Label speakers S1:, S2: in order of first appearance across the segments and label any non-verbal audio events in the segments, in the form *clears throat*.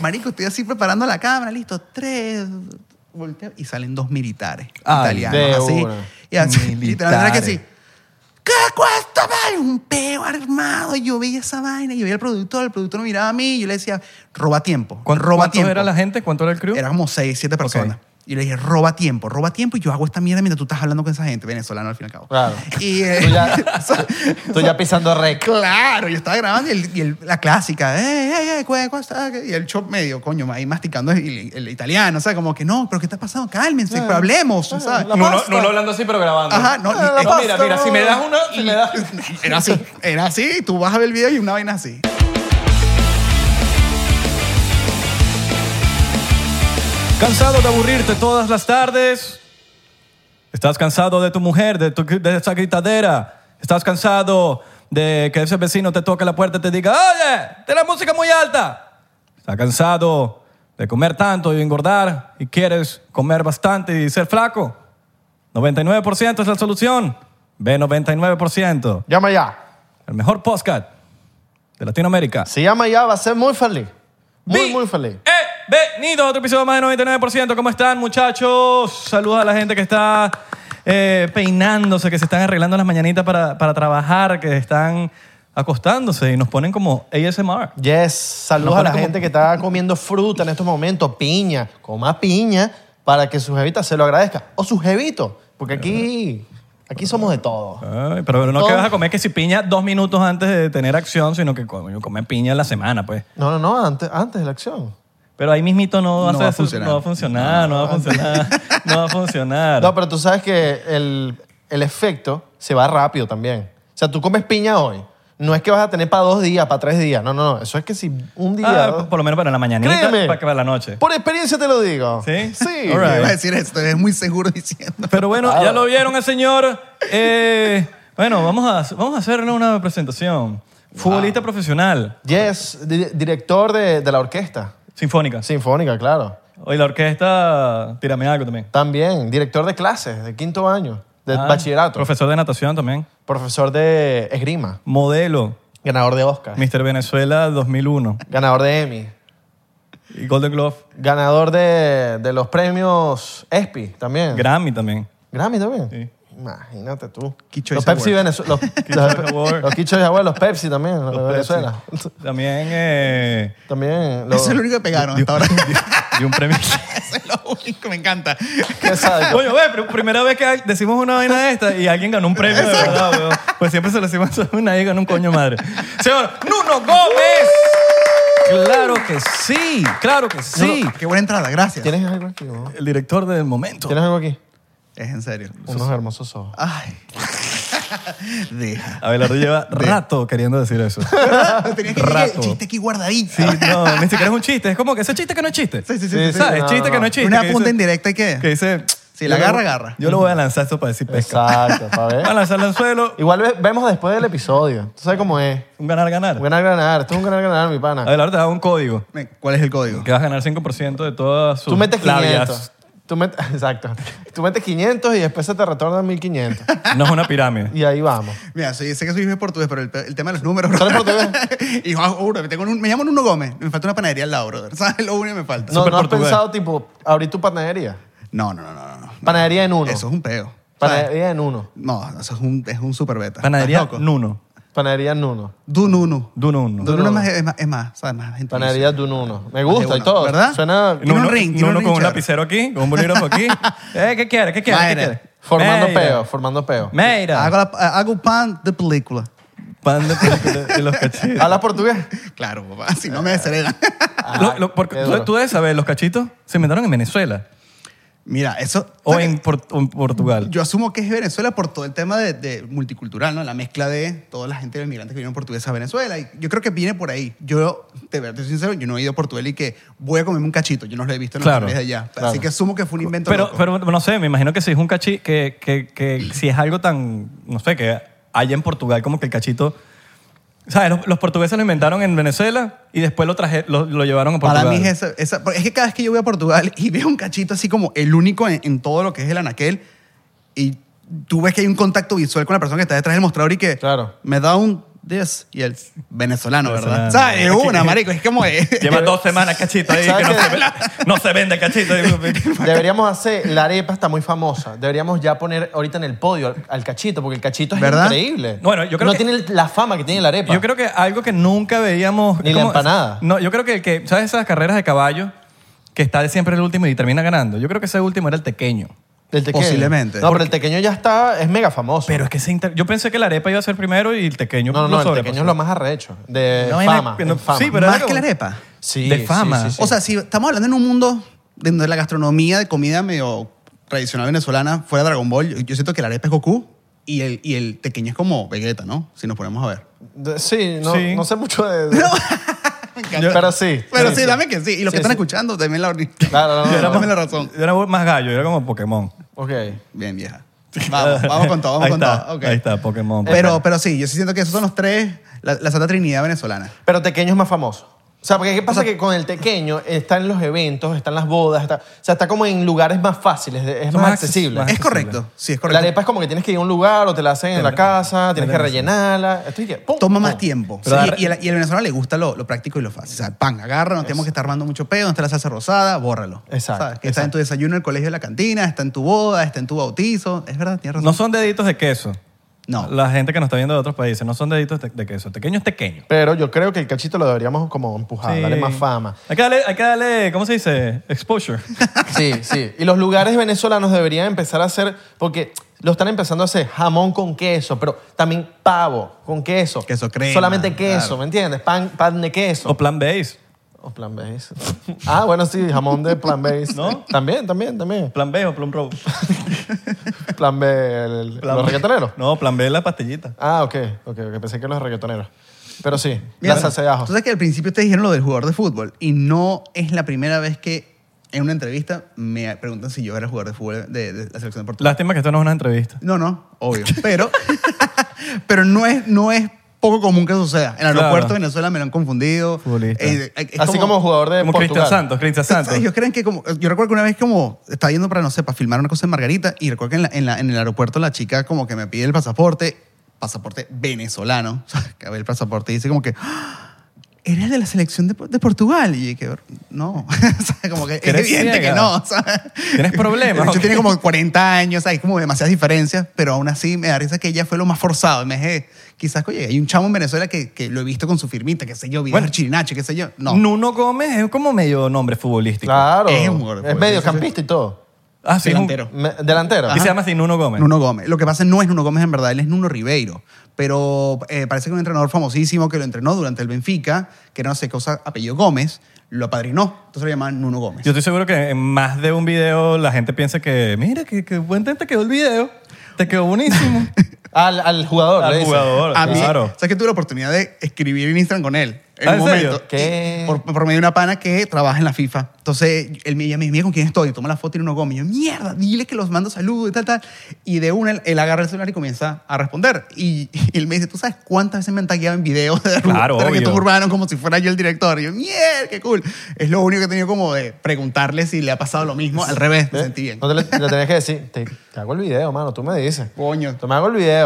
S1: marico, estoy así preparando la cámara, listo, tres, volteo, y salen dos militares
S2: Ay, de
S1: italianos, así.
S2: una.
S1: Y así,
S2: Militares.
S1: literalmente así. ¿Qué cuesta, vale? Un peo armado. Y yo veía esa vaina, y yo veía al productor, el productor me miraba a mí, y yo le decía, roba tiempo,
S2: ¿Cuán-
S1: roba
S2: ¿Cuántos
S1: tiempo.
S2: era la gente? ¿Cuánto era el crew?
S1: Era como seis, siete personas. Y le dije, roba tiempo, roba tiempo, y yo hago esta mierda mientras tú estás hablando con esa gente, venezolano al fin y al cabo.
S3: Claro.
S2: *laughs*
S1: Y, eh,
S2: Pues
S3: Tú ya-
S1: o sea,
S3: Estoy ya pisando recto.
S1: Claro, yo estaba grabando y, el- y el- la clásica, eh, eh, eh, ¿cuál- cuál está? y el chop medio, coño, ahí masticando el, el italiano, ¿sabes? Como que no, pero ¿qué está pasando? Cálmense, pero hablemos, ¿sabes?
S3: la-
S2: Nuno,
S3: pasta.
S2: Nuno hablando así, pero grabando.
S1: Ajá, no,
S3: Ah,
S1: y-
S3: la
S2: mira,
S3: pasta,
S2: mira,
S3: no.
S2: si me das uno, si me das...
S1: era así, era así, y tú vas a ver el video y una vaina así.
S2: Cansado de aburrirte todas las tardes. Estás cansado de tu mujer, de, tu, de esa gritadera. Estás cansado de que ese vecino te toque la puerta y te diga, oye, de la música muy alta. Estás cansado de comer tanto y engordar y quieres comer bastante y ser flaco. 99% es la solución. Ve 99%.
S3: Llama ya.
S2: El mejor podcast de Latinoamérica.
S3: Si llama ya, va a ser muy feliz. Muy, muy feliz.
S2: Bienvenidos a otro episodio más de 99%. ¿Cómo están, muchachos? Saludos a la gente que está eh, peinándose, que se están arreglando las mañanitas para, para trabajar, que están acostándose y nos ponen como ASMR.
S3: Yes. Saludos
S2: Nos
S3: a
S2: pone
S3: la
S2: como-
S3: gente que está comiendo fruta en estos momentos, piña. Coma piña para que su jevita se lo agradezca. O su jevito. Porque aquí, aquí somos de todo.
S2: Ay, pero no
S3: Todo.
S2: que vas a comer que si piña dos minutos antes de tener acción, sino que coño, comer piña en la semana, pues.
S3: No, no, no, antes, antes de la acción.
S2: Pero ahí mismito no va,
S1: No
S2: a,
S1: va a
S2: hacer-
S1: funcionar.
S2: no va a funcionar, no va a funcionar, no va a funcionar.
S3: *laughs* No, pero tú sabes que el, el efecto se va rápido también. O sea, tú comes piña hoy. No es que vas a tener para dos días, para tres días. No, no, no. Eso es que si un día.
S2: Ah, por lo menos para la mañanita,
S3: Créeme.
S2: para que para la noche.
S3: Por experiencia te lo digo.
S2: ¿Sí?
S3: Sí.
S2: All right.
S1: Iba a decir esto, es muy seguro diciendo.
S2: Pero bueno,
S3: Claro.
S2: ya lo vieron el señor. Eh, bueno, vamos a, vamos a hacerle una presentación. Futbolista profesional,
S3: Yes, di- director de, de la orquesta.
S2: sinfónica.
S3: Sinfónica, claro.
S2: Hoy la orquesta, tírame algo también.
S3: También, director de clases de quinto año, de
S2: Ah,
S3: bachillerato.
S2: Profesor de natación también.
S3: profesor de esgrima.
S2: Modelo,
S3: Ganador de Oscar.
S2: Mr. Venezuela 2001.
S3: Ganador de Emmy.
S2: Y Golden Glove,
S3: Ganador de, de los premios E ESPY también.
S2: Grammy también.
S3: Grammy también.
S2: Sí.
S3: Imagínate tú.
S1: Key
S3: los
S1: Choice
S3: Pepsi
S1: Award.
S3: Venezuela.
S2: *laughs*
S3: Los,
S2: Choice
S3: los,
S2: Award.
S3: los Key Choice Award, los Pepsi también, los, de
S2: Pepsi.
S3: Venezuela.
S2: También eh,
S3: También. Los,
S1: Eso es lo único que pegaron hasta ahora.
S2: *laughs*
S1: *laughs*
S2: dio un
S3: *laughs*
S2: premio.
S1: Eso es lo único, me encanta.
S3: ¿Qué sabes?
S2: Oye, ve, pero primera vez que hay- decimos una vaina de esta y alguien ganó un premio de verdad, weón. Pues siempre se lo decimos a una y ganó un coño madre. Señor Nuno Gómez. Claro que sí, claro que sí.
S1: Qué buena entrada,
S2: *laughs*
S1: gracias.
S3: ¿Tienes algo aquí? no?
S2: El director del momento.
S3: ¿Tienes algo aquí?
S1: Es en serio.
S3: Unos hermosos ojos.
S1: Ay. *laughs*
S2: *laughs*
S1: Deja.
S2: Abelardo lleva rato queriendo decir eso.
S1: Tenía que llegar
S2: Rato.
S1: el chiste aquí guardadito.
S2: Sí, no, ni siquiera es un chiste. Es como que ese chiste que no es chiste.
S1: Sí, sí, sí, sí, sí.
S2: ¿Sabes?
S3: no,
S2: chiste
S3: no.
S2: que no es chiste.
S1: Una
S2: que
S1: punta
S2: dice-
S1: indirecta hay que...
S2: Que dice...
S1: Si la
S2: yo
S1: agarra,
S2: lo-
S1: agarra.
S2: Yo lo voy a lanzar esto para decir pesca.
S3: Exacto, para
S1: ¿eh?
S2: Voy a
S3: ver.
S2: lanzar el anzuelo.
S3: Igual ve- vemos después del episodio. ¿Tú sabes cómo es?
S2: Un ganar-ganar.
S3: Un ganar-ganar. Esto es un ganar-ganar, mi pana.
S2: Abelardo te da un código.
S1: Me- ¿Cuál es el código?
S2: Que vas a ganar 5% de todas sus
S3: Tú metes 500.
S2: labias.
S3: Tú metes, *laughs* exacto. Tú metes 500 y después se te retornan 1500.
S2: No es una pirámide.
S3: Y
S2: *laughs*
S3: ahí vamos.
S1: Mira, sí, sé que soy hijo de portugués, pero el, pe- el tema de los números,
S3: ¿Tú
S1: bro.
S3: eres portugués?
S1: *laughs* y yo, juro, me, tengo un- me llamo Nuno Gómez. Me falta una panadería al lado, brother. *laughs* ¿Sabes? Lo único que me falta.
S3: No,
S2: Súper
S3: no has
S2: portugués.
S3: pensado, tipo, abrir tu panadería.
S1: No, no, no, no. no, no.
S3: Panadería en uno.
S1: Eso es un peo. ¿Sabes?
S3: Panadería en uno.
S1: No, eso es un, es un super beta.
S2: Panadería
S1: ¿Estás loco?
S2: Nuno.
S3: Panadería en uno.
S1: Du Nuno.
S2: Duno Uno.
S1: Du Nuno es más, es más, es más, ¿sabes? Más gentil.
S3: Panadería de un uno. Me gusta y
S1: bueno,
S3: todo.
S1: ¿verdad?
S3: Suena
S1: Tiene un ring, tiene un
S2: Nuno
S1: ring
S2: con un
S1: chévere.
S2: lapicero aquí, con un bolígrafo aquí.
S1: *laughs*
S2: eh, ¿Qué quiere? ¿Qué quiere? ¿Qué
S1: Mayra.
S2: quiere?
S3: formando
S2: Mayra.
S3: peo, formando peo.
S2: Mayra.
S1: Hago, la- hago pan de película. *laughs*
S2: Pan de película de los cachitos.
S3: ¿Hablas portugués? Ah,
S1: Claro, papá, si
S3: Eh.
S1: no me desheredan. *laughs*
S2: Lo- lo- porque
S3: qué
S2: tú,
S3: duro.
S2: tú debes saber, los cachitos se inventaron en Venezuela
S1: Mira, eso.
S2: o en, Por- o en Portugal.
S1: Yo asumo que es Venezuela por todo el tema de, de multicultural, ¿no? La mezcla de toda la gente de inmigrantes que vinieron portuguesa a Venezuela. Y yo creo que viene por ahí. Yo, de verdad, te soy sincero, yo no he ido a Portugal y que voy a comerme un cachito. Yo no lo he visto en
S2: Claro,
S1: los lugares de allá.
S3: claro.
S1: Así que asumo que fue un invento
S2: Pero,
S1: loco.
S2: pero no sé, me imagino que si es un cachito, que, que, que si es algo tan, no sé, que haya en Portugal como que el cachito... ¿Sabes? Los, los portugueses lo inventaron en Venezuela y después lo, traje, lo, lo llevaron a Portugal.
S1: Para mí es esa, esa- porque Es que cada vez que yo voy a Portugal y veo un cachito así como el único en, en todo lo que es el anaquel y tú ves que hay un contacto visual con la persona que está detrás del mostrador y que
S3: Claro.
S1: me da un this. Y el venezolano, ¿verdad?
S2: Venezolano.
S1: O sea, es una, marico. Es como... eh,
S2: *laughs*
S3: *laughs*
S2: Lleva dos semanas cachito ahí que
S3: ¿Sabes
S2: no
S3: qué?
S2: se, ve- no se vende cachito.
S3: *laughs* Deberíamos hacer, la arepa está muy famosa. Deberíamos ya poner ahorita en el podio al, al cachito, porque el cachito es
S1: ¿Verdad?
S3: increíble.
S2: Bueno, yo creo
S3: no
S2: que-
S3: tiene la fama que tiene la arepa.
S2: Yo creo que algo que nunca veíamos...
S3: Ni la empanada.
S2: No, yo creo que, el que, ¿sabes esas carreras de caballo? Que está siempre el último y termina ganando. Yo creo que ese último era el tequeño.
S3: El tequeño.
S1: Posiblemente.
S3: No, pero el tequeño ya está, es mega famoso.
S2: Pero es que ese inter- yo pensé que la arepa iba a ser primero y el tequeño
S3: no, no,
S2: lo
S3: no, el
S2: sobrepasó.
S3: tequeño es lo más arrecho. De
S2: No, vaina-
S3: fama.
S2: no,
S3: en fama.
S2: sí,
S1: *laughs*
S2: pero-
S1: Más
S2: algo-
S1: que la arepa.
S3: Sí,
S2: de
S3: sí,
S2: fama.
S3: sí, sí.
S1: O sea, si estamos hablando en un mundo de donde la gastronomía de comida medio tradicional venezolana fuera Dragon Ball, yo- yo siento que la arepa es Goku y el, y el tequeño es como Vegeta, ¿no? Si nos ponemos a ver.
S3: De- sí, no,
S2: Sí.
S3: no sé mucho de. *laughs* de-
S1: encanta.
S3: pero sí.
S1: Pero sí, dame que sí. Y los que
S3: Sí,
S1: están
S3: sí.
S1: escuchando, también la *laughs*
S3: Claro, no, no, no.
S1: Dame la razón.
S2: Yo era más gallo, yo era como Pokémon.
S3: Ok.
S1: Bien, vieja. Vamos, vamos con todo, vamos
S2: ahí
S1: con
S2: está,
S1: todo. Ok.
S2: Ahí está, Pokémon.
S1: Pero, pero sí, yo sí siento que esos son los tres, la, la Santa Trinidad venezolana.
S3: Pero tequeño es más famoso. O sea, porque ¿qué pasa? que con el tequeño está en los eventos, está en las bodas, está, o sea, está como en lugares más fáciles, de- es
S2: Son
S3: más,
S2: más
S3: accesible.
S2: accesibles.
S1: Es correcto, sí, es
S3: Ah, La
S1: correcto.
S3: arepa es como que tienes que ir a un lugar o te la hacen en la casa, tienes que
S2: tenemos.
S3: rellenarla. Esto y que, pum,
S1: Toma
S3: pum.
S1: más tiempo.
S2: Pero
S1: Sí,
S2: la-
S1: y, el, y el venezolano le gusta lo, lo práctico y lo fácil. O sea, pan, agarra, no tenemos que estar armando mucho pedo, no está la salsa rosada, bórralo.
S3: Exacto,
S1: ¿Sabes? Que está en tu desayuno, en el colegio, en la cantina, está en tu boda, está en tu bautizo. Es verdad, tienes
S2: no
S1: razón.
S2: son deditos de queso.
S1: No.
S2: La gente que nos está viendo de otros países, no son deditos de, de queso. Tequeño es tequeño.
S3: Pero yo creo que el cachito lo deberíamos como empujar,
S2: Sí.
S3: darle Ah, más fama.
S2: Hay que, darle, hay que darle, ¿cómo se dice? Exposure.
S3: Sí, sí. Y los lugares venezolanos deberían empezar a hacer, porque lo están empezando a hacer jamón con queso, pero también pavo con queso.
S1: Queso crema,
S3: Solamente queso,
S1: claro.
S3: ¿me entiendes? Pan, pan de queso.
S2: o plan base.
S3: O plan base. Ah, bueno, sí, jamón de plan base.
S2: ¿No?
S3: También, también, también.
S2: Plan B o plan robo.
S3: Plan B, el- los reggaetoneros.
S2: No, plan B es la pastillita.
S3: Ah, ok, ok, ok. Pensé que los reggaetoneros. Pero sí,
S1: Mira,
S3: la salsa de ajo.
S1: Tú sabes que al principio te dijeron lo del jugador de fútbol y no es la primera vez que en una entrevista me preguntan si yo era jugador de fútbol de, de la selección de Portugal.
S2: Lástima que esto no es una entrevista.
S1: No, no,
S3: *laughs*
S1: obvio. Pero, *laughs* pero no, es, no es poco común que suceda. En el
S2: Claro.
S1: aeropuerto de Venezuela me lo han confundido. Eh,
S2: Futbolista.
S1: es
S3: Así como, jugador de
S2: Como
S3: Portugal.
S2: Cristian Santos,
S1: *laughs*
S2: Cristian Santos.
S1: Ellos creen que como, yo recuerdo que una vez como estaba yendo para, no sé, para filmar una cosa en Margarita y recuerdo que en, la- en la- en el aeropuerto la chica como que me pide el pasaporte, pasaporte venezolano, *laughs* o sea, que abre el pasaporte y dice como que, "¡Ah! ¿eres de la selección de, de Portugal? Y que, no, *laughs* o sea, como que es
S2: ¿Eres
S1: evidente
S2: ciega?
S1: que no. o sea. *laughs*
S2: ¿Tienes problemas?
S1: De hecho,
S2: Ok.
S1: tiene como 40 años, hay como demasiadas diferencias, pero aún así me da risa que ella fue lo más forzado. Me dije, quizás, oye, hay un chamo en Venezuela que, que lo he visto con su firmita, qué sé yo, Vidal
S2: Bueno.
S1: Chirinache, qué sé yo. No.
S2: Nuno Gómez es como medio nombre futbolístico.
S3: Claro.
S1: Es
S3: Es,
S1: un jugador de fútbol,
S3: mediocampista y todo.
S2: Ah, sí. es un-
S1: Delantero.
S3: Me- delantero.
S2: Y se llama así Nuno Gómez.
S1: Nuno Gómez. Lo que pasa no es Nuno Gómez en verdad, él es Nuno Ribeiro. Pero eh, parece que un entrenador famosísimo que lo entrenó durante el Benfica, que era no sé qué cosa, apellido Gómez, lo apadrinó. Entonces lo llamaban Nuno Gómez.
S2: Yo estoy seguro que en más de un video la gente piensa que, mira, qué, qué buen te quedó el video. Te
S1: *laughs*
S2: quedó buenísimo.
S3: Al, al jugador.
S2: Al
S3: le dicen.
S2: jugador.
S1: A mí,
S2: claro.
S1: ¿sabes que tuve la oportunidad de escribir en Instagram con él?
S2: ¿Ah,
S1: un
S2: en serio?
S1: momento.
S3: ¿Qué?
S1: Por, por medio de una pana que trabaja en la FIFA. Entonces, él me llama y me dice, mira con quién estoy. Y toma la foto y uno Gómez. Y yo, mierda, dile que los mando saludos y tal, tal. Y de una, él, él agarra el celular y comienza a responder. Y, *laughs* y él me dice, ¿tú sabes cuántas veces me han tagueado en videos de,
S2: Claro,
S1: de reggaetón
S2: obvio.
S1: urbano como si fuera yo el director? Y yo, mierda, qué cool. Es lo único que he tenido como de preguntarle si le ha pasado lo mismo. Al revés, me
S3: ¿Eh?
S1: sentí bien.
S3: No te le, le tenías que decir, te, te hago el video, mano, tú me dices.
S1: Coño.
S3: Tú me hago el video.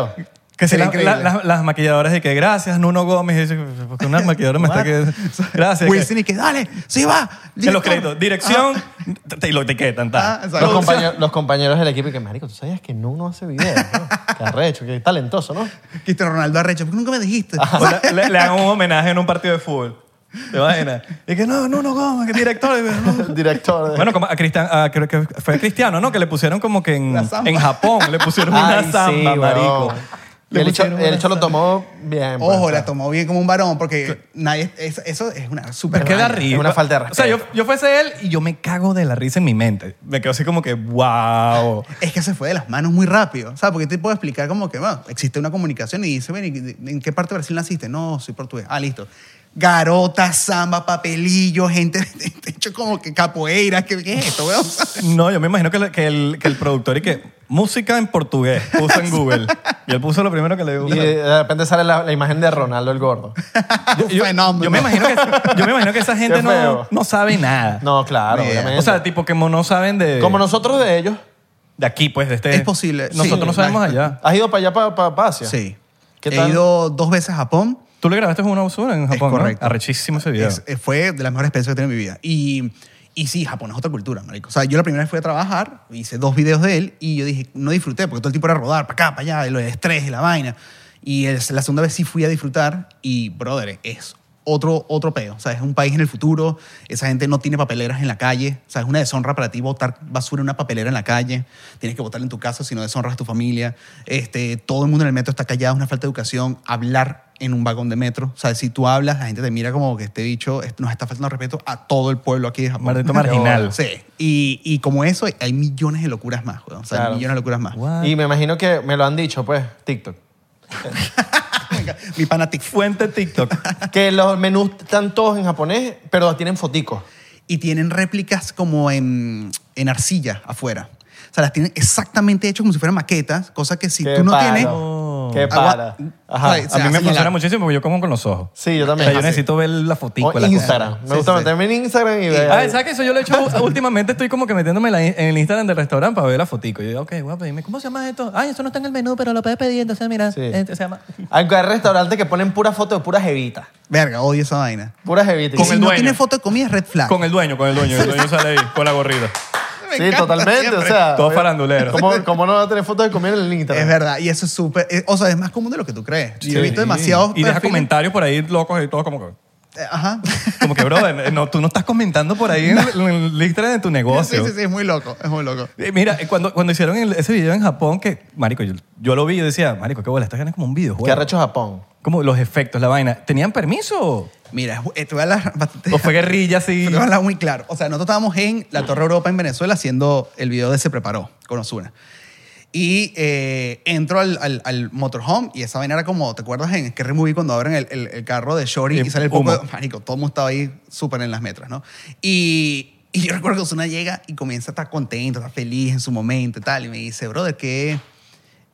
S2: Que si
S1: Sería
S2: la-
S1: increíble.
S2: la- las, las maquilladoras de que gracias, Nuno Gómez, y dice, porque una maquilladora
S1: *laughs*
S2: me está que gracias.
S1: Wilson y que, dale, sí va.
S2: que, en
S1: director".
S2: los créditos, dirección, te- y lo etiquetan,
S1: Ah,
S2: ta.
S1: exacto.
S3: Los, compañe- los compañeros del equipo y que, marico, tú sabías que no, no hace video. ¿no? Qué arrecho, qué talentoso, ¿no?
S1: Cristiano Ronaldo arrecho, ¿por qué nunca me dijiste?
S2: O la- le, le hagan un homenaje en un partido de fútbol. ¿Te imaginas? Y que no, Nuno Gómez, que director. Y, "No".
S3: El director de...
S2: Bueno, como a Cristian, a- creo que fue Cristiano, ¿no? Que le pusieron como que en,
S1: La samba.
S2: en Japón, le pusieron
S3: Ay,
S2: una samba,
S3: sí,
S2: marico.
S3: weón.
S2: Le
S3: El hecho,
S2: pusieron una
S3: el hecho lo tomó bien. pues, o
S1: Ojo,
S3: sea.
S1: la tomó bien como un varón, porque nadie, es- eso es una super.
S2: Pero queda
S1: vaina.
S2: risa.
S3: es una falta de
S2: O sea, yo,
S3: respeto.
S2: yo fuese él y yo me cago de la risa en mi mente. Me quedo así como que, wow.
S1: Es que se fue de las manos muy rápido. ¿Sabes? Porque te puedo explicar como que, bueno, existe una comunicación y dice, ven, ¿y ¿en qué parte de Brasil naciste? No, soy portugués. Ah, listo. Garota, samba, papelillo, gente de hecho como que capoeira. ¿Qué, qué es esto, weón? *laughs*
S2: No, yo me imagino que, la- que el, que el productor y que música en portugués puso en Google. Y él puso lo primero que le
S3: Y eh,
S2: dio.
S3: de repente sale la, la imagen de Ronaldo el gordo.
S1: Un fenómeno.
S2: Yo me imagino que, yo me imagino que esa gente
S3: Qué
S2: no,
S3: feo.
S2: no sabe nada.
S3: No, claro,
S1: Mira.
S3: obviamente.
S2: O sea, tipo que mo- no saben de,
S3: como nosotros de ellos.
S2: de aquí, pues, de este.
S1: Es posible, sí.
S2: Nosotros no sabemos
S1: Sí.
S2: allá.
S3: ¿Has ido para allá, para, Asia?
S1: Sí.
S3: ¿Qué
S1: He
S3: tal?
S1: ido dos veces a Japón.
S2: Tú le grabaste una basura en
S1: Es
S2: Japón, ¿no?
S1: correcto.
S2: Arrechísimo ese video.
S1: Es- eh, fue de las mejores experiencias que he tenido en mi vida. Y, y sí, Japón es otra cultura, marico. O sea, yo la primera vez fui a trabajar, hice dos videos de él y yo dije, no disfruté porque todo el tiempo era rodar para acá, para allá, y lo de estrés y la vaina. Y el- la segunda vez sí fui a disfrutar y, brother, es otro, otro peo. O sea, es un país en el futuro, esa gente no tiene papeleras en la calle. O sea, es una deshonra para ti botar basura en una papelera en la calle. Tienes que botarla en tu casa si no deshonras a tu familia. Este, todo el mundo en el metro está callado, es una falta de educación. Hablar en un vagón de metro. O sea, si tú hablas, la gente te mira como que este bicho est- nos está faltando respeto a todo el pueblo aquí de Japón.
S2: Maldito
S1: *laughs*
S2: marginal.
S1: Sí. Y, y como eso, hay millones de locuras más, weón. O sea,
S3: Claro.
S1: hay millones de locuras más. *laughs*
S2: What?
S3: Y me imagino que me lo han dicho, pues, TikTok.
S1: Mi pana Tic.
S2: Fuente TikTok.
S3: Que los menús están todos en japonés, pero tienen foticos.
S1: Y tienen réplicas como en, en arcilla afuera. O sea, las tienen exactamente hechas como si fueran maquetas, cosa que si
S3: Qué
S1: tú no
S3: paro,
S1: tienes... Oh.
S3: Qué para.
S1: Agua-
S3: Ajá.
S1: Ay,
S2: A mí me
S1: señalar.
S2: funciona muchísimo porque yo como con los ojos.
S3: Sí, yo
S2: O sea,
S3: también.
S2: yo necesito ver la fotico.
S3: O
S2: la cosa.
S3: Instagram. Me
S1: Sí,
S3: gusta
S1: sí.
S3: meterme en Instagram y ver.
S2: Ah, ¿sabes qué? Eso yo lo he hecho *laughs* últimamente. Estoy como que metiéndome en la- en el Instagram del restaurante para ver la fotico. Yo digo, ok, guapo, dime, ¿cómo se llama esto? Ay, eso no está en el menú, pero lo puedes pedir. Entonces, mira,
S3: Sí.
S2: eh, se llama...
S3: Aunque hay restaurantes que ponen puras fotos de puras jevitas.
S1: Verga, odio esa vaina.
S3: Puras jevitas.
S2: Con
S1: y si
S2: el
S1: no
S2: dueño.
S1: tiene foto de comida, es red flag.
S2: Con el dueño, con el dueño. El dueño sale ahí con la gorrita.
S1: *laughs* Me
S3: Sí,
S1: encanta
S3: totalmente. O
S1: siempre.
S3: sea,
S2: Todo farandulero.
S3: ¿cómo, cómo no va a tener fotos de comida en el Instagram?
S1: Es verdad, y eso es súper... eh, O sea, es más común de lo que tú crees. Yo he visto demasiados...
S2: Y deja
S1: perfiles-
S2: comentarios por ahí locos y todo como que...
S1: Eh, Ajá. *laughs*
S2: Como que, bro, no, tú no estás comentando por ahí en, en el Instagram de tu
S1: Sí,
S2: negocio.
S1: sí, sí, es muy loco, es muy loco.
S2: Eh, Mira, eh, cuando, cuando hicieron el- ese video en Japón, que, marico, yo, yo lo vi y yo decía, marico, qué bola, esta vaina es como un videojuego.
S3: ¿Qué ha hecho Japón?
S2: Como los efectos, la vaina. ¿Tenían permiso?
S1: Mira, eh, te voy a hablar *laughs* bastante...
S2: ¿O fue guerrilla
S1: *laughs*
S2: así?
S1: Te voy a hablar muy claro. O sea, nosotros estábamos en la Torre Europa en Venezuela haciendo el video de Se Preparó con Osuna. Y eh, entro al, al, al motorhome y esa vaina era como, ¿te acuerdas en Scary Movie cuando abren el, el- el carro de Shory
S2: El
S1: y sale el poco
S2: humo.
S1: de- Marico, todo el mundo estaba ahí súper en las metras, ¿no? Y, y yo recuerdo que Osuna llega y comienza a estar contento, está feliz en su momento y tal. Y me dice, brother, que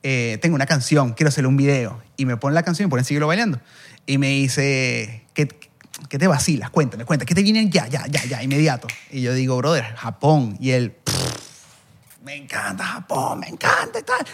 S1: eh, tengo una canción, quiero hacerle un video. Y me pone la canción y pone Siglo Bailando. Y me dice, ¿qué, qué te vacilas? Cuéntame, cuéntame. ¿Qué te viene ya, ya, ya, ya, inmediato? Y yo digo, brother, Japón. Y él, me encanta Japón, me encanta y tal.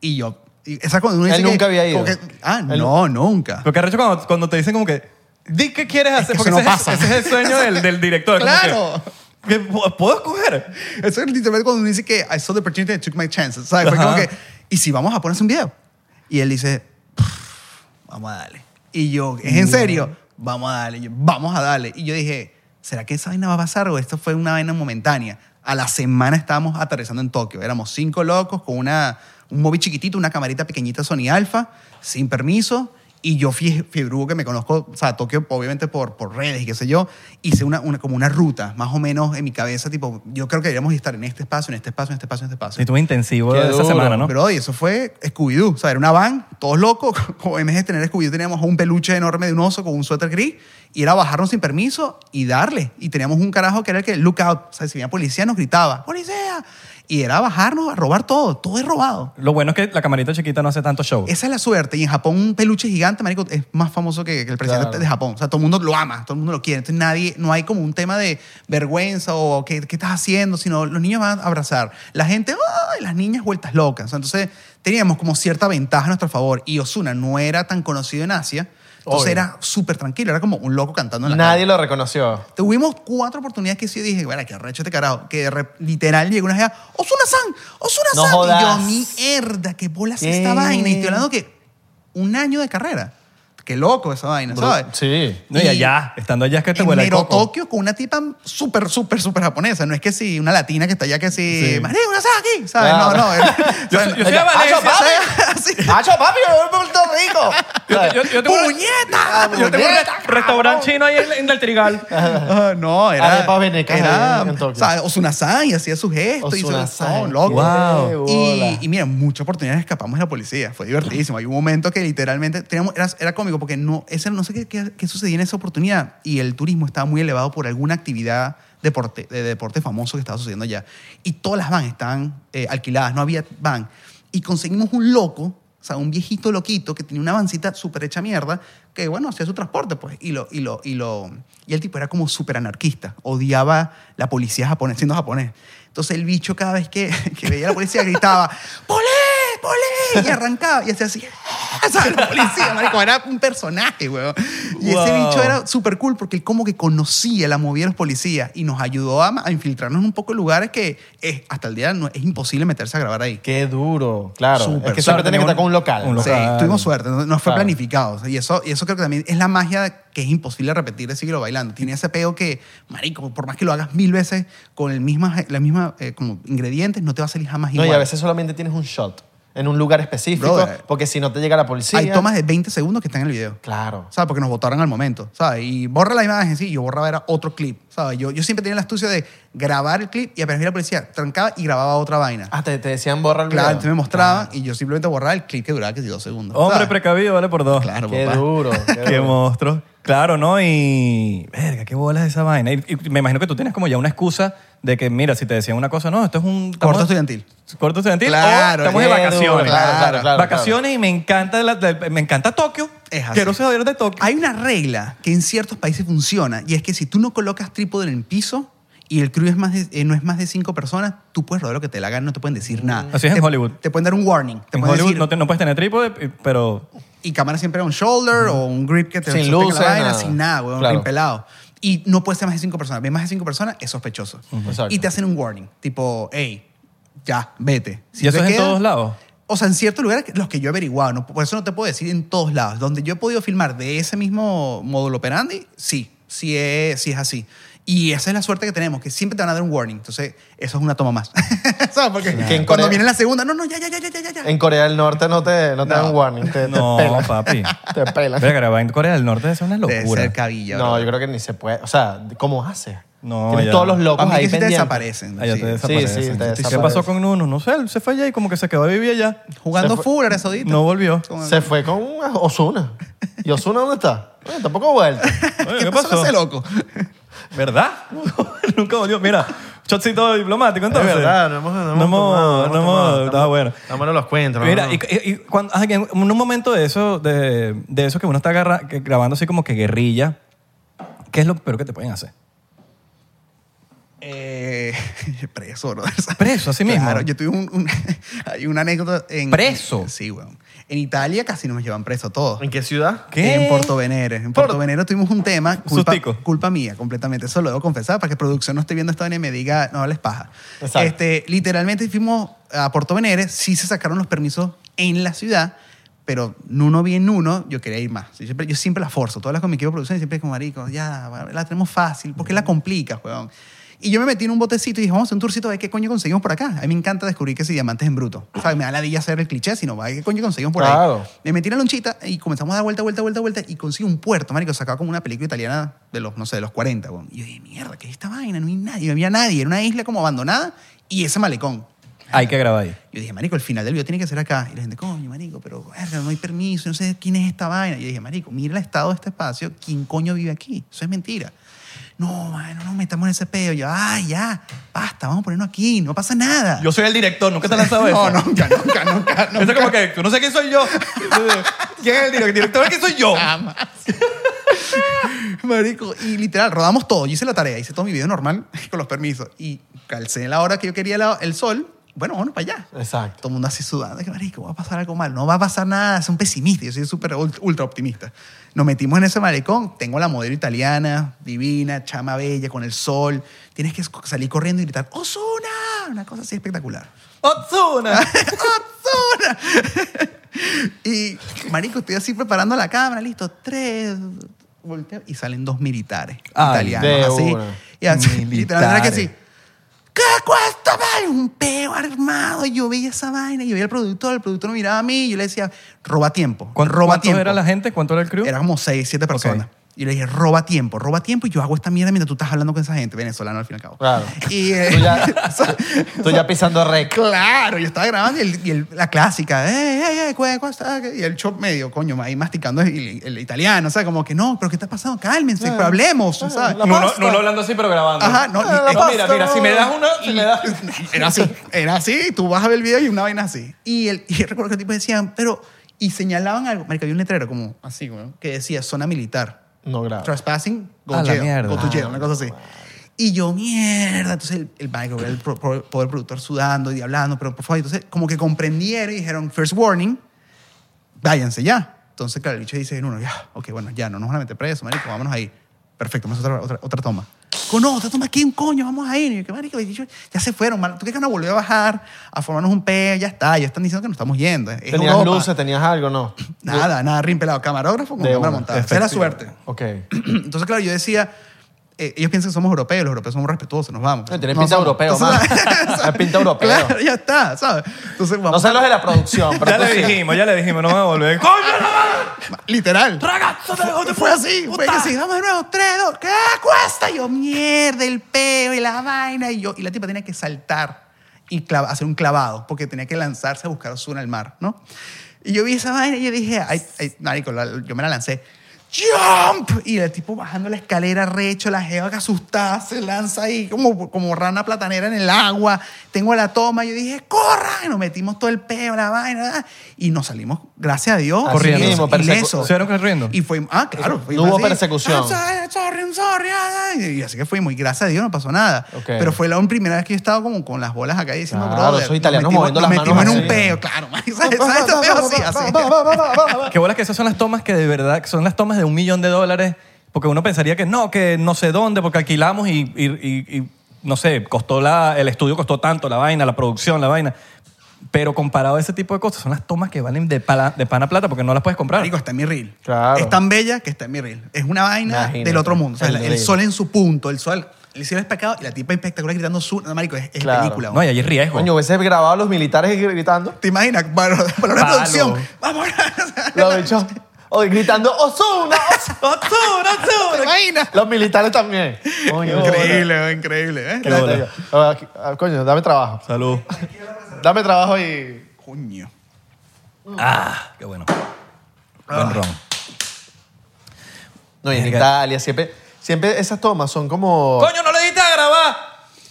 S1: Y yo, y esa cuando uno
S3: Él
S1: dice que-
S3: nunca había ido.
S1: como que, ah,
S3: Él-
S1: no, nunca.
S2: Lo que arrecho cuando, cuando te dicen como que, di qué quieres hacer,
S1: que
S2: porque
S1: eso
S2: ese,
S1: no
S2: es,
S1: pasa.
S2: ese es el sueño del, del director. como
S1: Claro.
S2: que, que, "Pu- ¿Puedo escoger?
S1: Eso es literalmente cuando uno dice que I saw the opportunity and took my chances. ¿sabes? Fue
S2: Ajá.
S1: como que, ¿y si vamos a ponerse un video? Y él dice, "Pff, vamos a darle. Y yo, ¿es en serio? Vamos a darle. Y yo, vamos a darle. Y yo dije, ¿será que esa vaina va a pasar o esto fue una vaina momentánea? A la semana estábamos aterrizando en Tokio. Éramos cinco locos con una, un móvil chiquitito, una camarita pequeñita Sony Alpha, sin permiso. Y yo fie- fiebrugo que me conozco, o sea, Tokio obviamente por, por redes y qué sé yo, hice una, una- como una ruta, más o menos en mi cabeza, tipo, yo creo que deberíamos estar en este espacio, en este espacio, en este espacio, en este espacio.
S2: Sí, tuve intensivo
S3: Qué
S2: esa
S3: duro,
S2: semana, ¿no?
S1: Pero oye, eso fue Scooby-Doo. O sea, era una van, todos locos. *laughs* Como en vez de tener Scooby-Doo, teníamos un peluche enorme de un oso con un suéter gris. Y era bajarnos sin permiso y darle. Y teníamos un carajo que era el que, look out. O sea, si venía policía, nos gritaba, ¡policía! Y era bajarnos a robar todo. Todo es robado.
S2: Lo bueno es que la camarita chiquita no hace tanto show.
S1: Esa es la suerte. Y en Japón, un peluche gigante, marico, es más famoso que, que el presidente
S3: Claro.
S1: de Japón. O sea, todo el mundo lo ama, todo el mundo lo quiere. Entonces, nadie, no hay como un tema de vergüenza o qué, qué estás haciendo, sino los niños van a abrazar. La gente, ¡ay! Las niñas vueltas locas. O sea, entonces, teníamos como cierta ventaja a nuestro favor. Y Osuna no era tan conocido en Asia. Entonces,
S3: Obvio.
S1: era súper tranquilo. Era como un loco cantando en la calle.
S3: Nadie lo reconoció.
S1: Tuvimos cuatro oportunidades que sí dije, bueno, que arrecho este carajo. Que de rep- literal llegó una allá, Osuna-san, Osuna-san.
S3: No jodas.
S1: Y yo, mierda, qué bolas
S3: ¿Qué?
S1: esta vaina. Y estoy hablando que un año de carrera. Qué loco esa vaina, ¿sabes? *laughs*
S3: Sí.
S2: No, y allá, estando allá es que te
S1: En
S2: huele el
S1: mero
S2: coco.
S1: Tokio con una tipa súper, súper, súper japonesa. No es que si una latina que está allá que si...
S2: Sí.
S1: María, una san aquí, ¿sabes?
S3: Ah.
S1: No,
S2: *laughs*
S1: no. era-
S2: Yo
S1: o sea,
S2: soy- yo soy de
S1: ella,
S2: Valencia.
S1: "Ah, *laughs* sí".
S3: ¡Hacho, papi, me voy a Puerto Rico!
S2: Yo, yo- yo tengo, un-
S1: ¡Puñeta!
S2: yo tengo un re- restaurante chino ahí en, en
S1: *laughs*
S2: el Trigal.
S1: Ah, no, era.
S3: Arepas venecas en- en Tokio.
S1: Osuna-san y hacía sus gestos. y su-
S3: Osuna-san.
S1: no, loco.
S2: Wow.
S3: Qué bola.
S1: Y, y mira, muchas oportunidades escapamos de la policía. Fue divertidísimo. Hay un momento que literalmente teníamos, era, era cómico porque no, ese, no sé qué, qué, qué sucedía en esa oportunidad. Y el turismo estaba muy elevado por alguna actividad deporte, de deporte famoso que estaba sucediendo allá. Y todas las van estaban eh, alquiladas, no había van. Y conseguimos un loco. O sea, un viejito loquito que tenía una vancita súper hecha mierda, que bueno, hacía su transporte, pues. Y, lo, y, lo, y, lo, y el tipo era como súper anarquista, odiaba la policía japonesa, siendo japonés. Entonces el bicho *laughs* cada vez que, que veía a la policía gritaba, ¡Polé! ¡Polé! Y arrancaba y hacía así. ¡ah! ¿Sabes? La policía, marico, era un personaje, weón. Y ese
S2: Wow.
S1: bicho era súper cool porque él como que conocía la movida de los policías y nos ayudó a, a infiltrarnos en un poco de lugares que es, hasta el día no, es imposible meterse a grabar ahí.
S3: Qué duro. Claro.
S1: Súper.
S3: es que
S2: Claro,
S3: siempre tiene que
S2: tenía
S3: estar con un local.
S2: un
S3: ¿no?
S1: Sí,
S2: local.
S1: tuvimos suerte, no, no fue
S3: Claro.
S1: planificado. O sea, Y eso, y eso creo que también es la magia que es imposible repetir de siglo bailando. Tiene ese peo que, marico, por más que lo hagas mil veces con el misma, la misma eh, como ingredientes, no te va a salir jamás
S3: No,
S1: igual.
S3: y a veces solamente tienes un shot en un lugar específico
S1: Brother.
S3: porque si no te llega la policía.
S1: Hay tomas de 20 segundos que están en el video.
S3: Claro.
S1: ¿sabes? Porque nos votaron al momento, ¿sabes? Y borra la imagen, sí, yo borraba era otro clip, ¿sabes? Yo, yo siempre tenía la astucia de grabar el clip y apenas vi la policía, trancaba y grababa otra vaina.
S3: Ah, te, te decían borra el
S1: claro,
S3: video.
S1: entonces me mostraban y yo simplemente borraba el clip que duraba que si dos segundos.
S2: Hombre
S1: ¿sabes?
S2: precavido, vale por dos.
S1: Claro,
S3: Qué
S1: papá.
S3: duro.
S1: *laughs*
S3: Qué
S2: Qué
S3: duro.
S2: monstruo. Claro, ¿no? Y. Verga, qué bolas esa vaina. Y, y me imagino que tú tienes como ya una excusa de que, mira, si te decían una cosa, no, esto es un. estamos-
S1: Corto estudiantil.
S2: Corto estudiantil.
S1: Claro,
S2: o estamos de
S1: qué
S2: vacaciones.
S1: duro, claro, claro,
S3: claro.
S2: vacaciones y me encanta, la- la- me encanta Tokio.
S1: Es así.
S2: Quiero saber de Tokio.
S1: Hay una regla que en ciertos países funciona y es que si tú no colocas trípode en el piso y el crew es más de- eh, no es más de cinco personas, tú puedes rodar lo que te la hagan, no te pueden decir nada.
S2: Así es en
S1: Te-
S2: Hollywood.
S1: Te pueden dar un warning. Te
S2: en
S1: pueden
S2: Hollywood
S1: decir,
S2: no, te- no puedes tener trípode, y- pero.
S1: y cámara siempre un shoulder o un grip que te
S3: Sin
S1: sostenga
S3: luces,
S1: la vaina,
S3: nada.
S1: sin nada, weón,
S3: Claro.
S1: pelado. Y no puede ser más de cinco personas. Ves más de cinco personas, es sospechoso.
S3: Exacto.
S1: Y te hacen un warning, tipo, hey, ya, vete.
S2: ¿Y eso
S1: te
S2: es en
S1: quedas- *laughs*
S2: todos lados?
S1: O sea, en ciertos lugares, los que yo he averiguado, no, por eso no te puedo decir en todos lados. Donde yo he podido filmar de ese mismo módulo operandi, sí, sí es, sí es así. Y esa es la suerte que tenemos, que siempre te van a dar un warning. Entonces, eso es una toma más. ¿Sabes? Porque
S3: Que
S1: *laughs*
S3: en
S1: cuando
S3: Corea-
S1: viene la segunda, no, no, ya, ya, ya, ya, ya, ya.
S3: En Corea del Norte no te, no te
S1: No.
S3: dan warning. Te, te
S2: No,
S3: pelan.
S2: papi.
S3: Te pelan.
S2: Verga, grabar en Corea del Norte eso es una
S1: Debe
S2: locura.
S1: ser cabilla.
S3: No,
S1: bro.
S3: yo creo que ni se puede. O sea, ¿cómo haces?
S2: No,
S3: Tienes
S2: ya.
S3: todos los locos
S1: Para mí
S3: ahí
S1: que sí te
S3: pendientes.
S1: desaparecen.
S2: Allá
S1: sí.
S2: Ah, te desaparecen.
S3: Sí, sí, te
S2: ¿Qué
S3: desaparecen.
S2: pasó con uno? No sé, él se fue allá y como que se quedó a vivir allá.
S1: Jugando
S3: Se fue-
S1: full Arabia Saudita.
S2: No *laughs* volvió.
S1: Con-
S3: Se fue con Osuna. ¿Y Osuna dónde está? Bueno, tampoco ha vuelto.
S2: Oye,
S1: ¿Qué pasó con ese loco?
S2: ¿Verdad? *laughs* Nunca volvió. Mira, chocito diplomático entonces. No hemos- no hemos- Está bueno.
S3: no los cuentos.
S2: Mira, y, y- y cuando, ah, que en un momento de eso, de, de eso que uno está agarra- que grabando así como que guerrilla, ¿qué es lo peor que te pueden hacer?
S1: Eh, *laughs* preso, bro.
S2: Preso, así mismo.
S1: Claro, yo tuve un, un- *laughs* hay una anécdota en...
S2: ¿Preso?
S1: Sí, weón. En Italia casi nos llevan preso todos.
S3: ¿En qué ciudad?
S2: ¿Qué?
S1: En Porto Venere. En
S2: Por-
S1: Porto Venere tuvimos un tema. Culpa,
S2: Sustico.
S1: culpa mía, completamente. Eso lo debo confesar para que producción no esté viendo esta vaina y me diga, no hables paja.
S3: Exacto.
S1: Este, literalmente fuimos a Porto Venere, sí se sacaron los permisos en la ciudad, pero Nuno bien Nuno, yo quería ir más. Yo siempre, yo siempre la forzo. Todas las con mi equipo de producción siempre es como, marico, ya, la tenemos fácil. ¿Por qué la complicas, weón? Y yo me metí en un botecito y dije, vamos a hacer un tourcito a ver qué coño conseguimos por acá. A mí me encanta descubrir que si diamantes en bruto. O sea, me da la dilla hacer el cliché, sino, "Ay, ¿qué coño conseguimos por
S3: Claro.
S1: ahí? Me metí en la lonchita y comenzamos a dar vuelta, vuelta, vuelta, vuelta y consigo un puerto, marico, sacado como una película italiana de los, no sé, de los 40, weón. Y yo dije, mierda, ¿qué es esta vaina? No hay nadie, no había nadie. Era una isla como abandonada y ese malecón.
S2: Hay que grabar ahí.
S1: Yo dije, marico, el final del video tiene que ser acá. Y la gente, coño, marico, pero verga, no hay permiso, no sé quién es esta vaina. Y yo dije, marico, mira el estado de este espacio, ¿quién coño vive aquí? Eso es mentira. No, mano, no metamos en ese pedo. Yo, ay, ya, basta, vamos a ponernos aquí, no pasa nada.
S2: Yo soy el director, nunca te has lanzado
S1: *laughs*
S2: eso.
S1: no, nunca, nunca, nunca,
S2: Eso es como que tú no sé quién soy yo. ¿Quién es el director? El director que soy yo.
S1: jamás. *laughs* Marico, y literal, rodamos todo. Yo hice la tarea, hice todo mi video normal *laughs* con los permisos. Y calcé la hora que yo quería la- el sol. Bueno, vámonos para allá.
S3: Exacto.
S1: Todo el mundo así sudando. Que marico, va a pasar algo mal. No va a pasar nada. Son pesimistas. Yo soy súper ult- ultra optimista. Nos metimos en ese malecón. Tengo la modelo italiana, divina, chama bella, con el sol. Tienes que esco- salir corriendo y gritar, ¡Osuna! Una cosa así espectacular.
S2: Otsuna.
S1: ¡Ozuna! *laughs* y, marico, estoy así preparando la cámara, listo, tres, volteo, y salen dos militares
S2: Ay,
S3: de
S1: italianos, así.
S3: una.
S1: Y así, literalmente
S2: Militares.
S1: que sí. ¿Qué cuesta, vale? Un peo armado. Y Yo veía esa vaina, y yo veía al productor, el productor me miraba a mí, y yo le decía, roba tiempo,
S2: ¿Cuánto,
S1: roba
S2: cuánto
S1: tiempo.
S2: era la gente? ¿Cuánto era el crew?
S1: Era como seis, siete personas. Y le dije, roba tiempo, roba tiempo, y yo hago esta mierda mientras tú estás hablando con esa gente, venezolano al fin y al cabo.
S3: Claro.
S1: Y, eh, *laughs*
S3: Tú ya- Tú ya pisando rec.
S1: Claro, yo estaba grabando y, el- y el- la clásica, "Eh, eh, eh, cue- cuesta", y el chop medio, coño, ahí masticando el, el italiano, o sea, como que no, pero ¿qué está pasando? Cálmense, pero hablemos, ¿sabes?
S3: la- pasta.
S2: hablando así, pero grabando.
S1: Ajá, no,
S3: Ah, la
S1: y-
S2: No,
S3: pasta,
S2: mira, mira, si me das una, si me das.
S1: *laughs* era así, era así, tú vas a ver el video y una vaina así. Y, el, y yo recuerdo que los tipos decían, pero, y señalaban algo, marica, había un letrero como así, weón, que decía zona militar.
S3: No, grave.
S1: Trespassing, go,
S2: Ah. A la
S1: jail,
S2: mierda. Ah,
S1: go to jail, una cosa así. Y yo, mierda. Entonces el, el, marico, el pro- pro- poder productor sudando y hablando, pero por favor. Entonces, como que comprendieron y dijeron, first warning, váyanse ya. Entonces, claro, el bicho dice, no, no, ya, ok, bueno, ya, no nos van a meter preso, marico, vámonos ahí. Perfecto, vamos a hacer otra, otra, otra toma. Con no, otra toma, ¿quién coño? Vamos a ir. Y yo, "¿Qué marico, el bicho, ya se fueron, man. ¿Tú crees que van a volver a bajar, a formarnos un peo? Ya está, ya están diciendo que nos estamos yendo. Es
S3: ¿Tenías
S1: Europa.
S3: luces? ¿Tenías algo? No.
S1: Nada, nada, rimpelado. Camarógrafo con
S3: De
S1: cámara
S3: una,
S1: montada. Esa es la
S2: efectivo.
S1: suerte.
S3: Ok.
S1: Entonces, claro, yo decía, eh, ellos piensan que somos europeos, los europeos somos respetuosos, nos vamos.
S3: No, tienes pinta europeo,
S1: man.
S3: man.
S1: *laughs*
S3: Tienes pinta europeo.
S1: Claro, ya está, ¿sabes? Entonces,
S3: No
S1: vamos.
S3: sé los de la producción, pero
S2: Ya
S3: tú
S2: le
S3: pues sí.
S2: dijimos, ya le dijimos, no van a volver. ¡Coño, no van!
S1: literal.
S2: ¡Ragazzo, te
S1: Fue- Fue así, fue que sí, vamos de nuevo, tres, dos, ¿qué cuesta? Y yo, mierda, el peo y la vaina. Y yo, y la tipa tenía que saltar y clava- hacer un clavado, porque tenía que lanzarse a buscar a Osuna al mar, ¿no? Y yo vi esa vaina y yo dije, ay, ay, marico, la- yo me la lancé. ¡Jump! Y el tipo bajando la escalera recho, la jeva que asustada se lanza ahí como, como rana platanera en el agua. Tengo la toma. Yo dije, ¡corran! Y nos metimos todo el peo, la vaina. Y nos salimos, gracias a Dios,
S3: Así
S2: Corriendo.
S3: mismo, persecu-
S1: ilesos.
S2: ¿Se vieron corriendo?
S1: Y fue, ah, claro.
S3: No
S1: fuimos
S3: hubo
S1: así.
S3: persecución.
S1: Ah, sorry, sorry, I'm sorry, ah, ah. Y así que fui muy, gracias a Dios, no pasó nada.
S3: Ok.
S1: Pero fue la primera vez que yo estaba como con las bolas acá y diciendo,
S3: Claro,
S1: brother,
S3: esos italianos
S1: nos
S3: moviendo
S1: metimos,
S3: las
S1: nos metimos
S3: manos
S1: en un
S3: así.
S1: peo, claro. man. *laughs* ¿Sabes? ¿Sabes? Estos peos *laughs* así, así.
S2: Qué bolas que esas son las tomas que de verdad que son las tomas de un millón de dólares. Porque uno pensaría que no, que no sé dónde, porque alquilamos y, y- y- y, no sé, costó la, el estudio costó tanto, la vaina, la producción, la vaina. Pero comparado a ese tipo de cosas, son las tomas que valen de, pala- de pana plata porque no las puedes comprar.
S1: Marico, está en mi reel.
S3: Claro.
S1: Es tan bella que está en mi reel. Es una vaina
S3: Imagínate,
S1: del otro mundo. O sea,
S3: el
S1: el, el
S3: reel.
S1: sol en su punto, el sol, el cielo despejado y la tipa espectacular gritando su... No, marico, es, es
S3: Claro.
S1: película.
S2: No, y allí riesgo.
S3: Coño, hubiese grabado a los militares gritando.
S1: ¿Te imaginas? Para, para una
S2: Palo.
S1: producción. Vamos. *laughs*
S3: Los bichos. o gritando Osuna, Osuna.
S1: ¿Te imaginas?
S3: Los militares también. Coño,
S1: Increíble, increíble. ¿eh?
S2: Qué bola.
S3: bueno. Ah, ah, Coño, dame trabajo.
S2: Salud.
S3: Dame trabajo y.
S1: Coño.
S2: Ah, qué bueno. Buen ron.
S3: No, y en
S2: Verga.
S3: Italia siempre, siempre esas tomas son como.
S2: Coño, no le diste a grabar.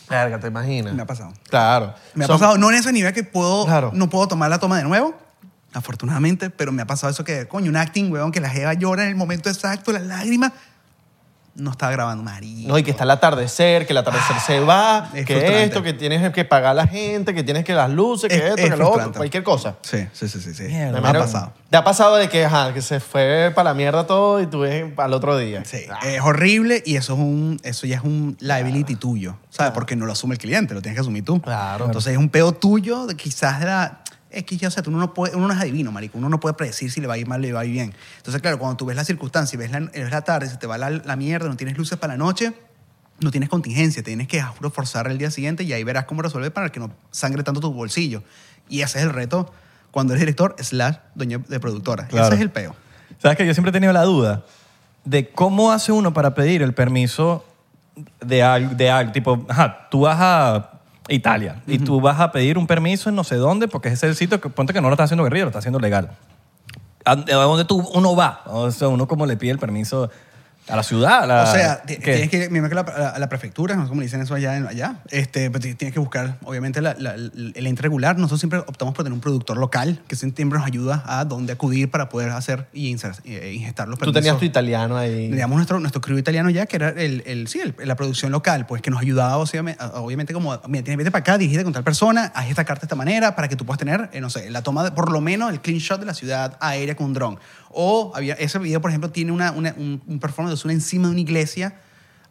S3: Verga, te imaginas.
S1: Me ha pasado.
S3: Claro.
S1: Me ha
S3: Son-
S1: pasado, no en ese nivel que puedo,
S3: Claro.
S1: no puedo tomar la toma de nuevo, afortunadamente, pero me ha pasado eso que, coño, un acting, weón, que la jeva llora en el momento exacto, las lágrimas. No estaba grabando, marico.
S3: No, y que está el atardecer, que el atardecer se va,
S1: Ah, Es
S3: que
S1: frustrante.
S3: esto, que tienes que pagar a la gente, que tienes que las luces, que
S1: Es-
S3: esto,
S1: es
S3: que lo otro,
S1: frustrante.
S3: cualquier cosa.
S1: Sí, sí, sí, sí. sí.
S2: Mierda,
S1: Me
S2: mano.
S1: ha
S3: imagino-
S1: pasado.
S3: ¿Te ha pasado de que, ajá, que se fue para la mierda todo y tú ves al otro día?
S1: Sí, es horrible y eso, es un, eso ya es un liability tuyo, ¿sabes? Porque no lo asume el cliente, lo tienes que asumir tú.
S3: Claro.
S1: Entonces es un peo tuyo, de quizás de la... Es que ya, o sea, tú no puede, uno no es adivino, marico. Uno no puede predecir si le va a ir mal o le va a ir bien. Entonces, claro, cuando tú ves la circunstancia y ves la, ves la tarde, se te va la, la mierda, no tienes luces para la noche, no tienes contingencia, tienes que a juro, forzar el día siguiente y ahí verás cómo resolver para que no sangre tanto tu bolsillo. Y ese es el reto cuando eres director slash dueño de productora.
S2: Claro.
S1: Ese es el peo.
S2: ¿Sabes que Yo siempre he tenido la duda de cómo hace uno para pedir el permiso de algo, de algo. Tipo, ajá, tú vas a Italia y tú vas a pedir un permiso en no sé dónde porque ese es el sitio que, ponte que no lo está haciendo guerrilla, lo está haciendo legal. ¿A, a dónde tú, uno va? O sea, uno como le pide el permiso a la ciudad. a la-
S1: O sea, ti-
S2: ¿qué?
S1: tienes que, me imagino que la, a la prefectura, no sé cómo le dicen eso allá, en- allá. Este, pero ti- tienes que buscar, obviamente, la, la- el el ente regular. Nosotros siempre optamos por tener un productor local que siempre nos ayuda a dónde acudir para poder hacer y inser- eh, ingestar los
S3: Tú
S1: permisos.
S3: tenías tu italiano ahí.
S1: Teníamos nuestro, nuestro crew italiano ya, que era el, el- sí, el- la producción local, pues que nos ayudaba, o sea, me- a- obviamente, como, mira, tienes, vete para acá, dirigite con tal persona, haz esta carta de esta manera, para que tú puedas tener, eh, no sé, la toma, de, por lo menos el clean shot de la ciudad aérea con un dron. O había, ese video, por ejemplo, tiene una, una- un, un performance de Ozuna encima de una iglesia,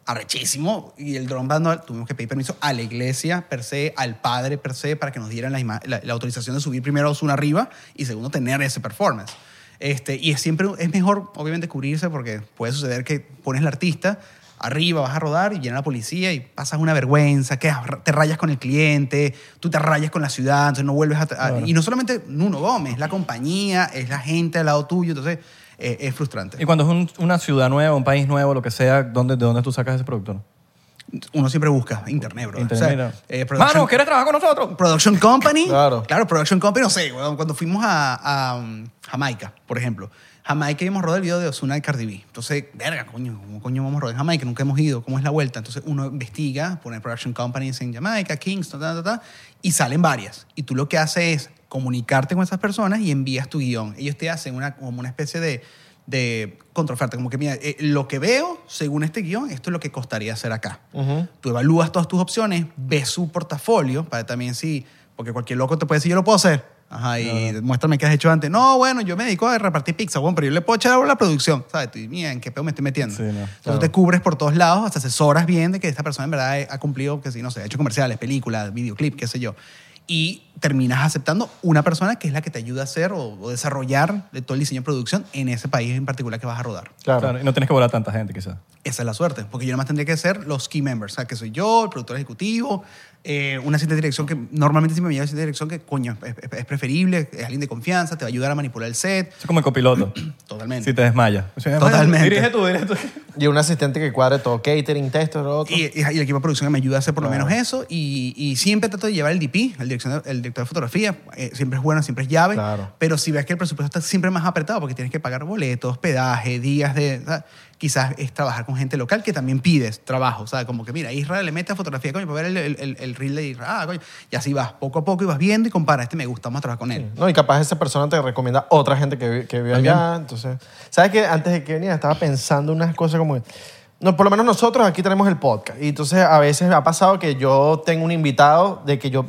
S1: arrechísimo, y el dron va dando- tuvimos que pedir permiso a la iglesia per se, al padre per se, para que nos dieran la, ima- la- la autorización de subir primero a Ozuna arriba y segundo tener ese performance. Este, y es siempre es mejor, obviamente, cubrirse porque puede suceder que pones al artista arriba, vas a rodar y viene la policía y pasas una vergüenza, que te rayas con el cliente, tú te rayas con la ciudad, entonces no vuelves a... a- Y no solamente Nuno Gómez, es la compañía, es la gente al lado tuyo, entonces eh, es
S2: Y
S1: frustrante.
S2: cuando es un- una ciudad nueva, un país nuevo, lo que sea, ¿dónde, ¿de dónde tú sacas ese productor?
S1: Uno siempre busca internet, bro.
S2: Internet, mira.
S1: production-
S2: Mano, ¿quieres trabajar con nosotros?
S1: Production Company.
S3: Claro.
S1: Claro, Production Company, no sé, weón, cuando fuimos a, a, um, Jamaica, por ejemplo. Jamaica íbamos a rodar el video de Ozuna y Cardi B. Entonces, verga, coño, ¿cómo coño vamos a rodar en Jamaica? Nunca hemos ido, ¿cómo es la vuelta? Entonces uno investiga, pone Production Companies en Jamaica, Kingston, ta, ta, ta, y salen varias. Y tú lo que haces es comunicarte con esas personas y envías tu guión. Ellos te hacen una, como una especie de, de contraoferta, como que mira, eh, lo que veo, según este guión, esto es lo que costaría hacer acá.
S3: Ujú.
S1: Tú evalúas todas tus opciones, ves su portafolio para también si, porque cualquier loco te puede decir, yo lo puedo hacer. Ajá, y muéstrame qué has hecho antes. No, bueno, yo me dedico a repartir pizza, bueno, pero yo le puedo echar ahora la producción, ¿sabes? Tú, mira, ¿en qué pedo me estoy metiendo?
S2: Sí, no.
S1: Entonces
S3: Claro.
S1: te cubres por todos lados, hasta asesoras bien de que esta persona en verdad ha cumplido, que sí, no sé, ha hecho comerciales, películas, videoclip, qué sé yo. Y terminas aceptando una persona que es la que te ayuda a hacer o, o desarrollar de todo el diseño de producción en ese país en particular que vas a rodar.
S3: Claro.
S2: Claro, y no tienes que volar a tanta gente, quizás.
S1: Esa es la suerte, porque yo nada más tendría que ser los key members, o sea, que soy yo, el productor ejecutivo, eh, una asistente de dirección que normalmente si me lleva asistente de dirección que, coño, es, es- es preferible, es alguien de confianza, te va a ayudar a manipular el set,
S2: Es como el copiloto.
S1: totalmente.
S2: si te desmayas. Si te desmayas,
S1: Totalmente.
S2: Dirige tú, dirige tú.
S3: Y un asistente que cuadre todo, catering, texto, lo otro.
S1: Y, y- y el equipo de producción que me ayuda a hacer por
S3: Claro.
S1: lo menos eso. Y, y siempre trato de llevar el DP, el, dirección de- el director de fotografía. eh, siempre es bueno, siempre es llave.
S3: Claro.
S1: Pero si ves que el presupuesto está siempre más apretado porque tienes que pagar boletos, pedaje, días de... o sea, Quizás es trabajar con gente local que también pides trabajo. O sea, como que mira, Israel le mete a fotografía, coño, para ver el, el, el- el reel de Israel. Ah, coño. Y así vas poco a poco y vas viendo y compara. Este me gusta, vamos a trabajar con él.
S3: No, y capaz esa persona te recomienda otra gente que, vi- que vive
S1: También.
S3: allá. Entonces, ¿sabes que Antes de que viniera estaba pensando unas cosas como... que- No, por lo menos nosotros aquí tenemos el podcast. Y entonces a veces me ha pasado que yo tengo un invitado de que yo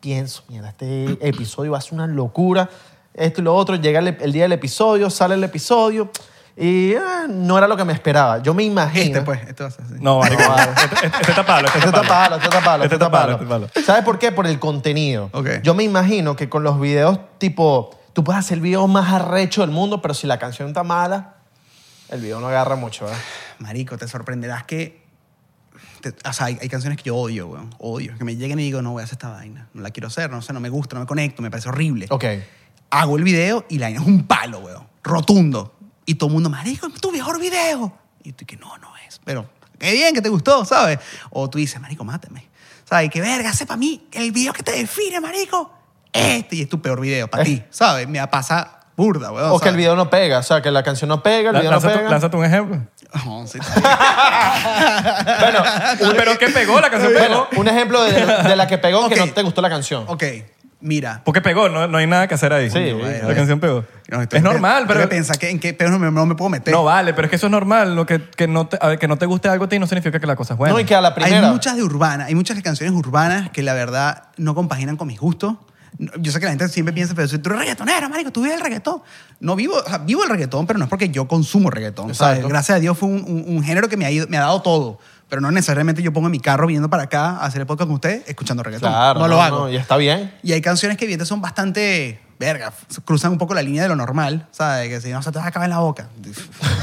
S3: pienso, mira, este episodio va a ser una locura, esto y lo otro. Llega el, el día del episodio, sale el episodio y ah, no era lo que me esperaba. Yo me imagino...
S1: Este, pues, este va a ser así.
S2: No, marico.
S3: No, vale.
S2: este, este- este está palo. Este,
S3: Este está palo, este está
S2: Este
S3: palo,
S2: está
S3: este está
S2: palo,
S3: palo.
S2: este está
S3: ¿Sabes por qué? Por el contenido.
S1: Ok.
S3: Yo me imagino que con los videos tipo, tú puedes hacer el video más arrecho del mundo, pero si la canción está mala, el video no agarra mucho, ¿verdad?
S1: Marico, te sorprenderás que. te- o sea, hay, hay canciones que yo odio, weón. Odio. Que me lleguen y digo, no voy a hacer esta vaina. No la quiero hacer, no sé, no me gusta, no me conecto, me parece horrible.
S3: Ok.
S1: Hago el video y la vaina es un palo, weón. Rotundo. Y todo el mundo, marico, es tu mejor video. Y tú que no, no es. Pero, qué bien que te gustó, ¿sabes? O tú dices, marico, mátame. ¿Sabes? Y Que verga, sepa a mí el video que te define, marico. Este y es tu peor video para ti, ¿sabes? Me pasa burda, weón.
S3: O que
S1: ¿sabes?
S3: Eh. el video no pega, o sea, que la canción no pega, el
S2: Lan-
S3: video no
S2: lánzate-
S3: pega.
S2: lánzate un ejemplo.
S1: *laughs* No, sí, *laughs*
S3: Bueno, un,
S2: Pero que pegó, la canción
S3: bueno,
S2: pegó.
S3: un ejemplo de, de la que pegó que
S1: Ok.
S3: no te gustó la canción.
S1: ok, mira.
S2: Porque pegó, no, no hay nada que hacer ahí.
S3: Sí.
S1: Bueno,
S2: La canción pegó.
S1: No,
S2: es
S1: entonces,
S2: normal,
S1: tengo que
S2: pero...
S1: pensar que en qué pedo no me, no me puedo meter.
S2: No vale, pero es que eso es normal. Lo que, que, no te, a ver, que no te guste algo a ti no significa que la cosa es buena.
S3: No, y que a la primera.
S1: Hay muchas de urbana, hay muchas canciones urbanas que la verdad no compaginan con mis gustos. No, Yo sé que la gente siempre piensa, pero si tú eres reggaetonera, marico, tú vives el reggaetón. No vivo, o sea, vivo el reggaetón, pero no es porque yo consumo reggaetón. ¿sabes?
S3: Exacto.
S1: Gracias a Dios fue un, un- un género que me ha, ido- me ha dado todo. Pero no necesariamente yo pongo en mi carro viniendo para acá a hacer el podcast con ustedes escuchando reggaetón.
S3: Claro,
S1: no, lo hago.
S3: y está bien.
S1: Y hay canciones que evidentemente son bastante verga, f- cruzan un poco la línea de lo normal, ¿sabes? Que si no, se te va a acabar en la boca.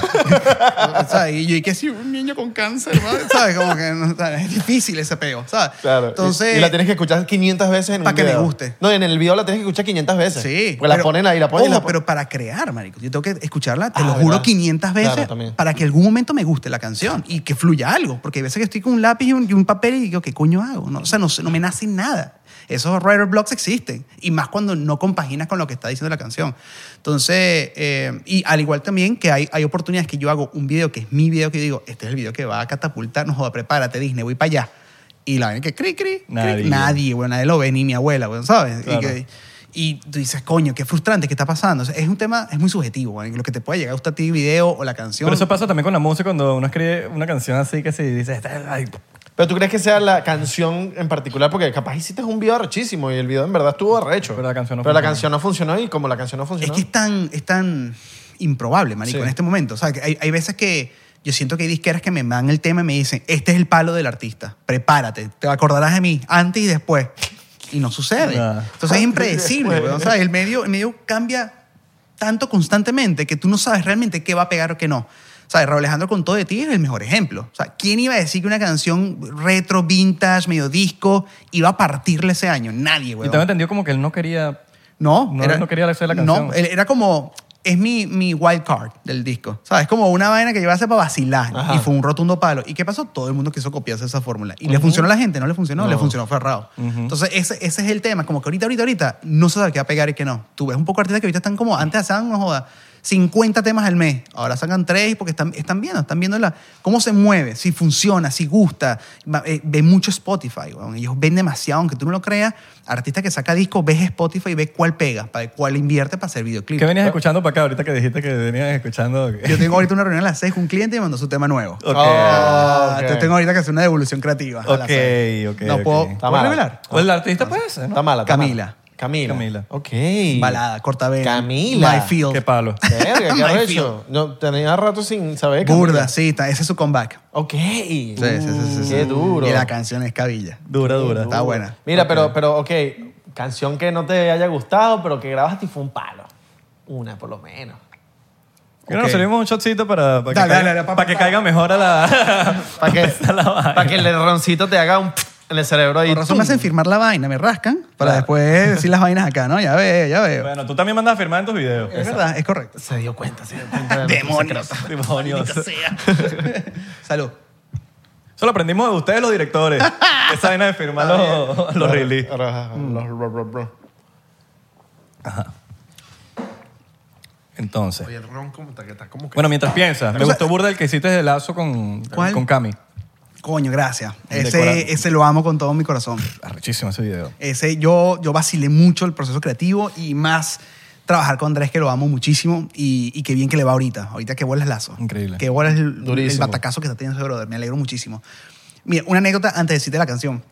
S1: *laughs* ¿Sabes? Y yo, y que si un niño con cáncer, ¿vale? ¿sabes? Como que no, ¿sabes? es difícil ese peo, ¿sabes?
S3: Claro.
S1: Entonces,
S3: y, y la tienes que escuchar 500 veces en
S1: Pa'
S3: un
S1: que me
S3: video.
S1: guste.
S3: No, en el video la tienes que escuchar 500 veces.
S1: Sí.
S3: Porque la
S1: pero-
S3: ponen ahí, la ponen y
S1: ojo,
S3: la ponen.
S1: pero para crear, marico. Yo tengo que escucharla, te
S3: Ah,
S1: lo juro,
S3: ¿verdad?
S1: 500 veces
S3: Claro, también.
S1: para que algún momento me guste la canción y que fluya algo. Porque hay veces que estoy con un lápiz y un, y un papel y digo, ¿qué coño hago? No, o sea, no, sé, no me nace nada. Esos writer blocks existen. Y más cuando no compaginas con lo que está diciendo la canción. Entonces, eh, y al igual también que hay, hay oportunidades que yo hago un video que es mi video que yo digo, este es el video que va a catapultar, no joda, prepárate Disney, voy para allá. Y la ven que cri, cri, cri.
S2: Nadie.
S1: nadie, bueno, nadie lo ve, ni mi abuela, bueno, ¿sabes? Y
S2: Claro.
S1: que- y tú dices, coño, qué frustrante, qué está pasando. O sea, es un tema, es muy subjetivo, güey. lo que te puede llegar a gustar a ti, video o la canción.
S2: Pero eso pasa también con la música cuando uno escribe una canción así que si dices... "Este, "Ay,
S3: Pero tú crees que sea la canción en particular, porque capaz hiciste un video arrechísimo y el video en verdad estuvo arrecho.
S2: Pero la canción no
S3: Pero la
S2: funcionó.
S3: canción no funcionó y como la canción no
S1: es
S3: funcionó.
S1: que es tan, es tan improbable, marico,
S3: Sí.
S1: en este momento. O sea, que hay, hay veces que yo siento que hay disqueras que me dan el tema y me dicen, este es el palo del artista, prepárate, te acordarás de mí, antes y después. Y no sucede.
S2: Nah.
S1: Entonces es impredecible, güey. O sea, el medio, el medio cambia tanto constantemente que tú no sabes realmente qué va a pegar o qué no. O sea, Raúl Alejandro con todo de ti es el mejor ejemplo. O sea, ¿quién iba a decir que una canción retro, vintage, medio disco, iba a partirle ese año? Nadie,
S2: Y
S1: güey.
S2: tengo entendido como que él no quería...
S1: No,
S2: No, no quería hacer la canción.
S1: No, él- era como. Es mi, mi wild card del disco. ¿Sabes? Es como una vaina que yo iba a hacer para vacilar.
S3: Ajá.
S1: Y fue un rotundo palo. ¿Y qué pasó? Todo el mundo quiso copiarse esa fórmula. ¿Y le funcionó a la gente? No le funcionó. Le
S3: No.
S1: funcionó Ferrado. Entonces, ese, ese es el tema. Como que ahorita, ahorita, ahorita, no se sabe qué va a pegar y qué no. Tú ves un poco artistas que ahorita están como, antes hacían, no joda, 50 temas al mes. Ahora sacan tres porque están, están viendo, están viendo la, cómo se mueve, si funciona, si gusta. Va- eh, ve mucho Spotify. weón. Ellos ven demasiado, aunque tú no lo creas. Artista que saca disco, ves Spotify y ves cuál pega, para ver cuál invierte para hacer videoclip.
S2: ¿Qué venías escuchando para acá ahorita que dijiste que venías escuchando?
S1: Yo tengo ahorita una reunión a las 6 con un cliente y me mandó su tema nuevo.
S2: Ok.
S1: Ah,
S3: ok.
S1: Yo tengo ahorita que hacer una devolución creativa. a las
S2: Ok,
S1: seis.
S2: ok,
S1: No
S2: ok.
S1: puedo,
S2: Está
S1: ¿puedo
S3: mala.
S1: revelar.
S2: O el artista puede ser, ¿no?
S3: Está mala. está
S1: Camila.
S3: mala. Camila.
S2: Camila.
S3: Ok.
S1: Balada, corta vena.
S3: Camila.
S1: My Field.
S2: Qué palo.
S1: *laughs*
S3: Verga, ¿qué
S1: My
S3: has hecho?
S1: field.
S3: No, tenía rato sin saber. de Camila.
S1: Burda, sí, está- ese es su comeback.
S3: Ok. Sí,
S1: Sí, sí, sí, sí, sí.
S3: Qué duro.
S1: Y la canción es cabilla.
S2: Dura, dura.
S1: Está buena.
S3: Mira, pero, pero, ok, canción que no te haya gustado, pero que grabaste y fue un palo. Una, por lo menos.
S2: Creo que nos
S1: Ok.
S2: servimos un shotcito
S1: Dale,
S2: para, para, que, caiga,
S1: dale, dale, pa-
S2: para que
S1: pa-
S2: caiga mejor a la... *laughs*
S1: *laughs*
S3: Para que,
S2: Está la vaina.
S3: pa' que el roncito te haga un en el cerebro ahí.
S1: Por razón me hacen firmar la vaina, me rascan para
S3: Claro.
S1: después decir las vainas acá, ¿no? Ya veo, ya veo.
S2: bueno, tú también mandas a firmar en tus videos.
S1: es verdad, es correcto.
S3: Se dio cuenta, se dio
S1: *laughs*
S3: cuenta. de nuestro
S1: Demonios.
S3: secreto.
S2: Demonios.
S1: Maldita sea.
S3: *laughs*
S1: Salud.
S2: Eso lo aprendimos de ustedes,
S1: *laughs*
S2: los directores. Esa vaina de firmar los, los release. Mm.
S3: Ajá, los ro- ro- ro.
S2: Entonces.
S4: el ron como que está como que...
S2: Bueno, mientras piensas, me
S1: O sea-
S2: gustó burda el que hiciste de lazo con,
S1: ¿Cuál?
S2: con Cami.
S1: Coño, gracias.
S2: El decorado.
S1: Ese, ese lo amo con todo mi corazón.
S2: Arrechísimo ese video.
S1: Ese, yo, yo vacilé mucho el proceso creativo y más trabajar con Andrés, que lo amo muchísimo y, y qué bien que le va ahorita. Ahorita que vuelas lazo.
S2: Increíble.
S1: Que vuelas el,
S3: Durísimo.
S1: el batacazo que está teniendo ese brother. Me alegro muchísimo. Mira, una anécdota antes de decirte la canción.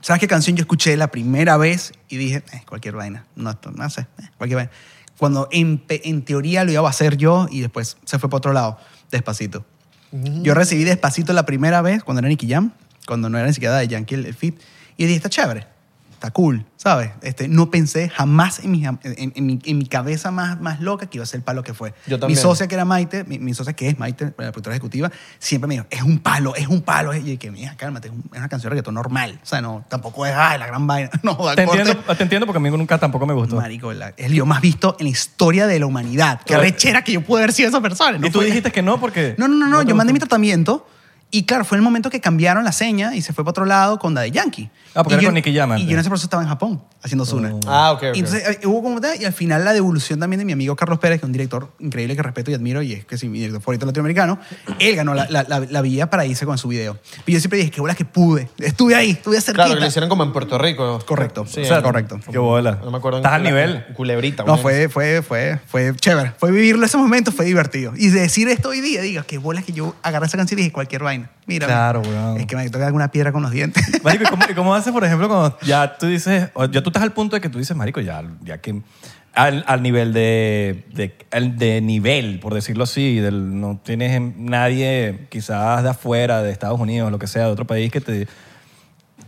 S1: ¿Sabes qué canción yo escuché la primera vez y dije, "Eh, cualquier vaina? No, esto, no sé, eh, cualquier vaina. Cuando en, pe- en teoría lo iba a hacer yo y después se fue para otro lado, despacito.
S3: Mm.
S1: Yo recibí despacito la primera vez cuando era Nicky Jam, cuando no era ni siquiera de Yankee el, el fit, y dije, está chévere, está cool, ¿sabes? Este, no pensé jamás en mi, jam- en, en mi, en mi cabeza más, más loca que iba a ser el palo que fue.
S3: Yo también.
S1: Mi socia, que era Maite, mi, mi socia que es Maite, la productora ejecutiva, siempre me dijo, es un palo, es un palo. Y yo que mira, cálmate, es, un- es una canción de reggaetón normal. O sea, no, tampoco es, ay, la gran vaina. *laughs* No, da
S2: Te
S1: corte.
S2: entiendo, te entiendo porque a mí nunca tampoco me gustó.
S1: Marico, la- es el lío más visto en la historia de la humanidad. Qué
S2: Claro.
S1: rechera que yo pude haber sido esa persona. No
S2: y tú
S1: fue-
S2: dijiste que no porque...
S1: no, no, no, no.
S2: te
S1: Yo mandé mi
S2: gustó.
S1: tratamiento y claro, fue el momento que cambiaron la seña y se fue para otro lado con Daddy Yankee.
S2: Ah, porque
S1: Y
S2: era
S1: yo-
S2: con Nicky Jam
S1: Y
S2: antes. Oh,
S1: yo en ese proceso estaba en Japón haciendo Zuna.
S3: Ah, ok, ok.
S1: Y entonces eh, hubo como tal, y al final la devolución también de mi amigo Carlos Pérez, que es un director increíble que respeto y admiro, y es que es mi director favorito latinoamericano, él ganó la, la, la, la vía para irse con su video. Y yo siempre dije, qué bolas que pude. Estuve ahí, estuve cerquita.
S3: Claro, que lo hicieron como en Puerto Rico.
S1: Correcto,
S3: Sí,
S1: o sea,
S3: en-
S1: correcto.
S2: Qué bola.
S3: No me acuerdo. en
S2: Estás al
S3: Cule-
S2: nivel.
S3: en Culebrita.
S1: No,
S3: una-
S1: fue, fue, fue, fue chévere. Fue vivirlo ese momento, fue divertido. Y decir esto hoy día, diga, qué bolas que yo agarré esa canción y dije cualquier vaina. Mira.
S2: Claro, weón.
S1: Es que me toca alguna piedra con los dientes.
S2: Marico, ¿y cómo, y cómo haces, por ejemplo, cuando ya tú dices, o ya tú estás al punto de que tú dices, Marico, ya, ya que al, al nivel de, de, al- de nivel, por decirlo así, del, no tienes nadie quizás de afuera, de Estados Unidos, lo que sea, de otro país que te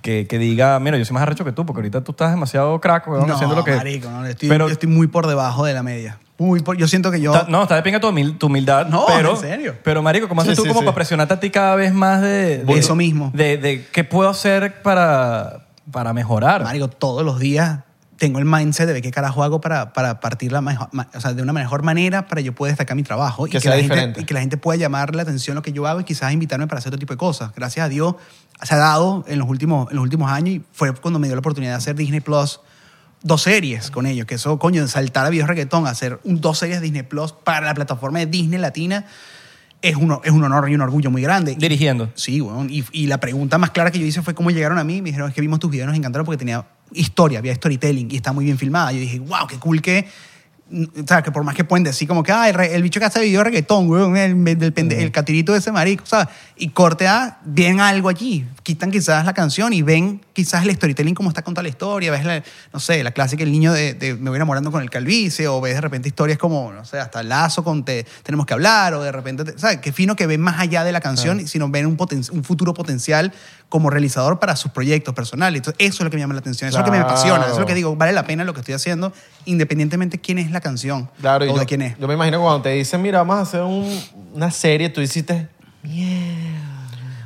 S2: que, que diga, mira, yo soy más arrecho que tú, porque ahorita tú estás demasiado crack,
S1: *laughs*
S2: weón,
S1: no,
S2: haciendo lo que...
S1: marico, no, yo estoy,
S2: pero,
S1: yo estoy muy por debajo de la media. Muy por- yo siento que yo...
S2: está- no, está de pinga tu, humil- tu humildad,
S1: No,
S2: pero...
S1: en serio.
S2: Pero, marico, ¿cómo haces
S3: Sí,
S2: tú
S3: sí,
S2: como
S3: sí.
S2: para presionarte a ti cada vez más de... de-
S1: Eso mismo.
S2: De, de qué puedo hacer para, para mejorar.
S1: Marico, todos los días tengo el mindset de ver qué carajo hago para, para partirla mejo- ma- o sea, de una mejor manera para yo poder destacar mi trabajo
S3: Que
S1: y,
S3: sea
S1: la gente,
S3: diferente.
S1: y que la gente pueda llamar la atención lo que yo hago y quizás invitarme para hacer otro tipo de cosas. Gracias a Dios se ha dado en los últimos, en los últimos años y fue cuando me dio la oportunidad de hacer Disney Plus dos series con ellos, que eso, coño, saltar a videos reggaetón, hacer un, dos series de Disney Plus para la plataforma de Disney Latina es, uno, es un honor y un orgullo muy grande.
S2: Dirigiendo.
S1: Sí, weón. Y, y la pregunta más clara que yo hice fue cómo llegaron a mí. Me dijeron, es que vimos tus videos, nos encantaron porque tenía historia, había storytelling y está muy bien filmada. Yo dije, wow, qué cool que... O sea, que por más que pueden decir como que, ah, el, re- el bicho que hace video de reggaetón, weón, el, del pende- el catirito de ese marico, ¿sabes? Y corte A, ven algo allí, quitan quizás la canción y ven quizás el storytelling como está contada la historia, ves, la- no sé, la clásica, el niño de, de me voy enamorando con el calvicie, o ves de repente historias como, no sé, hasta lazo con te, tenemos que hablar, o de repente, te- ¿sabes? Qué fino que ven más allá de la canción, sino ven un, poten- un futuro potencial como realizador para sus proyectos personales. Entonces, eso es lo que me llama la atención, eso es lo que me apasiona, eso es lo que
S3: Claro.
S1: digo, vale la pena lo que estoy haciendo, independientemente quién es la canción
S3: Claro, y
S1: o
S3: yo,
S1: de quién es.
S3: Yo me imagino cuando te dicen, mira, vamos a hacer un- una serie, tú hiciste.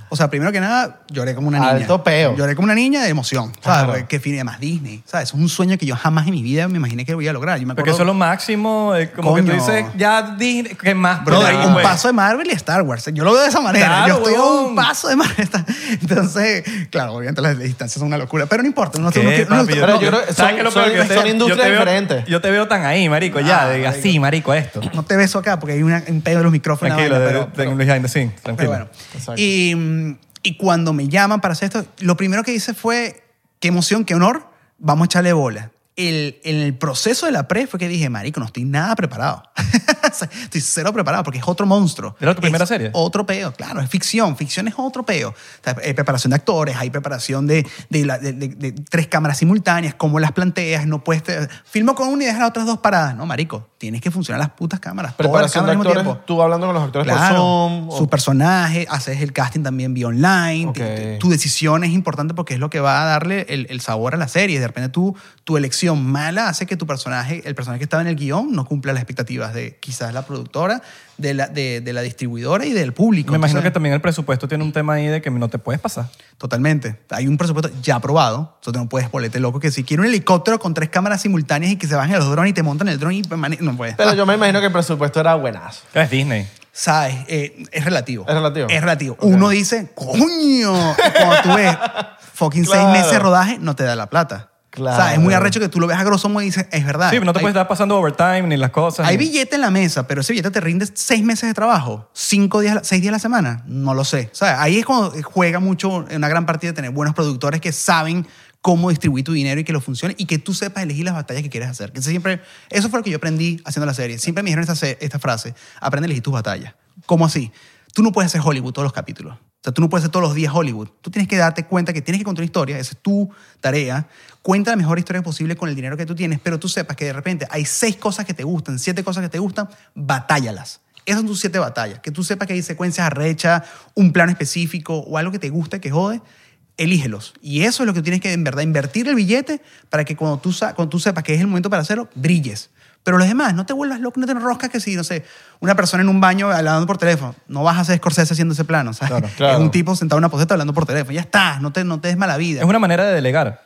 S1: O sea, primero que nada, lloré como una niña.
S3: Alto peo.
S1: Lloré como una niña de emoción. ¿Sabes?
S3: Claro.
S1: Porque, Que fin más Disney. ¿Sabes? Es un sueño que yo jamás en mi vida me imaginé que voy a lograr. Yo me
S2: Porque
S1: acuerdo,
S2: eso es lo máximo. eh, como que tú
S1: Coño.
S2: dices, ya Disney, ¿qué más?
S1: Brother,
S2: Pues,
S1: un
S2: pues.
S1: paso de Marvel y Star Wars. Yo lo veo de esa manera.
S2: Claro,
S1: yo estoy a
S2: huevón.
S1: un paso de Marvel. *laughs* Entonces, claro, obviamente las distancias son una locura. Pero no importa. No,
S2: ¿Qué,
S1: no- no-
S2: papi?
S3: Pero
S2: no-
S3: yo creo que
S2: ¿sabes
S3: son-
S2: qué es lo
S3: son-
S2: peor? Que yo te-
S3: son
S2: yo te
S3: industrias
S2: veo-
S3: diferentes.
S2: Yo te veo tan ahí, marico, ya.
S1: Ah,
S2: de-
S1: marico.
S2: así, marico, esto.
S1: no te beso acá porque hay una- un pedo de los micrófonos. y una
S2: Tranquilo,
S1: vaina,
S2: de-
S1: pero-
S2: de-
S1: pero-
S2: un behind the scenes,
S1: Pero
S2: tranquilo.
S1: bueno.
S3: Exacto.
S1: Y, mm, y cuando me llaman para hacer esto, lo primero que hice fue, qué emoción, qué honor, vamos a echarle bola. El, en el proceso de la pre fue que dije, marico, no estoy nada preparado. *laughs* Estoy cero preparado porque es otro monstruo.
S2: ¿Era tu primera
S1: Es
S2: serie?
S1: Otro peo, claro, es ficción. Ficción es otro peo. O sea, hay preparación de actores, hay preparación de, de la- de- de- de tres cámaras simultáneas, cómo las planteas, no puedes. te- filmo con una y dejas las otras dos paradas. No, marico, tienes que funcionar las putas cámaras. todas las
S3: Preparación
S1: cámaras
S3: de
S1: al mismo
S3: actores,
S1: tiempo.
S3: tú hablando con los actores
S1: Claro,
S3: por Zoom. o-
S1: su personaje, haces el casting también vía online.
S3: Ok.
S1: Tu- Tu decisión es importante porque es lo que va a darle el, el sabor a la serie. De repente tu, tu elección mala hace que tu personaje, el personaje que estaba en el guión, no cumpla las expectativas de quizás la productora, de la, de, de la distribuidora y del público.
S2: Me imagino que
S1: Entonces,
S2: también el presupuesto tiene un tema ahí de que no te puedes pasar.
S1: Totalmente. Hay un presupuesto ya aprobado. Entonces no puedes polete loco que si quiero un helicóptero con tres cámaras simultáneas y que se bajen los drones y te montan el drone y permane- no puedes.
S3: Pero yo me imagino que el presupuesto era buenazo.
S2: Es Disney.
S1: ¿sabes? Eh, es relativo.
S3: ¿Es relativo?
S1: Es relativo.
S3: Ok.
S1: Uno dice, coño, Y cuando tú ves fucking
S3: Claro.
S1: seis meses de rodaje, no te da la plata.
S3: Claro.
S1: O sea, es muy arrecho que tú lo ves a grosso modo y dices, es verdad.
S2: Sí, pero no te
S1: Hay-
S2: puedes estar pasando overtime ni las cosas.
S1: Ah, Hay
S2: ni-
S1: billete en la mesa, pero ese billete te rinde seis meses de trabajo, cinco días, seis días a la semana. No lo sé. O sea, ahí es cuando juega mucho en una gran partida tener buenos productores que saben cómo distribuir tu dinero y que lo funcione y que tú sepas elegir las batallas que quieres hacer. Que eso siempre, eso fue lo que yo aprendí haciendo la serie. Siempre me dijeron esta, se- esta frase, aprende a elegir tus batallas. ¿Cómo así? Tú no puedes hacer Hollywood todos los capítulos. O sea, tú no puedes hacer todos los días Hollywood. Tú tienes que darte cuenta que tienes que contar una historia, esa es tu tarea. Cuenta la mejor historia posible con el dinero que tú tienes, pero tú sepas que de repente hay seis cosas que te gustan, siete cosas que te gustan, batállalas. Esas son tus siete batallas. Que tú sepas que hay secuencias arrechas, un plano específico o algo que te gusta, que jode, elígelos. Y eso es lo que tienes que, en verdad, invertir el billete para que cuando tú, sa- cuando tú sepas que es el momento para hacerlo, brilles. Pero los demás, no te vuelvas loco, no te enroscas que si, no sé, una persona en un baño hablando por teléfono, no vas a ser Scorsese haciendo ese plano, ¿sabes?
S3: Claro, claro.
S1: Es un tipo sentado en una poseta hablando por teléfono. Ya está, no te, no te des mala vida.
S2: Es una manera de delegar.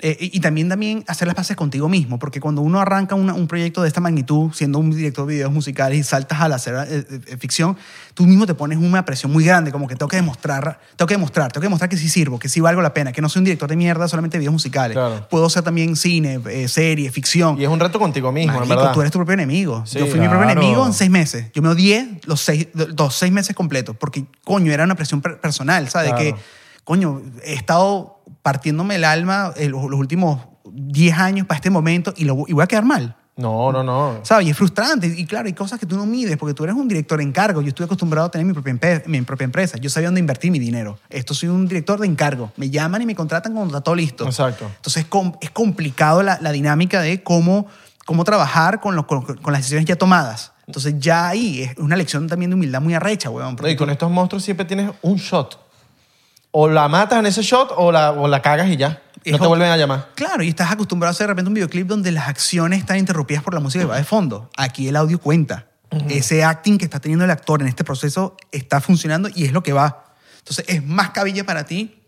S1: Eh, y, y también, también hacer las paces contigo mismo, porque cuando uno arranca una- un proyecto de esta magnitud, siendo un director de videos musicales y saltas al hacer eh, eh, ficción, tú mismo te pones una presión muy grande, como que tengo que demostrar, tengo que demostrar, tengo que demostrar que sí sirvo, que sí valgo la pena, que no soy un director de mierda solamente de videos musicales.
S3: Claro.
S1: Puedo hacer también cine, eh, serie, ficción.
S3: Y es un reto contigo mismo, en
S1: Marico,
S3: verdad.
S1: tú eres tu propio enemigo.
S3: Sí,
S1: yo fui mi
S2: claro.
S1: propio enemigo en seis meses. Yo me odié los seis, los seis meses completos porque, coño, era una presión per- personal, ¿sabes? De
S3: Claro.
S1: que, coño, he estado partiéndome el alma eh, los, los últimos 10 años para este momento y, lo, y voy a quedar mal.
S3: No, no, no.
S1: ¿Sabes? Y es frustrante. Y claro, hay cosas que tú no mides porque tú eres un director en cargo. Yo estuve acostumbrado a tener mi propia, empe- mi propia empresa. Yo sabía dónde invertir mi dinero. Esto soy un director de encargo. Me llaman y me contratan cuando está todo listo.
S3: Exacto.
S1: Entonces es com- es complicado la, la dinámica de cómo, cómo trabajar con, los, con, con las decisiones ya tomadas. Entonces ya ahí es una lección también de humildad muy arrecha, weón.
S3: No, y con estos monstruos siempre tienes un shot. O la matas en ese shot o la, o la cagas y ya.
S1: Es
S3: no te
S1: otro-
S3: vuelven a llamar.
S1: Claro, y estás acostumbrado a hacer de repente un videoclip donde las acciones están interrumpidas por la música que va de fondo. Aquí el audio cuenta. Ese acting que está teniendo el actor en este proceso está funcionando y es lo que va. Entonces es más cabilla para ti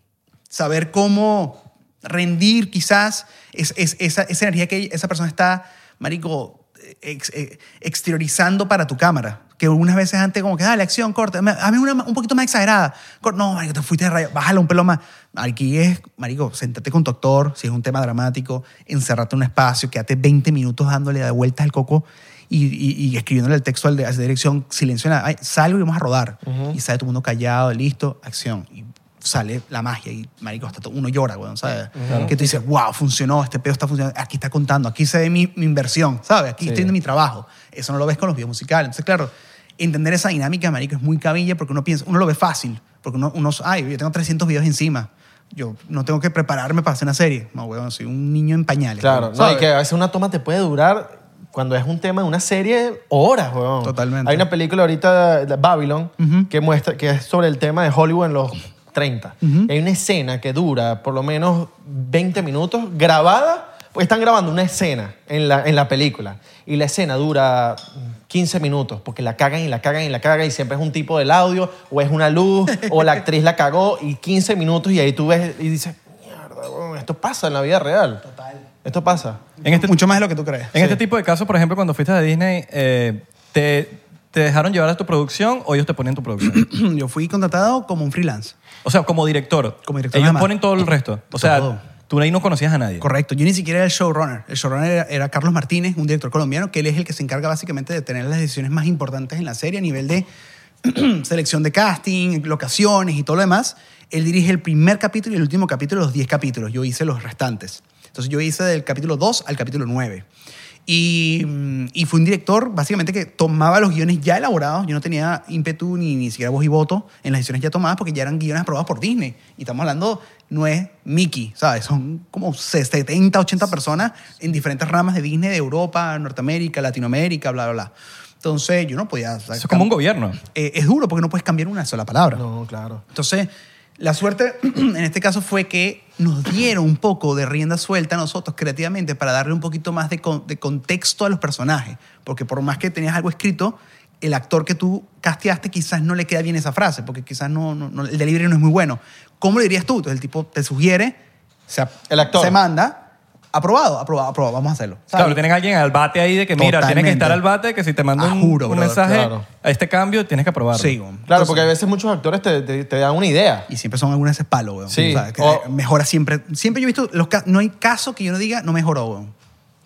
S1: saber cómo rendir quizás es, es- esa, esa energía que esa persona está, marico, ex- eh, exteriorizando para tu cámara. Que unas veces antes como que, dale, acción, corta, hazme una ma- un poquito más exagerada. Cor- No, marico, te fuiste de rayo, bájale un pelo más. Aquí es, marico, sentate con tu actor, si es un tema dramático, encerrate en un espacio, quédate 20 minutos dándole de vueltas al coco y, y- y escribiéndole el texto al de, a esa dirección, silencio, en la- ay, salgo y vamos a rodar. Y sale todo el mundo callado, listo, acción. Y sale la magia y marico hasta todo- uno llora weón ¿sabes? que tú dices wow funcionó este pedo está funcionando aquí está contando aquí se ve mi, mi inversión ¿sabes? aquí
S3: Sí.
S1: estoy viendo mi trabajo eso no lo ves con los videos musicales entonces claro entender esa dinámica marico es muy cabilla porque uno piensa uno lo ve fácil porque uno, uno ay yo tengo 300 videos encima yo no tengo que prepararme para hacer una serie no weón soy un niño en pañales
S3: Claro.
S1: weón,
S3: No, y
S1: ¿sabes?
S3: que a veces una toma te puede durar, cuando es un tema de una serie, horas, weón.
S1: Totalmente.
S3: Hay una película ahorita, la- Babylon, que, muestra, que es sobre el tema de Hollywood en los 30. Y Hay una escena que dura por lo menos 20 minutos grabada, pues están grabando una escena en la, en la película. Y la escena dura 15 minutos, porque la cagan y la cagan y la cagan, y siempre es un tipo del audio, o es una luz, o la actriz la cagó, y 15 minutos, y ahí tú ves y dices, mierda, weón, esto pasa en la vida real. Total. Esto pasa.
S2: En este, en
S1: mucho más de lo que tú crees
S2: este tipo de casos, por ejemplo, cuando fuiste a Disney, eh, te, ¿te dejaron llevar a tu producción o ellos te ponían tu
S1: *clears throat*
S2: producción?
S1: yo fui contratado como un freelance
S2: o sea, como director.
S1: Como director
S2: Ellos
S1: nada más.
S2: ponen todo el resto. O sea,
S1: Todo.
S2: tú ahí no conocías a nadie.
S1: Correcto. Yo ni siquiera era el showrunner. El showrunner era, era Carlos Martínez, un director colombiano, que él es el que se encarga básicamente de tener las decisiones más importantes en la serie a nivel de *clears throat* selección de casting, locaciones y todo lo demás. Él dirige el primer capítulo y el último capítulo, los 10 capítulos. Yo hice los restantes. Entonces yo hice del capítulo 2 al capítulo 9. Y, mm, y fue un director, básicamente, que tomaba los guiones ya elaborados. Yo no tenía ímpetu ni, ni siquiera voz y voto en las decisiones ya tomadas porque ya eran guiones aprobados por Disney. Y estamos hablando, no es Mickey, ¿sabes? Son como 70, 80 personas en diferentes ramas de Disney, de Europa, Norteamérica, Latinoamérica, bla, bla, bla. Entonces, yo no podía...
S2: Eso es como un gobierno.
S1: Eh, es duro porque no puedes cambiar una sola palabra.
S3: No, claro.
S1: Entonces, la suerte *clears throat* en este caso fue que nos dieron un poco de rienda suelta a nosotros creativamente para darle un poquito más de, con- de contexto a los personajes. Porque por más que tenías algo escrito, el actor que tú casteaste quizás no le queda bien esa frase, porque quizás no, no- no- el delivery no es muy bueno. ¿Cómo lo dirías tú? Entonces, el tipo te sugiere, se, ap-
S3: El actor.
S1: se manda, aprobado, aprobado, aprobado, vamos a hacerlo. ¿sabes?
S2: Claro, tienen a alguien al bate ahí de que, mira, tienes que
S1: Totalmente.
S2: estar al bate, que si te mando
S1: Ah,
S2: un,
S1: juro,
S2: un
S1: brother,
S2: mensaje
S3: claro.
S2: a este cambio, tienes que aprobarlo.
S1: Sí, güey.
S3: Claro,
S1: Entonces-
S3: porque a veces muchos actores te, te- te dan una idea.
S1: Y siempre son algunas ese palo, weón.
S3: Sí,
S1: O sea, que
S3: o-
S1: mejora siempre. Siempre yo he visto, los ca- no hay caso que yo no diga, no mejoró, weón.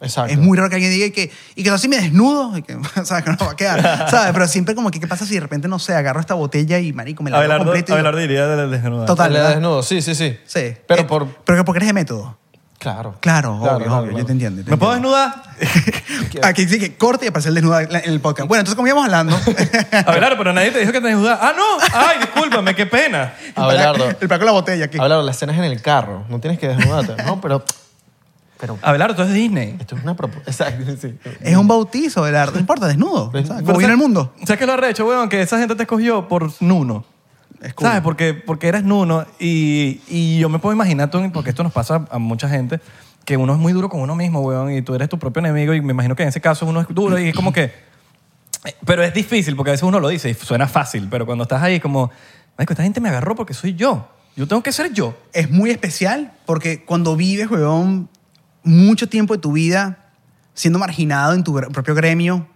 S3: Exacto.
S1: Es muy raro que alguien diga y que, y que así me desnudo, y que, *laughs* ¿sabes? Que no va a quedar, ¿sabes? Pero siempre como que, ¿qué pasa si de repente, no sé, agarro esta botella y marico, me la doy
S2: Abelardo,
S1: completa? y digo,
S2: Abelardo diría de, desnudar.
S1: Total.
S3: Le da
S1: ¿verdad?
S3: desnudo, sí, sí, sí.
S1: Sí.
S3: Pero
S1: Eh,
S3: por...
S1: Pero que porque eres de método.
S3: Claro.
S1: Claro, obvio,
S3: claro,
S1: obvio,
S3: claro.
S1: yo te entiendo. yo te
S2: ¿Me puedo
S1: entiendo.
S2: desnudar?
S1: *laughs* Aquí sí que corte y aparece el desnudo en el podcast. Bueno, entonces, como íbamos
S3: *laughs*
S1: hablando...
S2: *laughs* Abelardo, pero nadie te dijo que te desnudar. Ah, no. Ay, discúlpame, qué pena.
S1: *laughs*
S3: Abelardo,
S1: El placo de la botella aquí.
S3: Abelardo, la escena es en el carro. No tienes que desnudarte.
S1: *laughs*
S3: no, pero... Pero
S2: Abelardo, tú eres Disney.
S3: esto es una propuesta. Exacto, sí.
S1: Es un bautizo, Abelardo. No importa, desnudo. ¿sabes? Como
S2: Pero
S1: viene el
S2: ¿sabes-
S1: mundo.
S2: ¿Sabes qué lo ha hecho, weón? Que esa gente te escogió por Nuno.
S1: Es cool.
S2: ¿Sabes? Porque, porque eres Nuno y, y yo me puedo imaginar, Tony, porque esto nos pasa a mucha gente, que uno es muy duro con uno mismo, weón, y tú eres tu propio enemigo y me imagino que en ese caso uno es duro y es como que... *laughs* Pero es difícil porque a veces uno lo dice y suena fácil, pero cuando estás ahí es como, "Marico, esta gente me agarró porque soy yo. Yo tengo que ser yo.
S1: es muy especial porque cuando vives, huevón, mucho tiempo de tu vida siendo marginado en tu gr- propio gremio,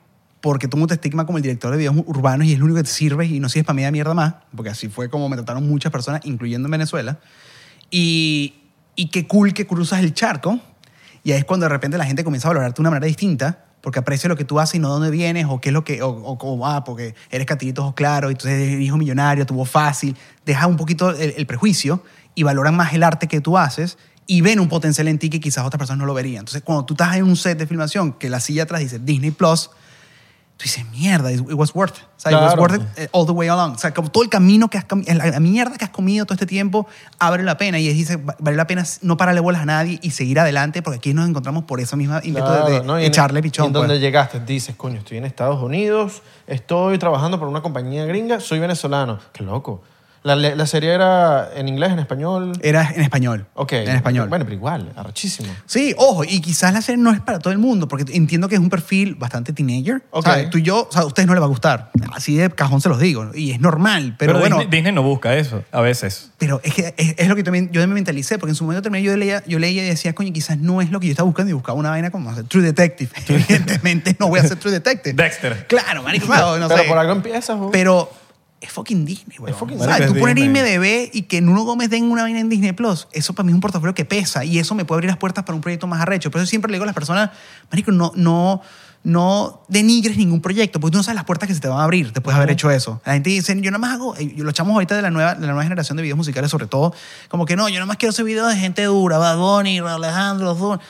S1: porque todo mundo te estigma como el director de videos urbanos y es lo único que te sirve y no sigues para media mierda más, porque así fue como me trataron muchas personas, incluyendo en Venezuela. Y, y qué cool que cruzas el charco y ahí es cuando de repente la gente comienza a valorarte de una manera distinta porque aprecia lo que tú haces y no de dónde vienes o qué es lo que o, o cómo va porque eres catirito ojos claros y entonces eres hijo millonario tuvo fácil deja un poquito el, el prejuicio y valoran más el arte que tú haces y ven un potencial en ti que quizás otras personas no lo verían entonces cuando tú estás en un set de filmación que la silla atrás dice Disney Plus tú dices, mierda, it it was worth it. O sea, it was
S3: Claro.
S1: worth it eh, all the way along. O sea, como todo el camino que has comido, la la mierda que has comido todo este tiempo, abre la pena. Y es, dice, va- vale la pena no pararle bolas a nadie y seguir adelante, porque aquí nos encontramos por eso misma ímpetu de- de,
S3: Claro, ¿no? Y en-
S1: echarle
S3: y
S1: pichón.
S3: En donde
S1: pues.
S3: llegaste, dices, coño, estoy en Estados Unidos, estoy trabajando por una compañía gringa, soy venezolano. Qué loco. La, le- la serie era en inglés, en español.
S1: Era en español.
S3: ok.
S1: Eh, En español.
S3: Bueno, pero igual, arrechísimo.
S1: Sí, ojo, y quizás la serie no es para todo el mundo, porque entiendo que es un perfil bastante teenager. O
S3: Ok.
S1: sea, tú y yo, o sea, a ustedes no les va a gustar. Así de cajón se los digo. Y es normal, pero, bueno.
S2: Disney, Disney no busca eso, a veces.
S1: Pero es que es, es lo que también yo me mentalicé, porque en su momento también yo leía, yo leía y decía, coño, quizás no es lo que yo estaba buscando y buscaba una vaina como hacer True Detective. *laughs* Evidentemente no voy a hacer True Detective.
S2: Dexter.
S1: Claro, marico, no, no
S3: pero
S1: sé.
S3: por algo empiezas. ¿no?
S1: Pero es fucking Disney, güey.
S3: Es fucking
S1: ¿Sabes?
S2: Disney.
S1: Tú poner
S2: Disney.
S1: IMDB y que Nuno Gómez den una vaina en Disney Plus, eso para mí es un portafolio que pesa y eso me puede abrir las puertas para un proyecto más arrecho. Por eso siempre le digo a las personas, marico, no, no, no denigres ningún proyecto, porque tú no sabes las puertas que se te van a abrir después de haber hecho eso. La gente dice, yo nada más hago, eh, yo- los chamos ahorita de la nueva, de la nueva generación de videos musicales, sobre todo, como que no, yo nada más quiero hacer videos de gente dura, Bad Bunny, Raúl Alejandro, Ozuna".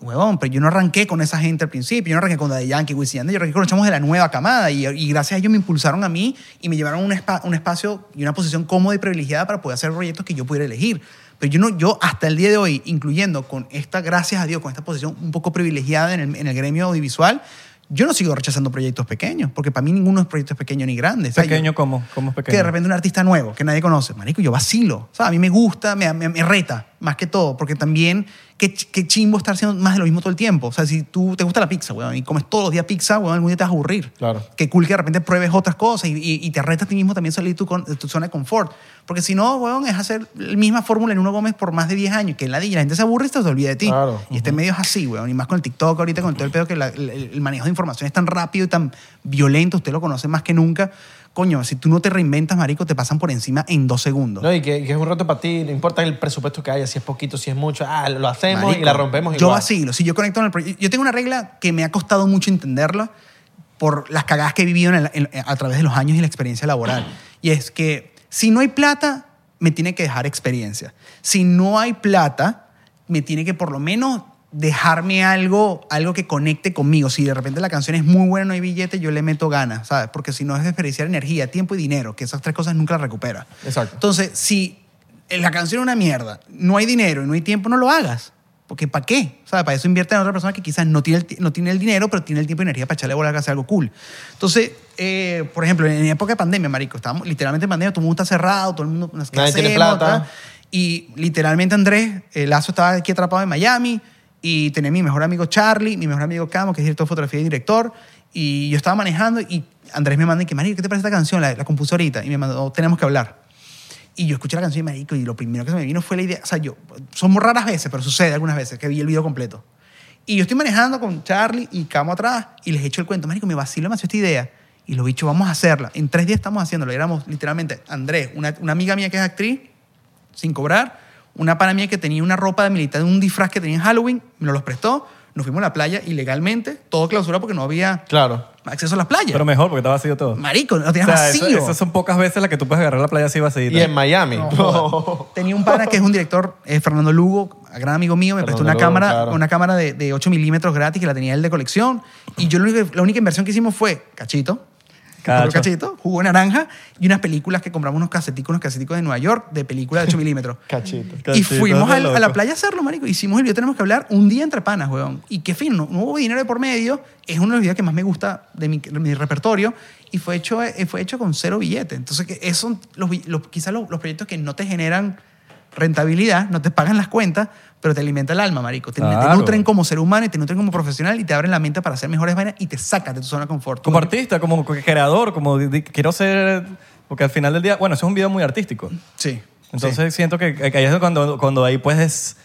S1: Huevón, pero yo no arranqué con esa gente al principio, yo no arranqué con Daddy Yankee, Wisin y Yandel, yo arranqué con los chamos de la nueva camada y, y gracias a ellos me impulsaron a mí y me llevaron a un, espa- un espacio y una posición cómoda y privilegiada para poder hacer proyectos que yo pudiera elegir. Pero yo, no, yo hasta el día de hoy, incluyendo con esta, gracias a Dios, con esta posición un poco privilegiada en el, en el gremio audiovisual, yo no sigo rechazando proyectos pequeños, porque para mí ninguno es proyecto pequeño ni grande. O sea, yo-
S2: Pequeño como, como es
S1: que de
S2: pequeño.
S1: repente un artista nuevo que nadie conoce, marico, yo vacilo. O sea, a mí me gusta, me, me- me reta, más que todo, porque también qué, ch- qué chimbo estar haciendo más de lo mismo todo el tiempo. O sea, si tú te gusta la pizza, weón, y comes todos los días pizza, weón, algún día te vas a aburrir.
S3: Claro.
S1: Qué cool que de repente pruebes otras cosas y, y- y te retas a ti mismo también salir de tu, con- de tu zona de confort. Porque si no, weón, es hacer la misma fórmula en uno Gómez por más de 10 años, que es la de la gente se aburre y se te olvida de ti.
S3: Claro.
S1: Y este medio es así, weón. Y más con el TikTok ahorita, con todo el pedo que la- el, el manejo de información es tan rápido y tan violento. Usted lo conoce más que nunca. Coño, si tú no te reinventas, marico, te pasan por encima en dos segundos.
S3: No, y que, que es un reto para ti, no importa el presupuesto que haya, si es poquito, si es mucho, ah, lo hacemos y
S1: Marico,
S3: la rompemos
S1: Yo
S3: igual.
S1: vacilo. Si yo conecto en el proyecto... Yo tengo una regla que me ha costado mucho entenderla por las cagadas que he vivido en el- en- a través de los años y la experiencia laboral. Y es que si no hay plata, me tiene que dejar experiencia. Si no hay plata, me tiene que por lo menos dejarme algo, algo que conecte conmigo. Si de repente la canción es muy buena, no hay billete, yo le meto ganas, ¿sabes? Porque si no es desperdiciar energía, tiempo y dinero, que esas tres cosas nunca las recupera.
S3: Exacto.
S1: Entonces, si la canción es una mierda, no hay dinero y no hay tiempo, no lo hagas. Porque ¿para qué? ¿Sabes? Para eso invierte en otra persona que quizás no tiene el, ti- no tiene el dinero, pero tiene el tiempo y energía para echarle bola a hacer algo cool. Entonces, eh, por ejemplo, en época de pandemia, marico, estábamos literalmente en pandemia, todo el mundo está cerrado, todo el mundo... ¿qué
S3: Nadie tiene
S1: hacemos?
S3: plata.
S1: Y literalmente Andrés, eh, Lazo estaba aquí atrapado en Miami y tenía mi mejor amigo Charlie, mi mejor amigo Camo, que es director de fotografía y director. Y yo estaba manejando y Andrés me manda y que, marico, ¿qué te parece esta canción? La, la compuse ahorita. Y me mandó, tenemos que hablar. Y yo escuché la canción de Marico y lo primero que se me vino fue la idea. O sea, yo, son muy raras veces, pero sucede algunas veces que vi el video completo. Y yo estoy manejando con Charlie y Camo atrás y les echo el cuento. Marico, me vacilo demasiado esta idea. Y los bichos, vamos a hacerla. En tres días estamos haciéndolo. Éramos literalmente Andrés, una, una amiga mía que es actriz, sin cobrar, una pana mía que tenía una ropa de militar, un disfraz que tenía en Halloween, nos los prestó. Nos fuimos a la playa ilegalmente, todo clausurado porque no había
S3: Claro.
S1: acceso a las playas.
S2: Pero mejor, porque está vacío todo.
S1: Marico, no tenías
S2: O sea, eso-
S1: vacío.
S2: esas son pocas veces las que tú puedes agarrar la playa así vacía.
S3: Y en Miami. *laughs*
S1: No, joda. *laughs* Tenía un pana que es un director, eh, Fernando Lugo, gran amigo mío, me prestó
S3: Fernando
S1: una
S3: Lugo,
S1: cámara,
S3: claro.
S1: una cámara de, de 8 milímetros gratis que la tenía él de colección. Y yo lo único- la única inversión que hicimos fue cachito,
S2: Cacho.
S1: cachito, jugo de naranja y unas películas que compramos unos caseticos, unos caseticos de Nueva York de películas
S3: *laughs*
S1: de 8 milímetros.
S3: Cachito.
S1: Y
S2: Cachito,
S1: fuimos
S2: de
S1: al- a, la
S2: loco.
S1: playa a hacerlo, marico. Hicimos el video, tenemos que hablar un día entre panas, weón. Y qué fin, no, no hubo dinero de por medio. Es uno de los videos que más me gusta de mi, de mi repertorio. Y fue hecho, eh, fue hecho con cero billete. Entonces, que esos son los, bi- los- quizás los, los proyectos que no te generan rentabilidad, no te pagan las cuentas, pero te alimenta el alma, marico. Te, te
S2: Claro.
S1: nutren como ser humano y te nutren como profesional y te abren la mente para hacer mejores vainas y te sacan de tu zona de confort.
S2: Como artista, como creador, como di- di- quiero ser... Porque al final del día, bueno, eso es un video muy artístico.
S1: Sí.
S2: Entonces siento que, que ahí es cuando, cuando ahí puedes...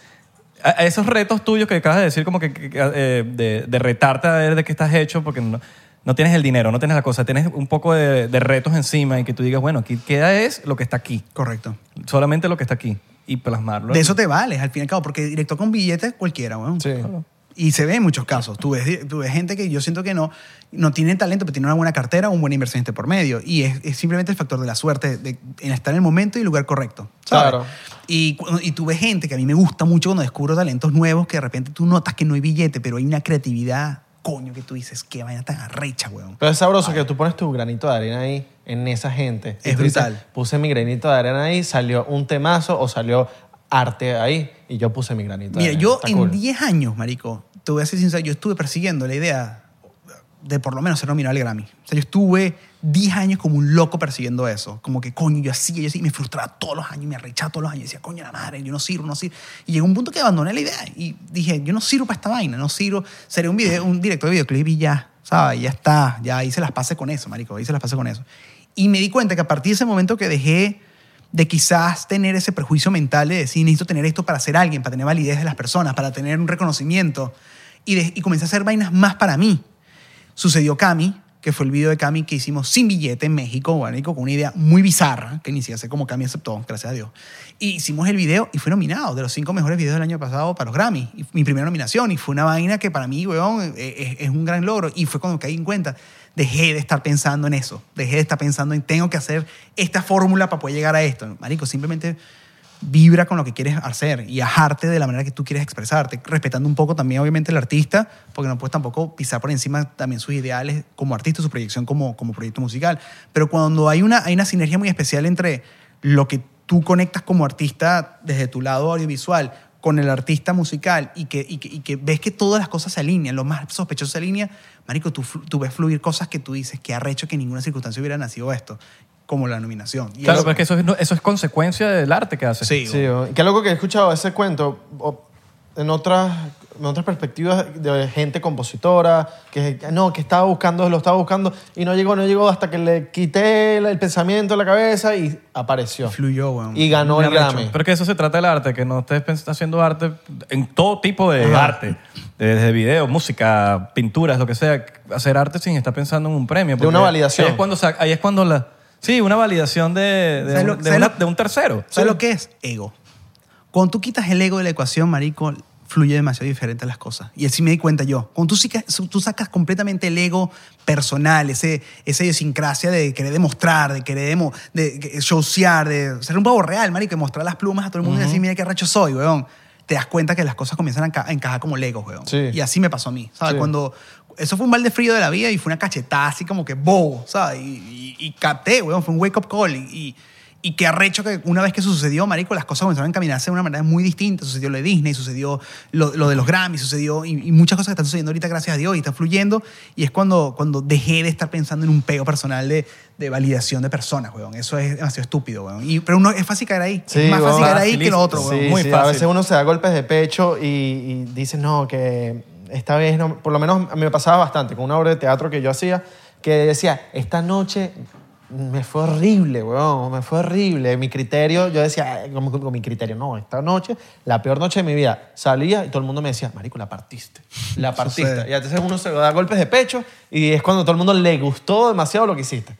S2: a- a Esos retos tuyos que acabas de decir, como que, que- que, eh, de, de retarte a ver de qué estás hecho, porque no, no tienes el dinero, no tienes la cosa, tienes un poco de, de retos encima y que tú digas, bueno, aquí queda es lo que está aquí,
S1: Sí, correcto.
S2: solamente lo que está aquí, y plasmarlo.
S1: De eso te vales, al fin y al cabo, porque director con billetes cualquiera, weón.
S3: Sí.
S1: Y se ve en muchos casos. Tú ves, tú ves gente que yo siento que no, no tiene talento, pero tiene una buena cartera, un buen inversionista por medio. Y es, es simplemente el factor de la suerte, de, en estar en el momento y el lugar correcto. ¿sabes?
S3: Claro.
S1: Y, cu- y tú ves gente que a mí me gusta mucho cuando descubro talentos nuevos que de repente tú notas que no hay billete, pero hay una creatividad, coño, que tú dices, qué vaina tan arrecha, weón.
S3: Pero es sabroso que tú pones tu granito de arena ahí en esa gente. Y
S1: Es
S3: tú dices,
S1: brutal.
S3: puse mi granito de arena ahí, salió un temazo o salió arte ahí y yo puse mi granito
S1: Mira,
S3: de arena.
S1: yo
S3: Está
S1: en
S3: cool.
S1: 10 años, marico, te voy a ser sincero, yo estuve persiguiendo la idea de por lo menos ser nominado al Grammy. O sea, yo estuve 10 años como un loco persiguiendo eso. Como que, coño, yo hacía, yo hacía, y me frustraba todos los años, me arrechaba todos los años, y decía, coño, la madre, yo no sirvo, no sirvo. Y llegó un punto que abandoné la idea y dije, yo no sirvo para esta vaina, no sirvo. Seré un, video, un director de videoclip y ya, ¿sabes? Ya está, ya hice las pases con eso, marico, hice las pases con eso. Y me di cuenta que a partir de ese momento que dejé de quizás tener ese prejuicio mental de decir, necesito tener esto para ser alguien, para tener validez de las personas, para tener un reconocimiento. Y, de- y comencé a hacer vainas más para mí. Sucedió Cami, que fue el video de Cami que hicimos sin billete en México, marico, con una idea muy bizarra, que ni siquiera sé cómo Cami aceptó, gracias a Dios. Y hicimos el video y fue nominado de los cinco mejores videos del año pasado para los Grammy. Y mi primera nominación y fue una vaina que para mí, weón, eh, es, es un gran logro. Y fue cuando caí en cuenta, dejé de estar pensando en eso, dejé de estar pensando en tengo que hacer esta fórmula para poder llegar a esto. Marico, simplemente vibra con lo que quieres hacer y ajarte de la manera que tú quieres expresarte, respetando un poco también obviamente al artista, porque no puedes tampoco pisar por encima también sus ideales como artista, su proyección como, como proyecto musical. Pero cuando hay una, hay una sinergia muy especial entre lo que tú conectas como artista desde tu lado audiovisual con el artista musical y que, y que, y que ves que todas las cosas se alinean, lo más sospechoso se alinea, marico, tú, flu- tú ves fluir cosas que tú dices que arrecho que en ninguna circunstancia hubiera nacido esto, como la nominación. Y
S2: claro,
S1: eso-
S2: pero es que eso es, no- eso es consecuencia del arte que haces.
S1: Sí,
S3: Sí, o- qué loco que he escuchado ese cuento o- en otras, en otras perspectivas de gente compositora, que no, que estaba buscando, lo estaba buscando y no llegó, no llegó hasta que le quité el, el pensamiento de la cabeza y apareció.
S1: Fluyó, weón.
S3: Y ganó
S1: Muy
S3: el
S1: arrecho.
S3: Grammy.
S2: Pero que eso se trata del arte, que no estés pens- haciendo arte en todo tipo de arte, desde video, música, pinturas, lo que sea, hacer arte sin estar pensando en un premio. porque
S3: una validación.
S2: Ahí es cuando, sa- ahí es cuando la... Sí, una validación de, de
S1: ¿Sabes
S2: un,
S1: lo-
S2: de
S1: sabes
S2: una-
S1: lo-
S2: de un tercero.
S1: ¿Sabes lo que es? Ego. Cuando tú quitas el ego de la ecuación, marico, fluye demasiado diferente las cosas. Y así me di cuenta yo. Cuando tú, sicas- tú sacas completamente el ego personal, ese, esa idiosincrasia de querer demostrar, de querer demo, de, que- showsear, de ser un pavo real, marico, y mostrar las plumas a todo el mundo y decir, mira qué racho soy, weón. te das cuenta que las cosas comienzan a, enca- a encajar como Lego, weón.
S3: Sí.
S1: Y así me pasó a mí, ¿sabes?
S3: Sí.
S1: Cuando. Eso fue un balde frío de la vida y fue una cachetada así como que bobo, ¿sabes? Y, y- y capté, weón, fue un wake up call. Y, y, y qué arrecho que una vez que sucedió, marico, las cosas comenzaron a encaminarse de una manera muy distinta. Sucedió lo de Disney, sucedió lo, lo de los Grammys, sucedió. Y, y muchas cosas que están sucediendo ahorita, gracias a Dios, y están fluyendo. Y es cuando, cuando dejé de estar pensando en un pego personal de, de validación de personas, weón. Eso es demasiado estúpido, weón. Y, pero uno, es fácil caer ahí.
S3: Sí,
S1: es más fácil
S3: weón.
S1: caer ahí que lo otro,
S3: Sí,
S1: weón.
S2: Muy
S3: sí,
S2: fácil.
S3: A veces uno se da golpes de pecho y, y dices, no, que esta vez no. Por lo menos a mí me pasaba bastante con una obra de teatro que yo hacía que decía, esta noche me fue horrible, weón, me fue horrible. Mi criterio, yo decía, "Ay, con, con mi criterio, no, esta noche, la peor noche de mi vida. Salía y todo el mundo me decía, marico, la partiste, la partiste.
S1: Sucede.
S3: y entonces uno se da golpes de pecho y es cuando todo el mundo le gustó demasiado lo que hiciste.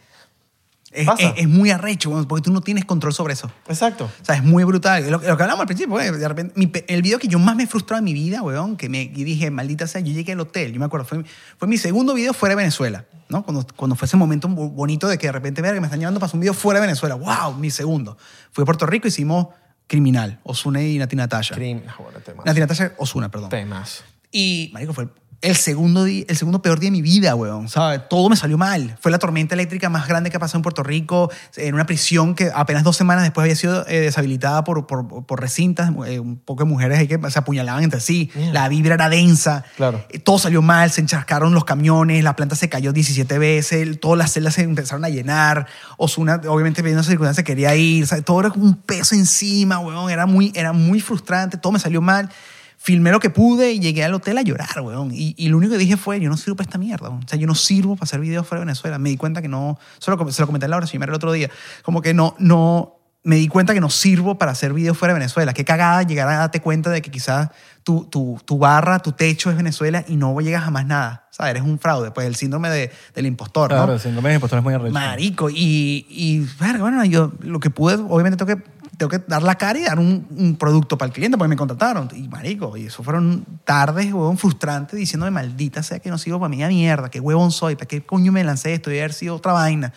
S1: Es,
S3: Pasa.
S1: es- es muy arrecho, weón, porque tú no tienes control sobre eso.
S3: Exacto.
S1: O sea, es muy brutal. Lo, lo que hablamos al principio, eh, de repente, mi pe- el video que yo más me he frustrado en mi vida, weón, que me y dije, maldita sea, yo llegué al hotel, yo me acuerdo, fue, mi- fue mi segundo video fuera de Venezuela, ¿no? Cuando, cuando fue ese momento bo- bonito de que de repente, verga, me están llevando para hacer un video fuera de Venezuela, wow, mi segundo. Fui a Puerto Rico, hicimos Criminal, Osune y Nati Natasha.
S3: Crim- ah, joder, temas.
S1: Nati Natasha, Osuna, perdón.
S3: Temas.
S1: Y, marico, fue el segundo, di- el segundo peor día de mi vida, weón. ¿sabes? Todo me salió mal. Fue la tormenta eléctrica más grande que ha pasado en Puerto Rico, en una prisión que apenas dos semanas después había sido eh, deshabilitada por, por, por recintas, eh, un poco de mujeres ahí que se apuñalaban entre sí.
S3: Mierda.
S1: La vibra era densa.
S3: Claro.
S1: Eh, Todo salió mal, se encharcaron los camiones, la planta se cayó 17 veces, el- todas las celdas se empezaron a llenar. Osuna, obviamente, viendo esa circunstancia, quería ir. ¿sabes? Todo era como un peso encima, weón. Era muy, era muy frustrante, todo me salió mal. Filmé lo que pude y llegué al hotel a llorar, weón. Y, y lo único que dije fue, yo no sirvo para esta mierda, weón. O sea, yo no sirvo para hacer videos fuera de Venezuela. Me di cuenta que no... Solo se lo comenté a Laura Chimera el otro día. Como que no... no me di cuenta que no sirvo para hacer videos fuera de Venezuela. Qué cagada llegar a darte cuenta de que quizás tu, tu, tu barra, tu techo es Venezuela y no llegas a más nada. O sea, eres un fraude. Pues el síndrome de- del impostor, ¿no?
S2: Claro, el síndrome de impostor es pues, muy arrecho.
S1: Marico. Y, y verga, bueno, yo lo que pude, obviamente tengo que, tengo que dar la cara y dar un, un producto para el cliente, porque me contrataron. Y marico, y eso fueron tardes, huevón, frustrantes, diciéndome, maldita sea que no sirvo para media mierda, qué huevón soy, para qué coño me lancé esto y haber sido otra vaina.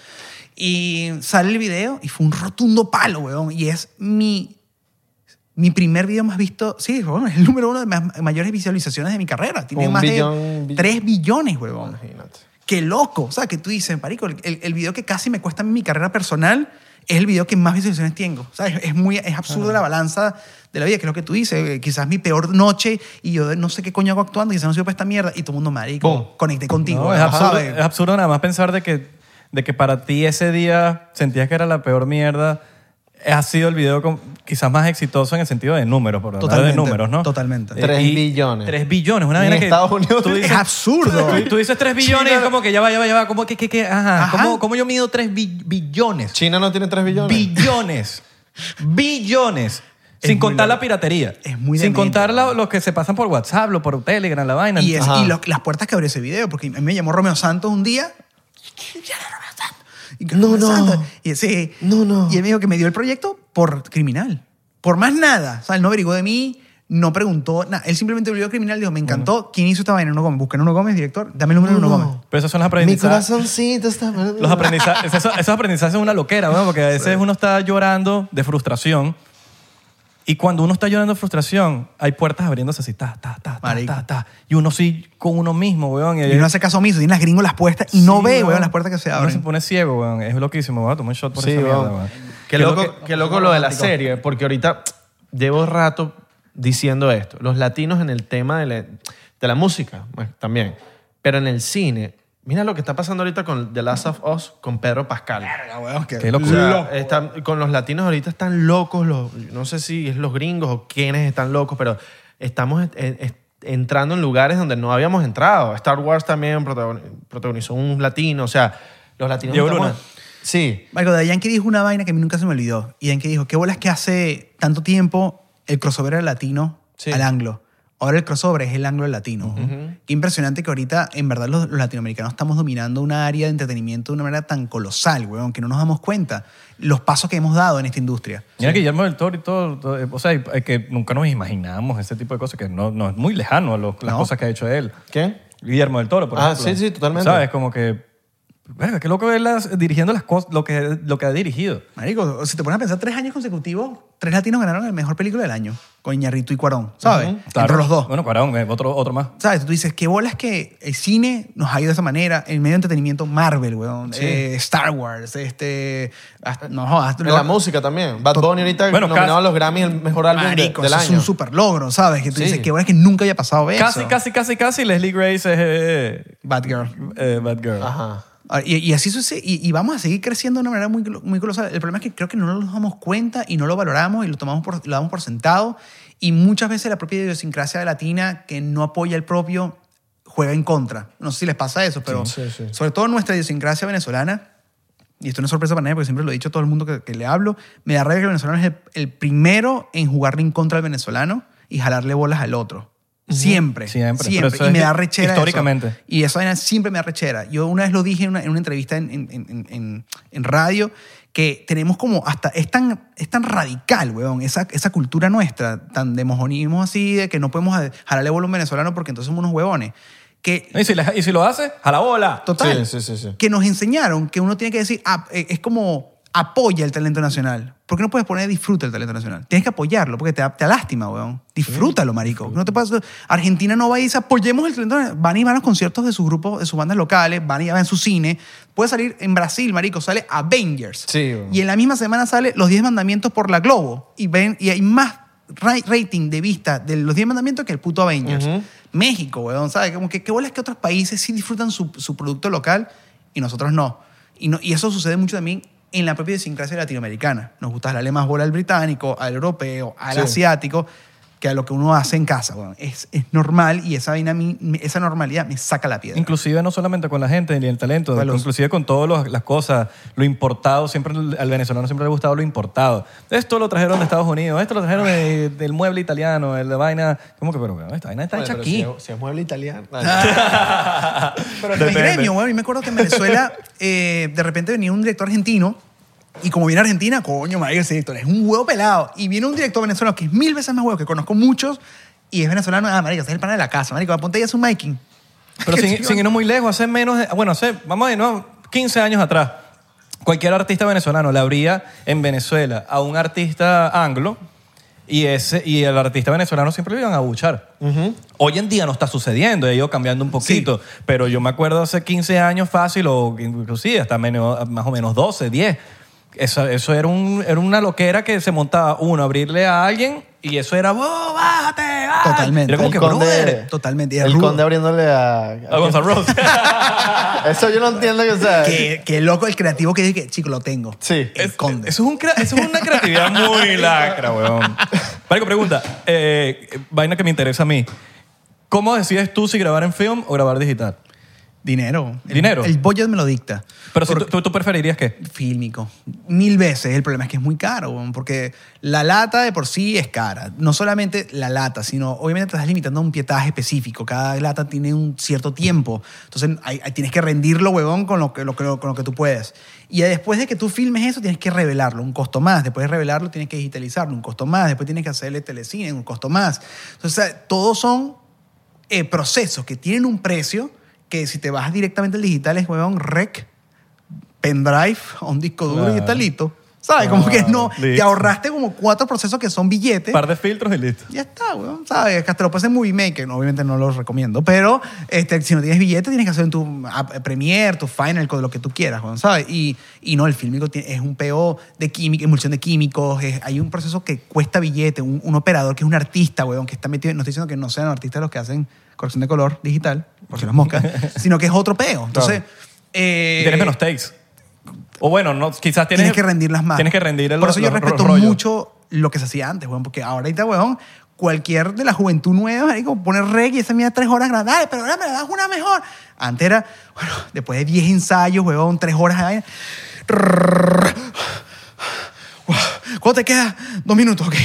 S1: Y sale el video y fue un rotundo palo, huevón. Y es mi mi primer video más visto, sí, huevón, es el número uno de más- mayores visualizaciones de mi carrera. Tiene
S3: Un
S1: más
S3: billón,
S1: de
S3: bill-
S1: 3 billones, huevón.
S3: Imagínate.
S1: Qué loco. O sea, que tú dices, marico, el, el- el video que casi me cuesta en mi carrera personal es el video que más visualizaciones tengo. O sea, es, es muy, es absurdo la balanza de la vida, que es lo que tú dices. Eh, Quizás mi peor noche y yo no sé qué coño hago actuando, quizás no sirvo para esta mierda. Y todo el mundo, marico,
S2: Boom.
S1: conecté contigo.
S2: No, es,
S1: ¿sabes?
S2: absurdo, es absurdo nada más pensar de que, de que para ti ese día sentías que era la peor mierda. Ha sido el video con- quizás más exitoso en el sentido de números, por hablar de
S1: Totalmente,
S2: números, ¿no? Eh,
S1: totalmente.
S3: Tres
S2: y-
S3: billones.
S2: Tres billones, una
S3: En
S2: vaina que
S3: Estados Unidos.
S2: tú dices-
S1: Es absurdo.
S2: Tú, tú dices tres billones y es como que ya va, ya va, ya va. ¿Cómo, que, que, que? Ajá.
S1: Ajá.
S2: ¿Cómo, cómo yo mido tres bi- billones?
S3: China no tiene 3 billones.
S2: billones. billones.
S1: Es
S2: Sin
S1: muy
S2: contar
S1: loco.
S2: la piratería.
S1: Es muy
S2: Sin
S1: demente,
S2: contar la-
S1: ¿no?
S2: los que se pasan por WhatsApp, lo por Telegram, la vaina.
S1: Y, es-
S3: Ajá.
S1: y lo- las puertas que abrió ese video, porque a mí me llamó Romeo Santos un día. Y que,
S3: No,
S1: Romeo
S3: no.
S1: Santos. Y, ese-
S3: No, no.
S1: y él me dijo que me dio el proyecto por criminal. Por más nada. O sea, él no averiguó de mí, no preguntó nada. Él simplemente vio criminal dijo, me encantó. ¿Quién hizo esta vaina? Uno Gómez. Busquen Uno Gómez, director. Dame el número de Uno
S3: Uno.
S1: Gómez.
S2: Pero esos son los
S3: Mi
S2: aprendizajes.
S3: corazoncito está...
S2: Los aprendizajes, esos, esos aprendizajes son una loquera, ¿no? porque a veces uno está llorando de frustración y cuando uno está llorando de frustración hay puertas abriéndose así, ta, ta, ta, ta,
S1: Marico.
S2: ta, ta. Y uno sí con uno mismo, weón. Y,
S1: Y no hace caso omiso. Tiene las gringolas puestas y no
S2: Sí,
S1: ve, weón, las puertas que se
S2: Uno se
S1: abren.
S2: pone ciego, weón. Es loquísimo, weón. Toma un shot por
S3: Sí,
S2: esa mierda,
S3: weón.
S2: weón.
S3: Qué
S2: Que lo
S3: loco,
S2: que-
S3: qué loco lo de la serie, porque ahorita llevo rato diciendo esto. Los latinos en el tema de la, de la música bueno, también, pero en el cine, mira lo que está pasando ahorita con The Last of Us con Pedro Pascal.
S1: Verga, weón, que-
S2: Qué loco.
S3: O sea,
S1: Loco.
S3: están- con los latinos ahorita están locos, los, no sé si es los gringos o quiénes están locos, pero estamos eh, eh, entrando en lugares donde no habíamos entrado. Star Wars también protagoni- protagonizó un latino, o sea, los latinos...
S2: Diego
S3: estamos-
S2: Luna.
S3: Sí.
S1: Marico, de Yankee dijo una vaina que a mí nunca se me olvidó. Y Yankee dijo, qué bolas que hace tanto tiempo el crossover era latino
S3: Sí.
S1: al anglo. Ahora el crossover es el anglo al latino. Qué impresionante que ahorita, en verdad, los, los latinoamericanos estamos dominando una área de entretenimiento de una manera tan colosal, weón, que no nos damos cuenta los pasos que hemos dado en esta industria.
S2: Mira que Guillermo del Toro y todo, todo, eh, o sea, y- eh, que nunca nos imaginábamos ese tipo de cosas, que no, no es muy lejano a los- las
S1: No.
S2: cosas que ha hecho él.
S3: ¿Qué?
S2: Guillermo del Toro, por
S3: Ah,
S2: ejemplo.
S3: sí, sí, totalmente.
S2: ¿Sabes? Como que Verga, qué loco es las- dirigiendo las cosas, lo que, lo que ha dirigido.
S1: Marico, si te pones a pensar, tres años consecutivos, tres latinos ganaron la mejor película del año, con Iñarrito y Cuarón, ¿sabes?
S2: Ujú,
S1: Entre los dos.
S2: Bueno, Cuarón, eh, otro, otro más.
S1: ¿Sabes? Tú dices, qué bolas que el cine nos ha ido de esa manera, el medio de entretenimiento Marvel, weón,
S2: Sí.
S1: eh, Star Wars, este... hasta- no, hasta-
S3: En la música también. Bad Bunny ahorita
S2: Bueno,
S3: nominado
S2: casi-
S3: a los Grammy el mejor álbum de-
S1: Marico,
S3: del
S1: eso es
S3: año.
S1: un super logro, ¿sabes? Que tú
S3: Sí.
S1: dices, qué bolas que nunca había pasado eso.
S2: Casi, casi, casi, casi Leslie Grace es eh,
S1: Batgirl.
S2: eh, Bad Girl.
S3: Ajá.
S1: Ah, Y, y así sucede, y, y vamos a seguir creciendo de una manera muy, glo- muy colosal. El problema es que creo que no nos damos cuenta y no lo valoramos y lo, tomamos por, lo damos por sentado. Y muchas veces la propia idiosincrasia latina que no apoya el propio juega en contra. No sé si les pasa eso, pero
S3: Sí, sí, sí.
S1: sobre todo nuestra idiosincrasia venezolana, y esto no es sorpresa para nadie porque siempre lo he dicho a todo el mundo que, que le hablo, me da rabia que el venezolano es el, el primero en jugarle en contra al venezolano y jalarle bolas al otro. Siempre.
S2: Siempre,
S1: Siempre.
S2: pero eso
S1: y
S2: es
S1: me da rechera. eso.
S2: históricamente.
S1: Y esa vaina siempre me da rechera. Yo una vez lo dije en una, en una entrevista en, en- en- en- en radio, que tenemos como hasta, es tan, es tan radical, weón, esa, esa cultura nuestra, tan de mojonismo así, de que no podemos jalarle bola a un venezolano porque entonces somos unos huevones, que
S2: Y, si la- y si lo hace, a la bola.
S1: total,
S3: Sí, sí, sí, sí.
S1: que nos enseñaron que uno tiene que decir, ah, eh, es como apoya el talento nacional. ¿Por qué no puedes poner disfruta el talento nacional? Tienes que apoyarlo porque te da, te da lástima, weón. Disfrútalo, marico. No te pasa- Argentina no va a dice, apoyemos el talento nacional. Van y van a los conciertos de sus grupos, de sus bandas locales, van y van a su cine. Puede salir en Brasil, marico, sale Avengers.
S3: Sí, weón.
S1: Y en la misma semana sale Los 10 Mandamientos por la Globo. Y, ven, y hay más ra- rating de vista de Los 10 Mandamientos que el puto Avengers. México, weón, ¿sabes? Como que qué bolas que otros países sí disfrutan su, su producto local y nosotros no. Y, no. y eso sucede mucho también en la propia idiosincrasia latinoamericana. Nos gusta darle más bola al británico, al europeo, al
S3: Sí.
S1: asiático que a lo que uno hace en casa, weón. Es, es normal y esa, vaina a mí- me- esa normalidad me saca la piedra.
S2: Inclusive no solamente con la gente ni el talento,
S1: Con los-
S2: inclusive con todas las cosas, lo importado, siempre al venezolano siempre le ha gustado lo importado. Esto lo trajeron de Estados Unidos, esto lo trajeron de- del mueble italiano, de la vaina, ¿cómo que pero weón, esta vaina está
S3: Oye,
S2: hecha
S3: pero
S2: aquí? Ah,
S3: Si es, si es mueble italiano.
S1: Pero el gremio, güey. A mí me acuerdo que en Venezuela eh, de repente venía un director argentino y como viene Argentina, coño, madre, ese director es un huevo pelado. Y viene un director venezolano que es mil veces más huevo, que conozco muchos, y es venezolano. Ah, marico, ese es el pana de la casa, marico. Aponte ahí a su making. *laughs*
S2: Pero sin, sin irnos muy lejos, hace menos, de- bueno, hace, vamos a irnos 15 años atrás, cualquier artista venezolano le abría en Venezuela a un artista anglo y, ese, y el artista venezolano siempre lo iban a abuchar. Hoy en día no está sucediendo, ha ido cambiando un poquito, pero yo me acuerdo hace 15 años fácil o inclusive hasta menos, más o menos 12, 10. Eso, eso era, un, era una loquera que se montaba uno, a abrirle a alguien y eso era, ¡Oh, bájate! bájate".
S1: Totalmente.
S2: Era como
S1: El
S2: que,
S1: conde-
S2: "Brother".
S1: Totalmente. y es
S3: El
S1: rudo.
S3: conde abriéndole a...
S2: A
S1: *laughs*
S2: Gonzalo Rose.
S3: Eso yo no entiendo que sea...
S1: Que, que loco, el creativo que dice que, chico, lo tengo.
S3: Ah, Sí.
S1: El conde.
S2: Eso es, un cre- eso es una
S1: *laughs*
S2: creatividad muy lacra, weón. Marico, pregunta. eh, vaina que me interesa a mí. ¿Cómo decides tú si grabar en film o grabar digital?
S1: Dinero. El-
S2: Dinero.
S1: El, budget me lo dicta.
S2: Pero si
S1: Porque-
S2: tú, tú- tú preferirías qué?
S1: fílmico. Mil veces. El problema es que es muy caro, weón, porque la lata de por sí es cara. No solamente la lata, sino obviamente te estás limitando a un pietaje específico. Cada lata tiene un cierto tiempo. Entonces ahí- ahí tienes que rendirlo, huevón, con lo que, lo que- con lo que tú puedes. Y después de que tú filmes eso, tienes que revelarlo, un costo más. Después de revelarlo, tienes que digitalizarlo, un costo más. Después tienes que hacerle telecine, un costo más. Entonces, o sea, todos son eh, procesos que tienen un precio que si te vas directamente al digital es, huevón, rec, pendrive, a un disco duro y
S2: Claro.
S1: está listo. ¿Sabes? Como que no, te
S2: listo.
S1: ahorraste como cuatro procesos que son billetes.
S2: Par de filtros y listo.
S1: ya está, weón. ¿Sabes? Que hasta lo puedes hacer en Movie Maker. No, obviamente no lo recomiendo. Pero este, si no tienes billete, tienes que hacer en tu app- eh, Premiere, tu Final, con lo que tú quieras, weón, ¿sabes? Y, y no, el fílmico tiene- es un PO de química, emulsión de químicos. es- hay un proceso que cuesta billete. Un, un operador que es un artista, weón, que está metido. No estoy diciendo que no sean artistas los que hacen corrección de color digital, por si las moscas, sino que es otro peo. Entonces. eh,
S2: tienes menos takes. O bueno, no, quizás tienes,
S1: tienes, que rendirlas más.
S2: Tienes que rendir el
S1: Por eso yo
S2: los- los
S1: respeto
S2: rollos.
S1: mucho lo que se hacía antes, weón, porque ahorita, weón, cualquier de la juventud nueva, marico, pone reggae y esa mía tres horas grande, Dale, pero ahora me la das una mejor. Antes era, bueno, después de 10 ensayos, weón, tres horas de vaina. ¿Cuánto te queda? Dos minutos, ok.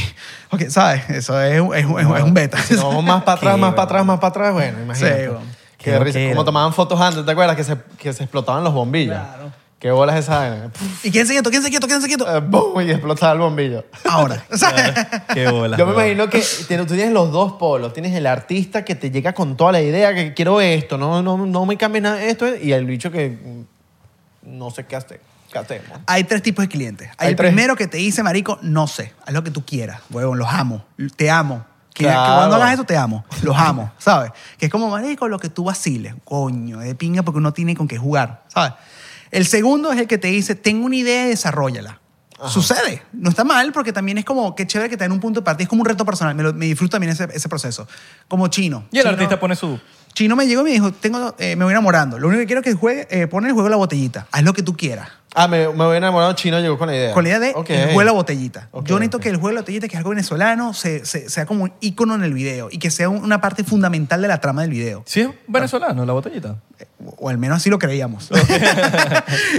S1: Ok, ¿sabes? Eso es, un- es un- es un- es un
S3: *laughs*
S1: beta.
S3: Si nos vamos más para atrás,
S2: Sí,
S3: más
S2: weón.
S3: para atrás, más para atrás, bueno, imagínate.
S1: Sí, weón.
S3: Qué
S2: Qué
S3: risa.
S2: loquera.
S3: Como tomaban fotos antes, ¿te acuerdas? Que se, que se explotaban los bombillos.
S1: Claro.
S3: Qué bolas esa vaina. *laughs*
S1: *laughs*
S3: Pff,
S1: ¿Y quién se quieto? ¿Quién se quieto? ¿Quién se quieto?
S3: *laughs* eh, boom, Y explotaba el bombillo.
S1: Ahora. ¿sabes?
S2: Qué bola.
S3: Yo me imagino que te- tú tienes los dos polos. Tienes el artista que te llega con toda la idea, que quiero esto, no, no, no me cambie nada de esto, y el bicho que mm, no sé qué, hace, qué hacemos.
S1: Hay tres tipos de clientes. Hay,
S3: Hay
S1: el
S3: tres.
S1: primero que te dice, marico, no sé, haz lo que tú quieras, huevón, los amo, te amo. Que, que
S3: Claro.
S1: cuando hagas eso te amo, los amo, *laughs* ¿sabes? Que es como, marico, lo que tú vaciles, coño, de pinga porque uno tiene con qué jugar, ¿sabes? El segundo es el que te dice, tengo una idea y desarrollala. Sucede, no está mal porque también es como, qué chévere que te den un punto de partida, es como un reto personal, me, lo- me disfruto también ese, ese proceso. Como chino.
S2: Y el
S1: Chino-
S2: artista pone su...
S1: Chino me llegó y me dijo, tengo, eh, me voy enamorando, lo único que quiero es que juegue, eh, pon en el juego la botellita, haz lo que tú quieras.
S3: Ah, me, me voy enamorado chino, llegó con la idea.
S1: Con la idea de
S3: Ok.
S1: el juego de la botellita.
S3: Ok,
S1: Yo necesito
S3: ok.
S1: que el juego de la botellita, que es algo venezolano, se, se- sea como un ícono en el video y que sea un- una parte fundamental de la trama del video.
S2: Sí, es venezolano, la botellita.
S1: Eh, O, o al menos así lo creíamos. *laughs*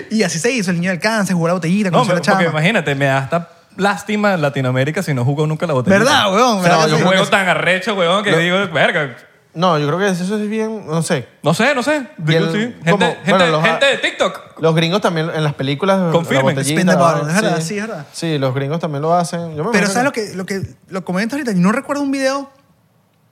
S1: y así se hizo. El niño del cáncer jugó la botellita,
S2: No,
S1: conoció a
S2: me-
S1: la
S2: porque
S1: chama.
S2: imagínate, me da hasta lástima Latinoamérica si no jugó nunca la botellita.
S1: ¿Verdad, weón?
S2: O sea,
S1: ¿Verdad que
S2: yo
S1: sí?
S2: juego tan arrecho, weón, que digo, verga.
S3: No, yo creo que eso es bien, no sé.
S2: No sé, no sé.
S3: Y
S2: Digo,
S3: el-
S2: sí. Gente,
S3: como-
S2: gente,
S3: bueno, los-
S2: gente de TikTok.
S3: Los gringos también en las películas. la
S2: Confirmen.
S3: botellita,
S1: Spin the bottle,
S3: ¿no?
S1: es verdad, sí, es verdad.
S3: Sí, los gringos también lo hacen. Yo me
S1: Pero
S3: imagino
S1: ¿sabes lo que, lo que lo comentas ahorita? Yo no recuerdo un video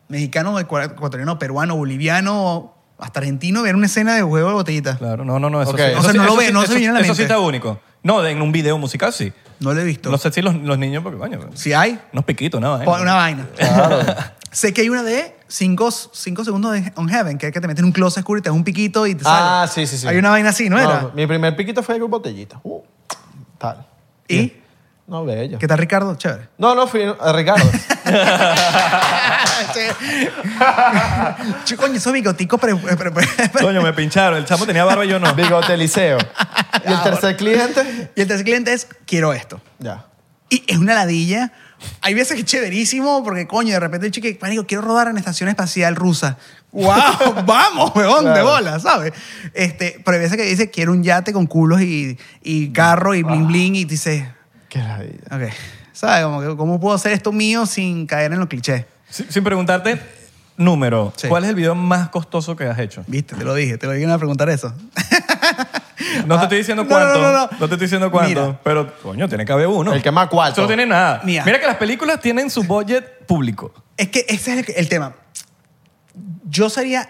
S1: mexicano, ecua- ecuatoriano, peruano, boliviano, hasta argentino, ver una escena de juego de botellita.
S2: Claro, no, no, no. Eso
S3: Ok.
S2: sí,
S3: O
S2: eso
S1: sea,
S2: sí-
S1: no lo
S2: eso
S1: ve,
S2: sí-
S1: no se
S2: eso-
S1: le viene a la
S2: Eso sí
S1: mente.
S2: está único. No, en un video musical sí.
S1: No lo he visto.
S2: No sé si los, los niños, porque coño,
S1: Si hay,
S2: unos piquitos, nada. ¿eh?
S1: pon una vaina.
S3: Claro.
S1: *laughs* Sé que hay una de 5 segundos de On Heaven, que es que te meten en un closet oscuro y te das un piquito y te sale.
S3: Ah, sí, sí, sí.
S1: Hay una vaina así, ¿no, era?
S3: Mi primer piquito fue con botellita. Uh, tal.
S1: ¿Y?
S3: No, bello.
S1: ¿Qué tal, Ricardo?
S3: *laughs*
S1: Chévere. *laughs*
S3: No, no, fui a Ricardo.
S1: Che, Coño, esos bigoticos pre- pre- pre-
S2: Coño, me pincharon. El chamo tenía barba y yo
S3: *laughs*
S2: no.
S3: Bigote Liceo. Y el tercer cliente,
S1: Y el tercer cliente es, quiero esto.
S3: ya.
S1: Y es una ladilla. Hay veces que es chéverísimo porque, coño, de repente el chico, pánico, quiero rodar en la estación espacial rusa. ¡Wow! *laughs* ¡Vamos, weón! De
S3: Claro.
S1: bola, ¿sabes? Este, pero hay veces que dice, quiero un yate con culos y, y carro y bling bling y dices,
S3: Qué ladilla.
S1: ok, ¿sabes? Como que, ¿Cómo puedo hacer esto mío sin caer en los clichés?
S2: Sin, sin preguntarte, número.
S1: Sí.
S2: ¿Cuál es el video más costoso que has hecho?
S1: Viste, te lo dije, te lo dije, no iba a preguntar eso.
S2: No te estoy diciendo
S1: No,
S2: cuánto.
S1: no, no, no.
S2: te estoy diciendo cuánto.
S1: Mira.
S2: Pero, coño, tiene que haber uno.
S3: El que más cuarto.
S2: Eso no tiene nada.
S1: Mira.
S2: Mira que las películas tienen su budget público.
S1: Es que ese es el, el tema. Yo sería,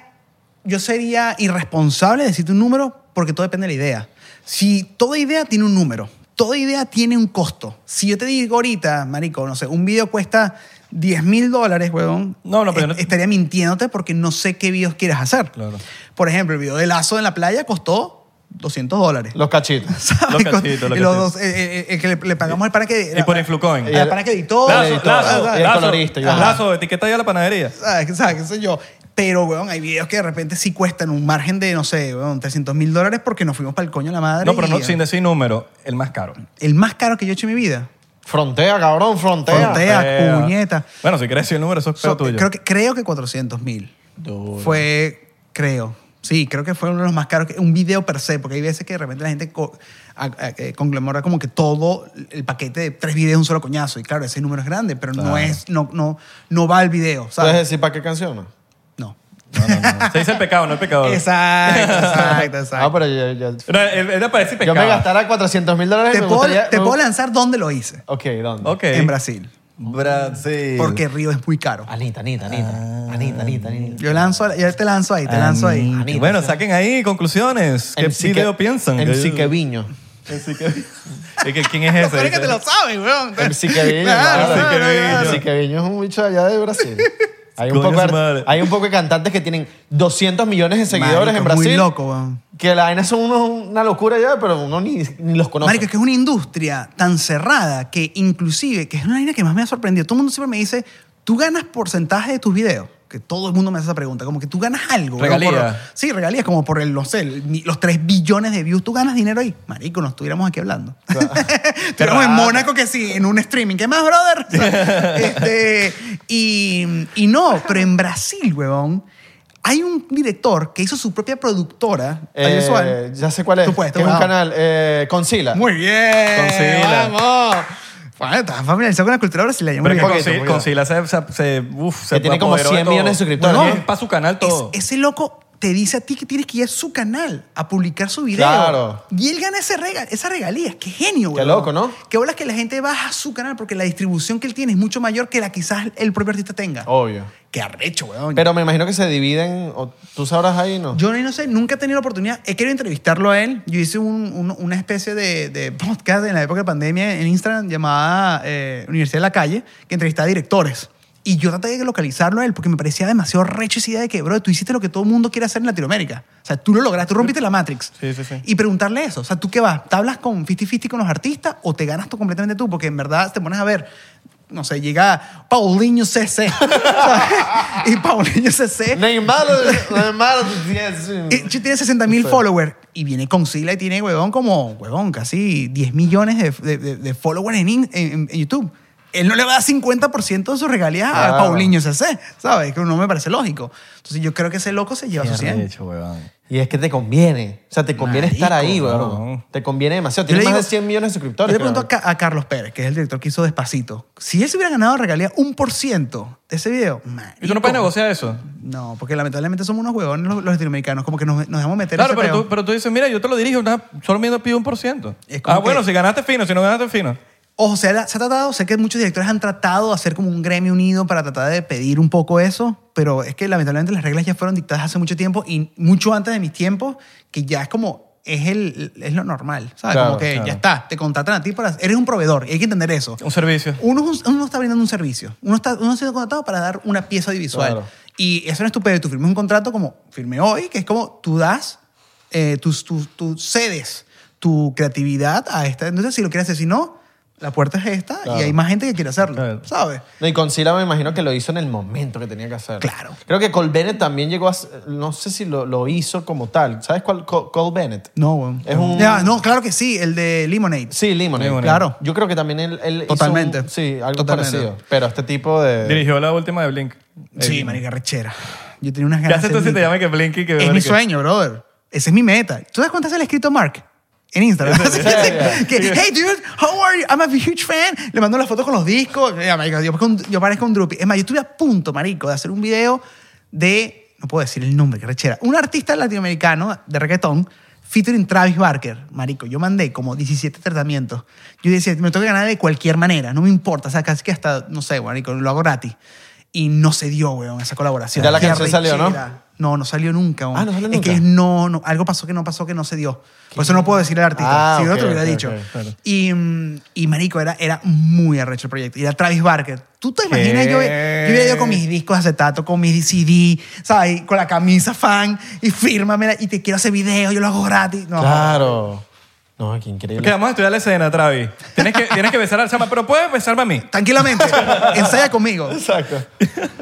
S1: yo sería irresponsable de decirte un número porque todo depende de la idea. Si toda idea tiene un número, toda idea tiene un costo. Si yo te digo ahorita, marico, no sé, un video cuesta 10 mil dólares, huevón,
S2: No, no, pero
S1: est-
S2: no-
S1: estaría mintiéndote porque no sé qué videos quieres hacer.
S2: Claro.
S1: Por ejemplo, el video de Lazo en la playa costó 200 dólares.
S3: Los cachitos.
S1: *laughs* ¿Sabes?
S2: Los cachitos, los
S1: Y los
S2: cachitos.
S1: dos- eh, eh, eh, que le, le pagamos al para que...
S2: y por Influcoin.
S1: Al para que editó.
S3: Todo
S2: Lazo,
S3: el
S1: editó,
S3: editor,
S2: lazo,
S1: ¿sabes?
S3: y el
S2: lazo.
S3: colorista, y
S2: Ajá.
S3: vaina.
S2: Lazo, etiqueta ya la panadería.
S1: ¿sabes? ¿Qué sabes? ¿Qué sé yo? Pero, weón, hay videos que de repente sí cuestan un margen de, no sé, weón, 300 mil dólares porque nos fuimos para el coño de la madre.
S2: No, pero no,
S1: y- eh,
S2: sin decir número, el más caro.
S1: El más caro que yo he hecho en mi vida.
S3: Frontea, cabrón, frontea.
S1: Frontea. Ea,
S2: Ea.
S1: puñeta.
S2: Bueno, si quieres decir el número, eso es pedo
S1: So,
S2: tuyo.
S1: creo, que, creo que 400 mil. Fue, creo. Sí, creo que fue uno de los más caros. que- un video per se, porque hay veces que de repente la gente co- a- a- eh, conglomera como que todo el paquete de tres videos de un solo coñazo. Y claro, ese número es grande, pero no
S2: Claro.
S1: es, no, no, no va al video,
S3: ¿Puedes
S1: ¿sabes?
S3: decir para qué canción? no?
S1: No.
S2: No, no, no. Se dice el pecado, no el pecador.
S1: Exacto, exacto,
S2: pues,
S1: exacto.
S3: Ah, pero yo, yo,
S2: Pero él, él aparece y
S3: yo
S2: pecado.
S3: me gastara 400 mil dólares.
S1: te,
S3: me
S1: puedo,
S3: gustaría-
S1: te
S3: me-
S1: puedo lanzar dónde lo hice.
S3: Ok, ¿dónde?
S2: Ok.
S1: En Brasil.
S2: Brasil.
S1: Porque Río es muy caro.
S4: Anita, Anita, Anita. Anita, Anita, Anita.
S1: Yo, lanzo, yo te lanzo ahí, te lanzo ahí.
S4: Anita.
S2: Bueno, saquen ahí conclusiones. ¿Qué
S3: En Sique-
S2: video piensan?
S3: En
S2: Que- *laughs*
S3: Siqueviño.
S2: ¿Y que- ¿Quién es
S1: Lo
S2: ese?
S1: peor es que te lo sabes, weón.
S3: En Siqueviño.
S1: Claro,
S3: claro.
S1: claro,
S2: Siqueviño.
S1: claro.
S3: El Siqueviño es un bicho allá de Brasil. Hay un,
S2: Coño
S3: poco,
S2: su madre.
S3: hay un poco de cantantes que tienen 200 millones de seguidores
S1: Marico,
S3: en
S1: es
S3: Brasil.
S1: Muy loco, weón.
S3: Que la vaina son unos- una locura ya, pero uno ni, ni los conoce.
S1: Marico, es que es una industria tan cerrada que inclusive, que es una línea que más me ha sorprendido. Todo el mundo siempre me dice, ¿tú ganas porcentaje de tus videos? Que todo el mundo me hace esa pregunta. Como que tú ganas algo. weón,
S2: Regalías.
S1: por- sí, regalías. Como por el, no sé, el- mi- los 3 billones de views. ¿Tú ganas dinero ahí? Marico, no estuviéramos aquí
S2: *laughs*
S1: hablando. *laughs* estuviéramos en
S2: raro.
S1: Mónaco que sí, en un streaming. ¿Qué más, brother? O
S2: *laughs*
S1: sea, este, y, y no, pero en Brasil, huevón, hay un director que hizo su propia productora
S3: Eh,
S1: audiovisual.
S3: ya sé cuál es.
S1: Tú puedes, tú
S3: que es un
S1: puedes.
S3: canal. Eh, Concila.
S1: Muy bien.
S2: Concila.
S1: Vamos. Bueno, estás familiarizado con la cultura brasileña. Muy
S2: Pero
S1: bien.
S2: que
S3: poquito,
S2: Conci-
S3: poquito.
S2: Concila se, se, se- uf, se
S3: tiene como
S2: apoderó de
S3: 100
S2: todo.
S3: millones de suscriptores,
S2: Bueno,
S3: ¿no?
S2: es para su canal todo.
S1: Es- ese loco te dice a ti que tienes que ir a su canal a publicar su video.
S3: Claro.
S1: Y él gana ese rega- esa regalía. Qué genio,
S3: Qué
S1: weón.
S3: loco, ¿no?
S1: Qué bolas que la gente baja a su canal porque la distribución que él tiene es mucho mayor que la quizás el propio artista tenga.
S3: Obvio.
S1: Qué arrecho, weón.
S3: Pero me imagino que se dividen. o- ¿Tú sabrás ahí, no?
S1: Yo no sé, nunca he tenido la oportunidad. He querido entrevistarlo a él. Yo hice un- un- una especie de, de podcast en la época de pandemia en Instagram llamada eh, Universidad de la Calle, que entrevistaba directores. Y yo traté de localizarlo a él porque me parecía demasiado recho esa idea de que, bro, tú hiciste lo que todo el mundo quiere hacer en Latinoamérica. O sea, tú lo lograste, tú rompiste la Matrix.
S2: Sí, sí, sí.
S1: Y preguntarle eso. O sea, ¿tú qué vas? ¿Te hablas con 50-50 con los artistas o te ganas tú completamente tú? Porque en verdad te pones a ver, no sé, llega Paulinho *laughs* CC. ¿sabes? y Paulinho CC.
S3: Neymar,
S1: *laughs*
S3: Neymar, yes.
S1: Eh, sí, tiene 60 mil followers y viene con Sila y tiene, huevón, como, huevón, casi 10 millones de, de- de- de followers en, in- en- en YouTube. Él no le va a dar 50% de sus regalías a
S2: Ah.
S3: Claro.
S1: Paulinho CC, ¿sabes? Que no me parece lógico. Entonces yo creo que ese loco se lleva su 100.
S2: arrecho, weón.
S3: Y es que te conviene. O sea, te conviene
S1: Marico,
S3: estar ahí, weón.
S2: claro.
S3: Te conviene demasiado.
S1: Yo le
S3: Tienes más
S1: digo-
S3: de 100 millones de
S1: Yo
S3: suscriptores.
S1: le pregunto a,
S3: creo.
S1: Ca- a Carlos Pérez, que es el director que hizo Despacito, si él se hubiera ganado regalías un por ciento de ese video,
S2: ¿Y tú no puedes negociar eso?
S1: No, porque lamentablemente somos unos huevones los, los latinoamericanos, como que nos, nos dejamos meter en
S2: Claro,
S1: ese
S2: pero
S1: peo.
S2: tú, pero tú dices, mira, yo te lo dirijo, nada, solo me pido un por ciento.
S1: Es como
S2: Ah,
S1: que-
S2: bueno, si ganaste fino, si no ganaste fino.
S1: Ojo, se ha, se ha tratado, sé que muchos directores han tratado de hacer como un gremio unido para tratar de pedir un poco eso, pero es que lamentablemente las reglas ya fueron dictadas hace mucho tiempo y mucho antes de mis tiempos, que ya es como, es, el, es lo normal, ¿sabes?
S3: Claro,
S1: como que
S2: claro.
S1: ya está, te contratan a ti para, eres un proveedor y hay que entender eso.
S2: Un servicio.
S1: Uno, es un- uno está brindando un servicio, uno está uno ha sido contratado para dar una pieza audiovisual
S3: Claro.
S1: y eso no es tu pedo, tú firmas un contrato como firme hoy, que es como tú das, eh, tus- tus- tú cedes tu creatividad a esta, entonces si lo quieres hacer, si no, la puerta es esta
S3: Claro.
S1: y hay más gente que quiere hacerlo,
S2: Claro.
S1: ¿sabes?
S3: No, y con Sila me imagino que lo hizo en el momento que tenía que hacerlo.
S1: Claro.
S3: Creo que Cole Bennett también llegó a... ser- No sé si lo, lo hizo como tal. ¿Sabes cuál? Cole, Cole Bennett.
S1: No, weón.
S3: Es un-
S1: Ya, no, claro que sí, el de Lemonade.
S3: Sí, Lemonade.
S2: Lemonade.
S1: Claro.
S3: Yo creo que también él, él hizo un-
S1: Totalmente.
S3: sí, algo
S1: Totalmente.
S3: parecido. Pero este tipo de...
S2: Dirigió la última de Blink.
S1: Sí,
S2: Eh,
S1: marica, rechera. Yo tenía unas
S2: ¿Qué
S1: ganas
S2: haces
S1: de
S2: tú
S1: hacer
S2: si te
S1: mi-
S2: llama que Blink y que
S1: Es
S2: que-
S1: mi sueño, brother. Esa es mi meta. ¿Tú sabes cuánto es el escrito Mark? En Instagram.
S2: *laughs*
S1: *laughs*
S3: yeah.
S1: Que, hey, dude, how are you? I'm a huge fan. Le mando las fotos con los discos. Ya, marico, yo, parezco un- yo parezco un droopy. Es más, yo estuve a punto, marico, de hacer un video de... No puedo decir el nombre, que rechera. Un artista latinoamericano de reggaetón featuring Travis Barker. Marico, yo mandé como 17 tratamientos. Yo decía, me tengo que ganar de cualquier manera. No me importa. O sea, casi que hasta, no sé, marico, lo hago gratis. Y no se dio, weón, esa colaboración.
S3: Ya la
S1: Qué
S3: canción salió, ¿no?
S1: arrechera. No, no salió nunca.
S3: Ah, ¿no salió
S1: es
S3: nunca?
S1: que ellos no, no, algo pasó que no pasó, que no se dio. Por eso no puedo decir al artista.
S3: Ah,
S1: si yo
S3: ok,
S1: te lo hubiera
S3: ok,
S1: dicho.
S3: ok, claro.
S1: y, mm, y marico, era, era muy arrecho el proyecto. Y era Travis Barker. ¿Tú te imaginas? Yo, yo hubiera ido con mis discos de acetato, con mis CD, ¿sabes? Y Con la camisa fan y fírmamela y te quiero hacer video, yo lo hago gratis. No,
S3: Claro. No, qué
S2: Que
S3: increíble.
S2: vamos a estudiar la escena, Travis. Tienes que, tienes que besar al chama, pero puedes besarme a mí.
S3: *laughs*
S1: Tranquilamente, ensaya conmigo.
S3: Exacto.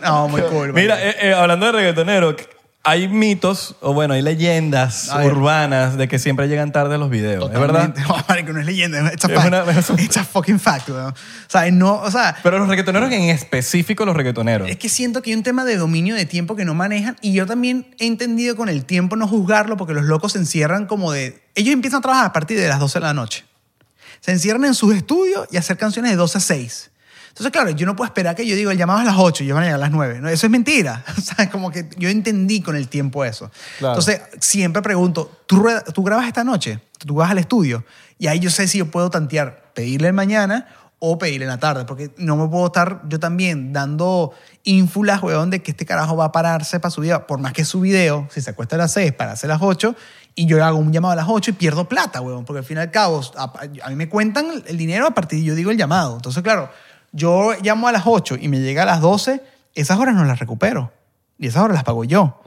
S1: No, muy cool.
S2: Mira,
S1: marico.
S2: eh, eh, hablando de reggaetonero, hay mitos, o bueno, hay leyendas
S1: A ver.
S2: urbanas de que siempre llegan tarde a los videos. ¿Es
S1: Totalmente. *laughs*
S2: verdad?
S1: No, marico, no es leyenda. It's a
S2: Es
S1: fact.
S2: una- es un-
S1: It's a fucking fact, weón. O sea, no, o sea,
S2: Pero los reggaetoneros, en específico los reggaetoneros.
S1: Es que siento que hay un tema de dominio de tiempo que no manejan y yo también he entendido con el tiempo no juzgarlo porque los locos se encierran como de... Ellos empiezan a trabajar a partir de las 12 de la noche. Se encierran en sus estudios y hacer canciones de 12 a 6. Entonces, claro, yo no puedo esperar que yo diga el llamado es a las 8 y yo van a llegar a las 9. No, eso es mentira. *laughs* O sea, es como que yo entendí con el tiempo eso.
S3: Claro.
S1: Entonces, siempre pregunto, ¿tú, rueda- tú grabas esta noche? ¿Tú vas al estudio? Y ahí yo sé si yo puedo tantear, pedirle en mañana o pedirle en la tarde, porque no me puedo estar yo también dando ínfulas, weón, de que este carajo va a pararse para su vida, por más que su video, si se acuesta a las 6, para hacer las 8, y yo hago un llamado a las 8 y pierdo plata, weón, porque al fin y al cabo, a, a mí me cuentan el dinero a partir de yo digo el llamado. Entonces, claro, yo llamo a las 8 y me llega a las 12, esas horas no las recupero. Y esas horas las pago yo.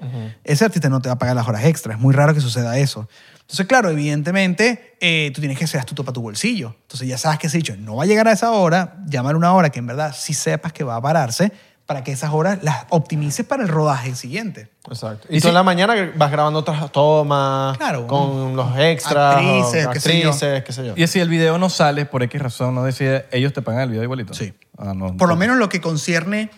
S1: Ese artista no te va a pagar las horas extras. Es muy raro que suceda eso. Entonces, claro, evidentemente, eh, tú tienes que ser astuto para tu bolsillo. Entonces, ya sabes que ese dicho no va a llegar a esa hora, llamar una hora que en verdad sí sepas que va a pararse para que esas horas las optimices para el rodaje siguiente.
S3: Exacto. Y, tú en la mañana vas grabando otras tomas
S1: Claro.
S3: con los extras,
S1: Actrices,
S3: o
S1: qué sé yo.
S3: actrices, qué sé yo.
S2: Y si el video no sale por X razón, no decide, ellos te pagan el video igualito.
S1: Sí.
S2: Ah, no.
S1: Por lo menos lo que concierne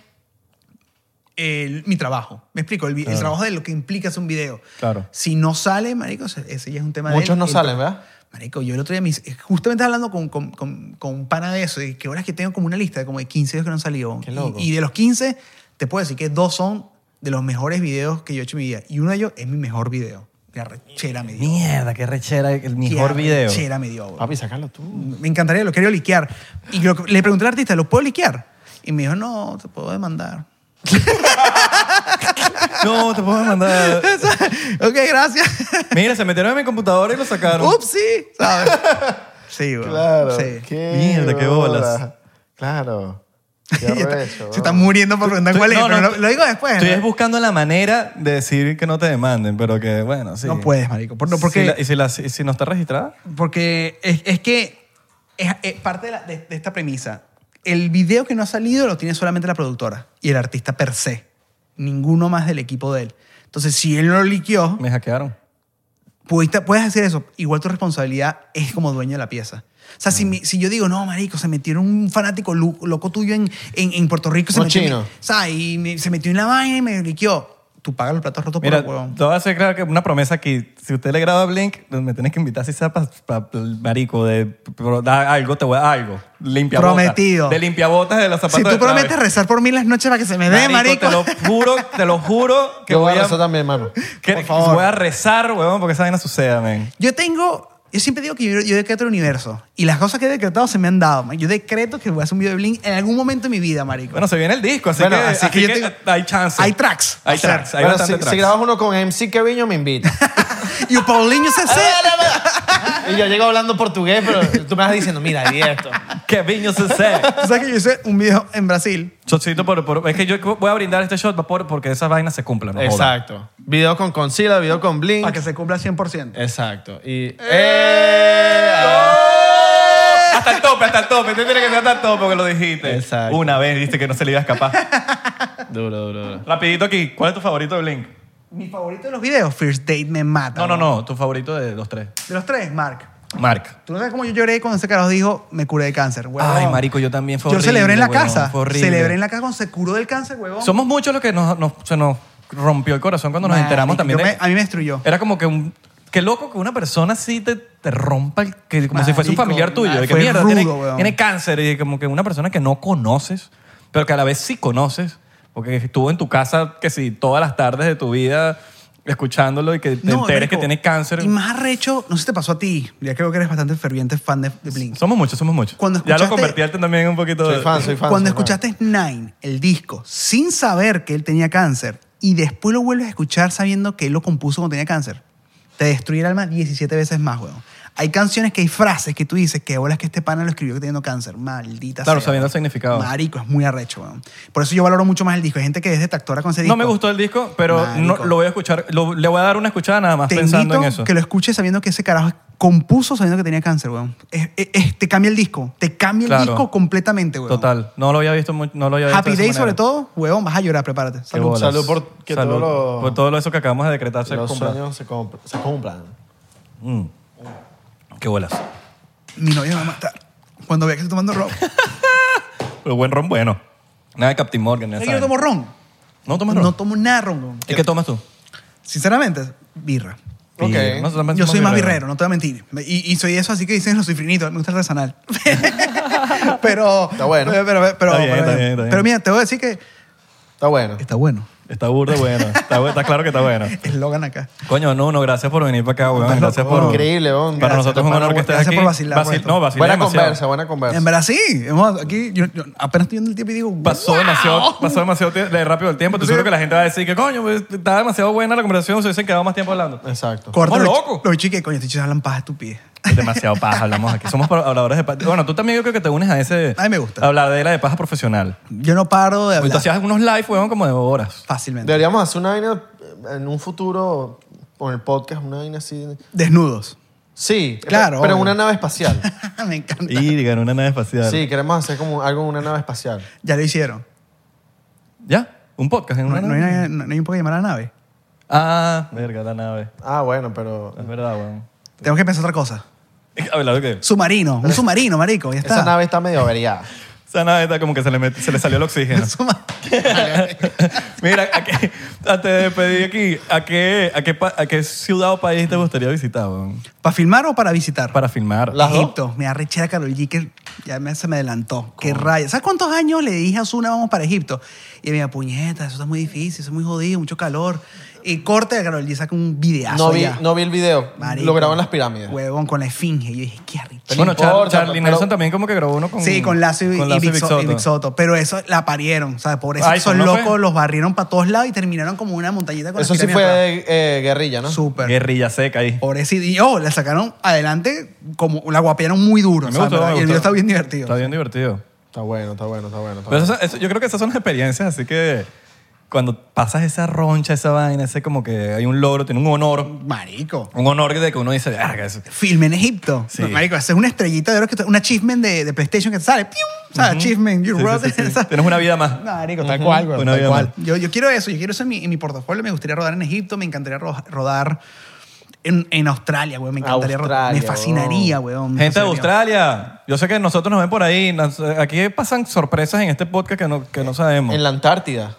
S1: el- mi trabajo. Me explico, el, vi- el trabajo de lo que implica hacer un video.
S2: Claro.
S1: Si no sale, marico, ese ese ya es un tema de
S3: Muchos
S1: él.
S3: no
S1: El-
S3: salen, ¿verdad?
S1: Marico, yo el otro día, me hice- eh, justamente hablando con, con, con, con un pana de eso, y que horas que tengo como una lista de como de 15 videos que no han salido.
S3: Qué loco.
S1: Y, y de los 15, te puedo decir que dos son de los mejores videos que yo he hecho en mi vida. Y uno de ellos es mi mejor video. Qué arrechera me dio.
S2: Mierda, qué rechera el
S1: Qué
S2: mejor video.
S1: arrechera me dio, bro.
S3: Papi, sácalo tú.
S1: Me encantaría, lo quiero liquear. Y lo que- le pregunté al artista, ¿lo puedo liquear? Y me dijo, no, te puedo demandar. *laughs*
S2: No, te puedo
S1: *laughs*
S2: mandar.
S1: ok, gracias.
S2: Mira, se metieron en mi computadora y lo sacaron.
S1: Ups, sí, ¿sabes? Sí, bro.
S3: Claro.
S1: Sí.
S2: Mierda, qué bolas.
S3: bola. *laughs* Claro. Qué
S1: Ya está-
S3: arrecho,
S1: se está
S3: bro.
S1: muriendo por preguntar
S2: Estoy-
S1: cuál es,
S2: no, no,
S1: pero lo,
S2: estoy-
S1: lo digo después.
S2: Estoy
S1: ¿no?
S2: es buscando la manera de decir que no te demanden, pero que bueno, sí.
S1: No puedes, marico. Por- no, porque,
S2: Si la- ¿Y si, la- si- si no está registrada?
S1: porque es, es que es, es parte de, la- de- de esta premisa. El video que no ha salido lo tiene solamente la productora y el artista per se. Ninguno más del equipo de él. Entonces, si él no lo liqueó,
S2: Me hackearon.
S1: pudiste- puedes hacer eso. Igual tu responsabilidad es como dueño de la pieza. O sea,
S2: Mm.
S1: si, mi- si yo digo, no, marico, se metieron un fanático lu- loco tuyo en, en, en Puerto Rico. Se
S3: Un
S1: metió en mi-
S3: chino.
S1: ¿sabes? Y me- se metió en la vaina y me liqueó. Tú pagas los platos rotos
S2: Mira,
S1: por
S2: te
S1: el huevón.
S2: voy a hacer claro que una promesa aquí. Si usted le graba Blink, me tienes que invitar si sea para marico de pro- da algo, te voy a dar algo. Limpia
S1: Prometido.
S2: De limpiabotas de los zapatos.
S1: Si tú
S2: de Travis.
S1: prometes rezar por mí las noches para que se me dé, marico. *laughs*
S2: Te lo juro, te lo juro que
S3: Yo
S2: voy,
S3: voy a rezar
S2: a,
S3: también, *laughs* hermano.
S2: que-
S1: por favor.
S2: voy a rezar, huevón, porque esa vaina suceda, men.
S1: Yo tengo. Yo siempre digo que yo, yo decreto el universo. Y las cosas que he decretado se me han dado. man. Yo decreto que voy a hacer un video de Blink en algún momento de mi vida, marico.
S2: Bueno, se viene el disco, así
S3: Bueno,
S2: que,
S3: así
S2: así
S1: que yo
S2: que
S1: tengo-
S2: hay chance.
S1: Hay tracks.
S2: Hay
S1: O sea,
S2: tracks, hay
S3: Bueno,
S2: bastante
S3: si,
S2: tracks.
S3: si grabas uno con MC Keviño, me invita.
S1: y Paulinho se
S2: Ah,
S3: y yo llego hablando portugués, pero tú me vas diciendo, mira, y *laughs* esto.
S2: Que viño se sé.
S1: Tú sabes que yo hice un video en Brasil.
S2: Shotcito por, por- Es que yo voy a brindar este shot por, porque esas vainas se cumplan. No jodan.
S3: Exacto. Video con Concila, video con Blink.
S1: Para que se cumpla
S2: Eh.
S1: 100%.
S3: Exacto. Y. ¡Eh!
S2: Hasta el tope, hasta el tope. Usted tiene que ser hasta el tope porque lo dijiste.
S3: Exacto.
S2: Una vez dijiste que no se le iba a escapar.
S3: ah. Duro, duro, duro.
S2: Rapidito aquí, ¿cuál es tu favorito de Blink?
S1: Mi favorito de los videos, First Date, me mata.
S2: No, no, no, tu favorito de los tres.
S1: De los tres, Mark.
S2: Mark.
S1: Tú no sabes cómo yo lloré cuando ese carajo dijo, me curé de cáncer, huevón.
S2: Ay, marico, yo también fue
S1: Yo
S2: horrible,
S1: celebré en la
S2: huevón,
S1: casa.
S2: fue horrible.
S1: Celebré en la casa cuando se curó del cáncer, huevón.
S2: Somos muchos los que nos, nos- se nos rompió el corazón cuando nos
S1: Marico,
S2: enteramos también.
S1: yo
S2: de-
S1: me- a mí me destruyó.
S2: Era como que un. Qué loco que una persona así te, te rompa, el- que, como si fuese un
S1: Marico,
S2: familiar tuyo. de que
S1: fue
S2: mierda,
S1: rudo,
S2: tiene,
S1: weón.
S2: tiene cáncer. Y como que una persona que no conoces, pero que a la vez sí conoces, porque estuvo en tu casa, que sí, todas las tardes de tu vida escuchándolo y que te
S1: No,
S2: enteres
S1: marico,
S2: que tiene cáncer.
S1: Y más arrecho, no sé si te pasó a ti, ya creo que eres bastante ferviente fan de, de Blink.
S2: Somos muchos, somos muchos.
S1: Cuando
S2: ya lo
S1: escuchaste-
S2: convertí a él también un poquito.
S3: Soy
S2: de-
S3: fan, soy fan.
S1: Cuando
S3: soy fan.
S1: escuchaste Nine, el disco, sin saber que él tenía cáncer, y después lo vuelves a escuchar sabiendo que él lo compuso cuando tenía cáncer, te destruye el alma 17 veces más, weón. Hay canciones que hay frases que tú dices que bolas que este pana lo escribió teniendo cáncer. Maldita
S2: Claro,
S1: sea,
S2: sabiendo el
S1: weón.
S2: significado.
S1: Marico, es muy arrecho, weón. Por eso yo valoro mucho más el disco. Hay gente que es detractora con ese disco.
S2: No me gustó el disco, pero no,
S1: Marico.
S2: lo voy a escuchar. lo- le voy a dar una escuchada nada más
S1: Te
S2: pensando
S1: invito
S2: en eso.
S1: que lo escuches sabiendo que ese carajo compuso sabiendo que tenía cáncer, weón. Es- es- es- te cambia el disco. Te cambia el
S2: Claro.
S1: disco completamente, weón.
S2: Total. No lo había visto. mu- No lo había visto
S1: Happy
S2: de esa
S1: Day,
S2: manera.
S1: sobre todo, weón, vas a llorar, prepárate.
S2: Qué
S1: Salud.
S2: bolas.
S3: salud por que
S2: Salud
S3: todo lo-
S2: por todo eso que acabamos de decretar se
S3: Los
S2: cumpla.
S3: sueños se, compl- se cumplan.
S2: Mm. Qué bolas.
S1: Mi novia me va a matar cuando vea que estoy tomando
S2: *laughs*
S1: ron.
S2: Pero Pues buen ron bueno. Nada de Captain Morgan. ya
S1: Es que yo
S2: saben.
S1: no tomo ron.
S2: ¿No tomas ron?
S1: No tomo nada de ron. weón.
S2: ¿Y qué tomas tú?
S1: Sinceramente, birra.
S3: Ok.
S2: Birra. Nosotros
S1: Yo
S2: somos
S1: soy más
S2: birreros.
S1: birrero, no te voy a mentir. Me- Y, y soy eso, así que dicen los sufrinitos. Me gusta el artesanal. *laughs* pero.
S3: Está bueno.
S1: Pero, pero, pero,
S2: Está bien,
S1: pero-
S2: está bien, está bien.
S1: pero mira, te voy a decir que
S3: Está bueno.
S1: está bueno.
S2: Está burda bueno. Está, bu- está claro que está bueno.
S1: Eslogan acá.
S2: Coño, no, no, gracias por venir para acá, weón.
S1: Estás
S2: Gracias
S1: loco,
S2: por...
S1: weón.
S3: Increíble, weón.
S2: Para
S3: Gracias,
S2: nosotros es un
S3: pana,
S2: honor que
S3: weón.
S2: estés
S1: Gracias
S2: aquí.
S1: por vacilar por
S2: Vacil-
S1: esto.
S2: no, vacilé
S3: Buena
S2: demasiado.
S3: conversa, buena
S2: Pues.
S3: conversa.
S1: En verdad, sí. Hemos- aquí yo, yo apenas estoy viendo el tiempo y digo.
S2: Pasó
S1: "Wow".
S2: demasiado, pasó demasiado tie- de rápido el tiempo. Te
S1: Sí.
S2: seguro que la gente va a decir que, coño, pues, está demasiado buena la conversación, se hubiesen quedado más tiempo hablando.
S3: Exacto.
S1: Corta
S2: Estamos
S1: los-
S2: locos.
S1: Los chiques, coño, estos chicos hablan paja estupidez.
S2: *laughs* Demasiado paja hablamos aquí. Somos pa- habladores de paja. Bueno, tú también yo creo que te unes a ese...
S1: A mí me gusta.
S2: Hablar de la de paja profesional.
S1: Yo no paro de
S2: Pues Tú
S1: hablar.
S2: hacías unos live, weón, como de horas.
S1: Fácilmente.
S3: Deberíamos hacer una vaina eh, en un futuro con el podcast, una vaina así.
S1: Desnudos. *laughs*
S3: Sí,
S1: Claro,
S3: Pero
S1: obvio.
S3: una
S1: *laughs*
S3: nave espacial.
S1: Me encanta.
S2: Y digan una nave espacial.
S3: sí, queremos hacer como algo en una nave espacial.
S1: Ya lo hicieron.
S2: ¿Ya? ¿Un podcast en
S1: No,
S2: una
S1: no
S2: nave?
S1: hay, no, no hay un poco llamar a la nave.
S2: Ah, verga, la nave.
S3: Ah, bueno, pero.
S2: Es verdad, weón.
S1: Tenemos que pensar otra cosa.
S2: Hablar de qué.
S1: Submarino, un submarino, marico, ya está. *laughs*
S3: Esa nave está medio averiada.
S2: sea, nada, está como que se le, met- se le salió el *laughs* oxígeno.
S1: Su madre.
S2: Mira, ¿a qué- antes de despedir aquí, ¿a qué, a, qué, pa- a qué ciudad o país te gustaría visitar weón?
S1: ¿Para filmar o para visitar?
S2: para filmar?
S3: La- ¿Las dos?
S1: Egipto. Me arrechera Carol G que ya me, se me adelantó. Qué raya. ¿Sabes cuántos años le dije a Osuna vamos para Egipto? Y me dijo, puñeta, eso está muy difícil, eso es muy jodido, mucho calor. Y corte de Carol G saca un videazo
S3: No vi,
S1: ya.
S3: no vi el video.
S1: Marico.
S3: Lo grabó en las pirámides.
S1: Huevón, con la esfinge. Y yo dije, qué arrechera.
S2: bueno,
S3: no importa,
S2: Char- Charlie
S3: pero-
S2: Nelson también como que grabó uno con
S1: Sí, con Lazo y,
S2: con
S1: y
S2: Lazo
S1: Big So- y Big Soto. Pero eso la parieron, ¿sabes? Por eso
S2: Ay,
S1: esos
S2: ¿no fue?
S1: locos los barrieron para todos lados y terminaron como una montañita con
S3: Eso
S1: las
S3: sí
S1: pirámides atrás.
S3: fue eh, guerrilla, ¿no?
S1: Súper.
S2: Guerrilla seca ahí.
S1: Pobrecito. Y oh, la sacaron adelante, como la guapearon muy duro.
S2: Me
S1: ¿sabes?
S2: gustó, me
S1: y el
S2: gustó.
S1: video está bien divertido.
S2: Está bien divertido.
S3: Está bueno, está bueno, está bueno. está
S2: Pero
S3: bueno.
S2: eso- eso- yo creo que esas son las experiencias, así que cuando pasas esa roncha, esa vaina, ese como que hay un logro, tiene un honor,
S1: Marico.
S2: un honor de que uno dice, "Verga, eso".
S1: Filme en Egipto.
S2: Sí.
S1: Marico, esa es una estrellita de oro, que, un achievement de, de PlayStation que te sale. ¡Pium! ¿Sabes? Achievement, you
S2: Sí, sí,
S1: wrote
S2: sí,
S1: it.
S2: sí.
S1: ¿sabes?
S2: Tienes una vida más.
S1: No, marico, tal cual, güey,
S2: Una
S1: tal
S2: vida
S1: cual. Yo, yo quiero eso, yo quiero eso en mi, en mi portafolio. Me gustaría rodar en Egipto, me encantaría ro- rodar en, en Australia, güey. Me encantaría rodar. Me
S3: Australia,
S1: fascinaría, güey. me
S2: Gente de
S1: fascinaría.
S2: Australia, yo sé que nosotros nos ven por ahí. Nos- Aquí pasan sorpresas en este podcast que no, que no sabemos.
S3: En la Antártida.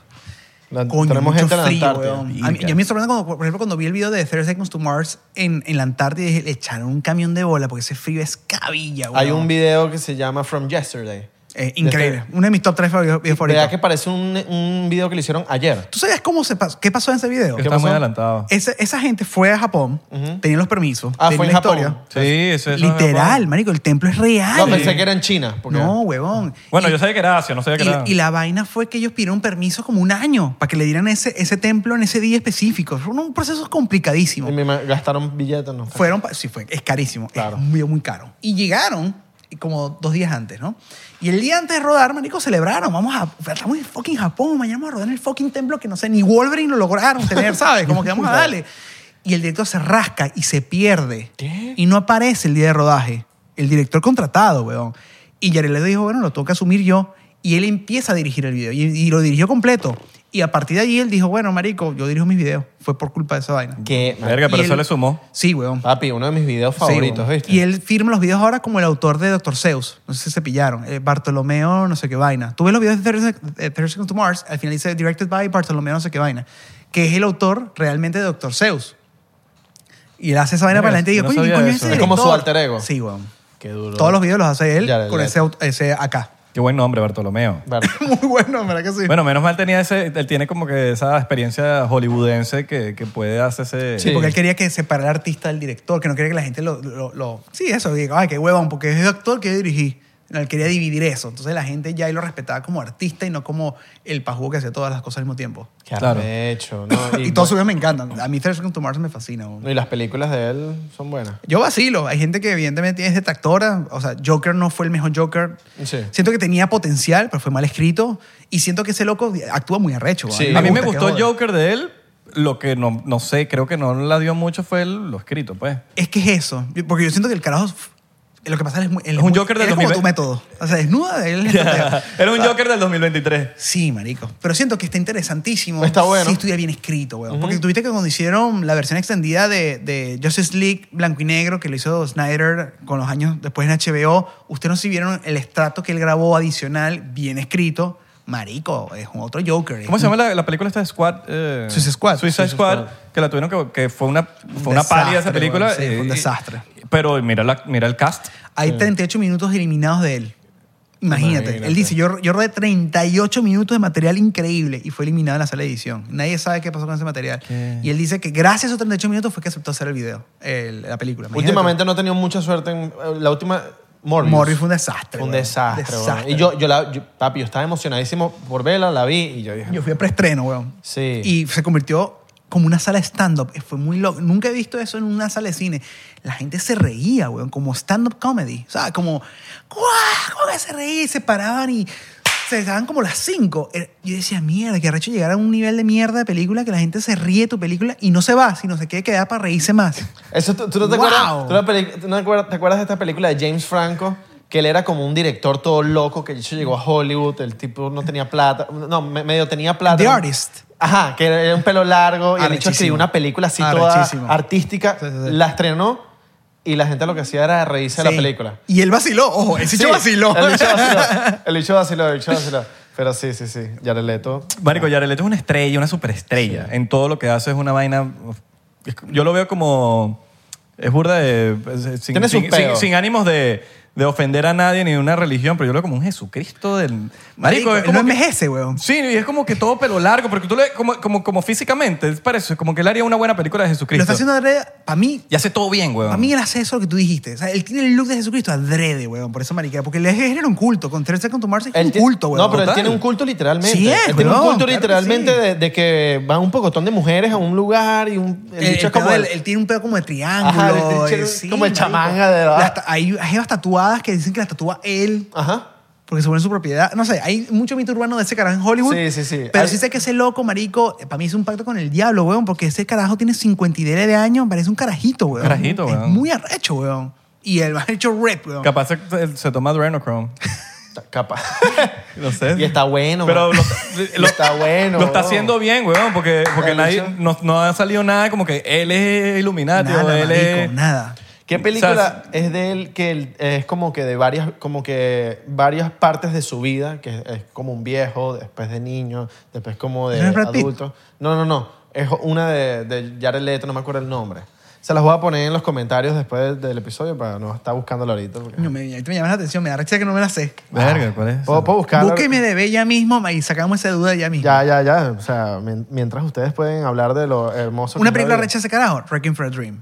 S3: La-
S1: Coño,
S3: tenemos
S1: mucho
S3: gente en la
S1: frío,
S3: Antártida.
S1: weón. A mí, yo me sorprende cuando, por ejemplo, cuando vi el video de 30 Seconds to Mars en, en la Antártida, dije, le echaron un camión de bola porque ese frío es cabilla, weón.
S3: Hay un video que se llama From Yesterday.
S1: Eh, increíble. Uno de mis top 3 videos videos favoritos.
S3: Vea que parece un, un video que le hicieron ayer.
S1: ¿Tú sabías cómo se pasó? ¿Qué pasó en ese video?
S2: Está muy adelantado.
S1: Esa, esa gente fue a Japón, tenían los permisos,
S3: Ah,
S1: tenían
S3: fue en
S1: la
S3: Japón.
S1: historia.
S2: Sí, eso es.
S1: Literal, marico, el templo es real.
S3: No, pensé que era en China. porque-
S1: Ah, No, huevón.
S2: Bueno,
S1: Y-
S2: yo sabía que era Asia, no sabía que era.
S1: Y, y la vaina fue que ellos pidieron permiso como un año para que le dieran ese, ese templo en ese día específico. Fue un proceso complicadísimo.
S3: Y me ma- gastaron billetes, ¿no?
S1: Fueron, pa- sí, fue, es carísimo.
S3: Claro.
S1: Es muy, muy caro. Y llegaron como dos días antes, ¿no? Y el día antes de rodar, marico, celebraron. Vamos a, estamos en fucking Japón, mañana vamos a rodar en el fucking templo que no sé, ni Wolverine lo lograron tener,
S2: *laughs*
S1: ¿sabes? Como que vamos a darle. Y el director se rasca y se pierde.
S3: ¿Qué?
S1: Y no aparece el día de rodaje. El director contratado, weón. Y Jared le dijo, bueno, lo tengo que asumir yo. Y él empieza a dirigir el video. Y, y lo dirigió completo. Y a partir de allí él dijo, bueno, marico, yo dirijo mis videos. Fue por culpa de esa vaina.
S3: Que,
S2: Verga, pero
S1: y
S2: eso
S1: el-
S2: le sumó.
S1: Sí, weón.
S3: papi, uno de mis videos favoritos,
S1: Sí,
S3: ¿viste?
S1: Y él firma los videos ahora como el autor de Doctor Zeus. No sé si se pillaron. Eh, Bartolomeo, no sé qué vaina. Tú ves los videos de 30 sec- eh, 30 Seconds to Mars, al final dice Directed by Bartolomeo, no sé qué vaina. Que es el autor realmente de Doctor Zeus. Y él hace esa vaina
S2: Mira,
S1: para adelante y
S2: yo
S1: digo,
S2: no
S1: coño, ¿qué
S2: sabía
S1: coño
S2: eso.
S1: ese
S3: Es como su
S1: director?
S3: alter ego.
S1: Sí, weón.
S3: Qué duro.
S1: Todos los videos los hace él
S3: Ya,
S1: con
S3: ya.
S1: ese,
S3: *laughs*
S1: aut- ese acá.
S2: Qué buen nombre, Bartolomeo.
S3: Ver-
S1: *laughs* Muy bueno, ¿verdad que sí?
S2: Bueno, menos mal tenía ese, él tiene como que esa experiencia hollywoodense que, que puede hacerse.
S1: Sí,
S3: Sí.
S1: porque él quería que separara al artista del director, que no quería que la gente lo... lo- lo- sí, eso, diga, ay, qué huevón, porque es el actor que yo dirigí. No, Él quería dividir eso. Entonces la gente ya ahí lo respetaba como artista y no como el pajugo que hacía todas las cosas al mismo tiempo.
S3: Qué
S2: Claro.
S3: arrecho,
S1: *laughs*
S3: ¿no?
S1: Y, todos sus videos me encantan. A mí Third Second to Mars me fascina. weón.
S3: no, y las películas de él son buenas.
S1: Yo vacilo. Hay gente que evidentemente es detractora. O sea, Joker no fue el mejor Joker.
S3: Sí.
S1: Siento que tenía potencial, pero fue mal escrito. Y siento que ese loco actúa muy arrecho. weón.
S3: Sí.
S2: A mí me
S1: gusta
S2: gustó el
S1: que joda.
S2: Joker de él. Lo que no, no sé, creo que no la dio mucho fue el- lo escrito, pues.
S1: Es que es eso. Yo- Porque yo siento que el carajo. Lo que pasa es, muy- él
S2: Es un
S1: muy-
S2: Joker del
S1: él es como
S2: 2020.
S1: tu método. O sea, desnuda de él. es tontería.
S2: *laughs* Era un Joker del 2023.
S1: Sí, marico. Pero siento que está interesantísimo.
S3: Está bueno.
S1: Sí, estuviera bien escrito, weón. Porque tuviste que cuando hicieron la versión extendida de, de Justice League blanco y negro que lo hizo Snyder con los años después en HBO, ustedes no se vieron el estrato que él grabó adicional, bien escrito. Marico, es un otro Joker. es
S2: ¿Cómo se llama la, la película esta de Squad? Eh,
S1: Suicide Squad.
S2: Suicide
S1: Suicide
S2: Squad, que la tuvieron que, que fue una, fue una
S1: Desastre,
S2: pálida esa película.
S1: weón, sí, fue un
S2: eh,
S1: desastre.
S2: Pero mira, la- mira el cast.
S1: Hay 38 minutos eliminados de él. Imagínate.
S3: Imagínate.
S1: Él dice, yo, yo rodé 38 minutos de material increíble y fue eliminado en la sala de edición. Nadie sabe qué pasó con ese material. Y él dice que gracias a esos 38 minutos fue que aceptó hacer el video, el- la película. Imagínate.
S3: Últimamente no he tenido mucha suerte en eh, la última Morbius.
S1: Morbius fue un desastre.
S3: un
S1: weón.
S3: desastre, weón. Y yo, yo, la, yo- papi, yo estaba emocionadísimo por verla, la vi y yo dije,
S1: Yo fui a preestreno, weón.
S3: Sí.
S1: Y se convirtió como una sala de stand-up. Fue muy loco. Nunca he visto eso en una sala de cine. La gente se reía, weón, como stand-up comedy. O sea, como, ¡guau! ¿Cómo que se reía? Y se paraban y se daban como las cinco. Era- Yo decía, mierda, que arrecho llegar a un nivel de mierda de película que la gente se ríe de tu película y no se va, sino se quiere quedar para reírse más.
S3: Eso, ¿tú, tú no te
S1: Wow.
S3: acuerdas? tú no peli- tú no acuerdas- ¿Te acuerdas de esta película de James Franco? Que él era como un director todo loco, que de hecho llegó a Hollywood, el tipo no tenía plata, no, me- medio tenía plata.
S1: The Artist.
S3: Ajá, que era un pelo largo y el hecho
S1: Arrechísimo.
S3: escribió una película así toda
S1: Arrechísimo.
S3: artística,
S1: Sí, sí, sí.
S3: la estrenó y la gente lo que hacía era reírse de la
S1: Sí.
S3: película.
S1: Y él vaciló, ojo, ese chico vaciló.
S3: El bicho vaciló.
S1: *laughs*
S3: El bicho vaciló, el bicho vaciló. Pero sí, sí, sí. Jared Leto.
S2: Marico, Jared Leto es una estrella, una superestrella. En todo lo que hace es una vaina. es- Yo lo veo como. Es burda de. es- Sin,
S3: Tiene sus
S2: sin-
S3: peos.
S2: sin- sin ánimos de, de ofender a nadie ni de una religión, pero yo lo veo como un Jesucristo del. Marico, es
S1: él
S2: como.
S1: no
S2: que-
S1: envejece, weón.
S2: sí, y es como que todo pelo largo, porque tú le. Como, como, como físicamente, es parece como que él haría una buena película de
S1: Lo
S2: Jesucristo.
S1: está haciendo adrede, para mí,
S2: Y hace todo bien, weón.
S1: para mí él hace eso lo que tú dijiste. O sea, él tiene el look de Jesucristo adrede, weón, por esa mariquera. Porque le genera un culto. Con Teresa con Mars es
S3: Él
S1: un
S3: tiene-
S1: culto, weón.
S3: No, pero él
S2: total.
S3: tiene un culto literalmente.
S1: Sí es,
S3: él tiene un
S1: weón,
S3: culto
S1: claro que
S3: literalmente
S1: sí.
S3: de, de que van un pocotón de mujeres a un lugar y un, el
S2: Eh,
S1: El-
S3: bicho
S1: el
S3: es como...
S1: pedo
S3: el-
S1: del- él tiene un pedo como de triángulo.
S3: Ajá, el- el-
S1: eh,
S3: como el
S1: marico.
S3: chamanga de la-
S1: Las ta- Hay jevas tatuadas que dicen que las tatúa él
S3: Ajá.
S1: porque se vuelve su propiedad. No sé, hay mucho mito urbano de ese carajo en Hollywood.
S3: Sí, sí, sí.
S1: Pero
S3: Hay-
S1: sí sé que ese loco, marico, eh, para mí es un pacto con el diablo, weón, porque ese carajo tiene 59 de años, parece un carajito, weón.
S2: Carajito,
S1: Es
S2: weón.
S1: muy arrecho, weón. Y él ha hecho rep, weón.
S2: Capaz se, se toma Adrenochrome.
S3: Capaz. *laughs*
S2: No sé.
S3: y está bueno.
S2: Pero
S3: weón.
S2: lo,
S3: *laughs* Y
S2: lo-
S3: está bueno.
S2: Lo está
S3: weón.
S2: haciendo bien, weón, porque, porque
S3: El
S2: nadie,
S3: bicho.
S2: no, no ha salido nada como que él es Illuminati
S1: nada,
S2: o él es...
S1: marico, nada.
S3: ¿Qué
S2: O sea,
S3: película es de él que él- es como que de varias, como que varias partes de su vida, que es, es como un viejo, después de niño, después como de
S1: ¿No es Brad Pitt?
S3: adulto? No, no, no. Es una de, de Jared Leto, no me acuerdo el nombre. Se las voy a poner en los comentarios después del, del episodio para no estar buscándola ahorita. porque- Ah,
S1: Coño, me, ahorita me llamas la atención, me da rechera que no me la sé.
S2: Verga, ¿cuál es? esa?
S3: ¿Puedo, puedo buscarla?
S1: Búsqueme de ve ya mismo y sacamos esa duda ya mismo.
S3: Ya, ya, ya. O sea, mien- mientras ustedes pueden hablar de lo hermoso
S1: Una
S3: que es la
S1: película
S3: vida.
S1: recha ese carajo, Wrecking for a Dream.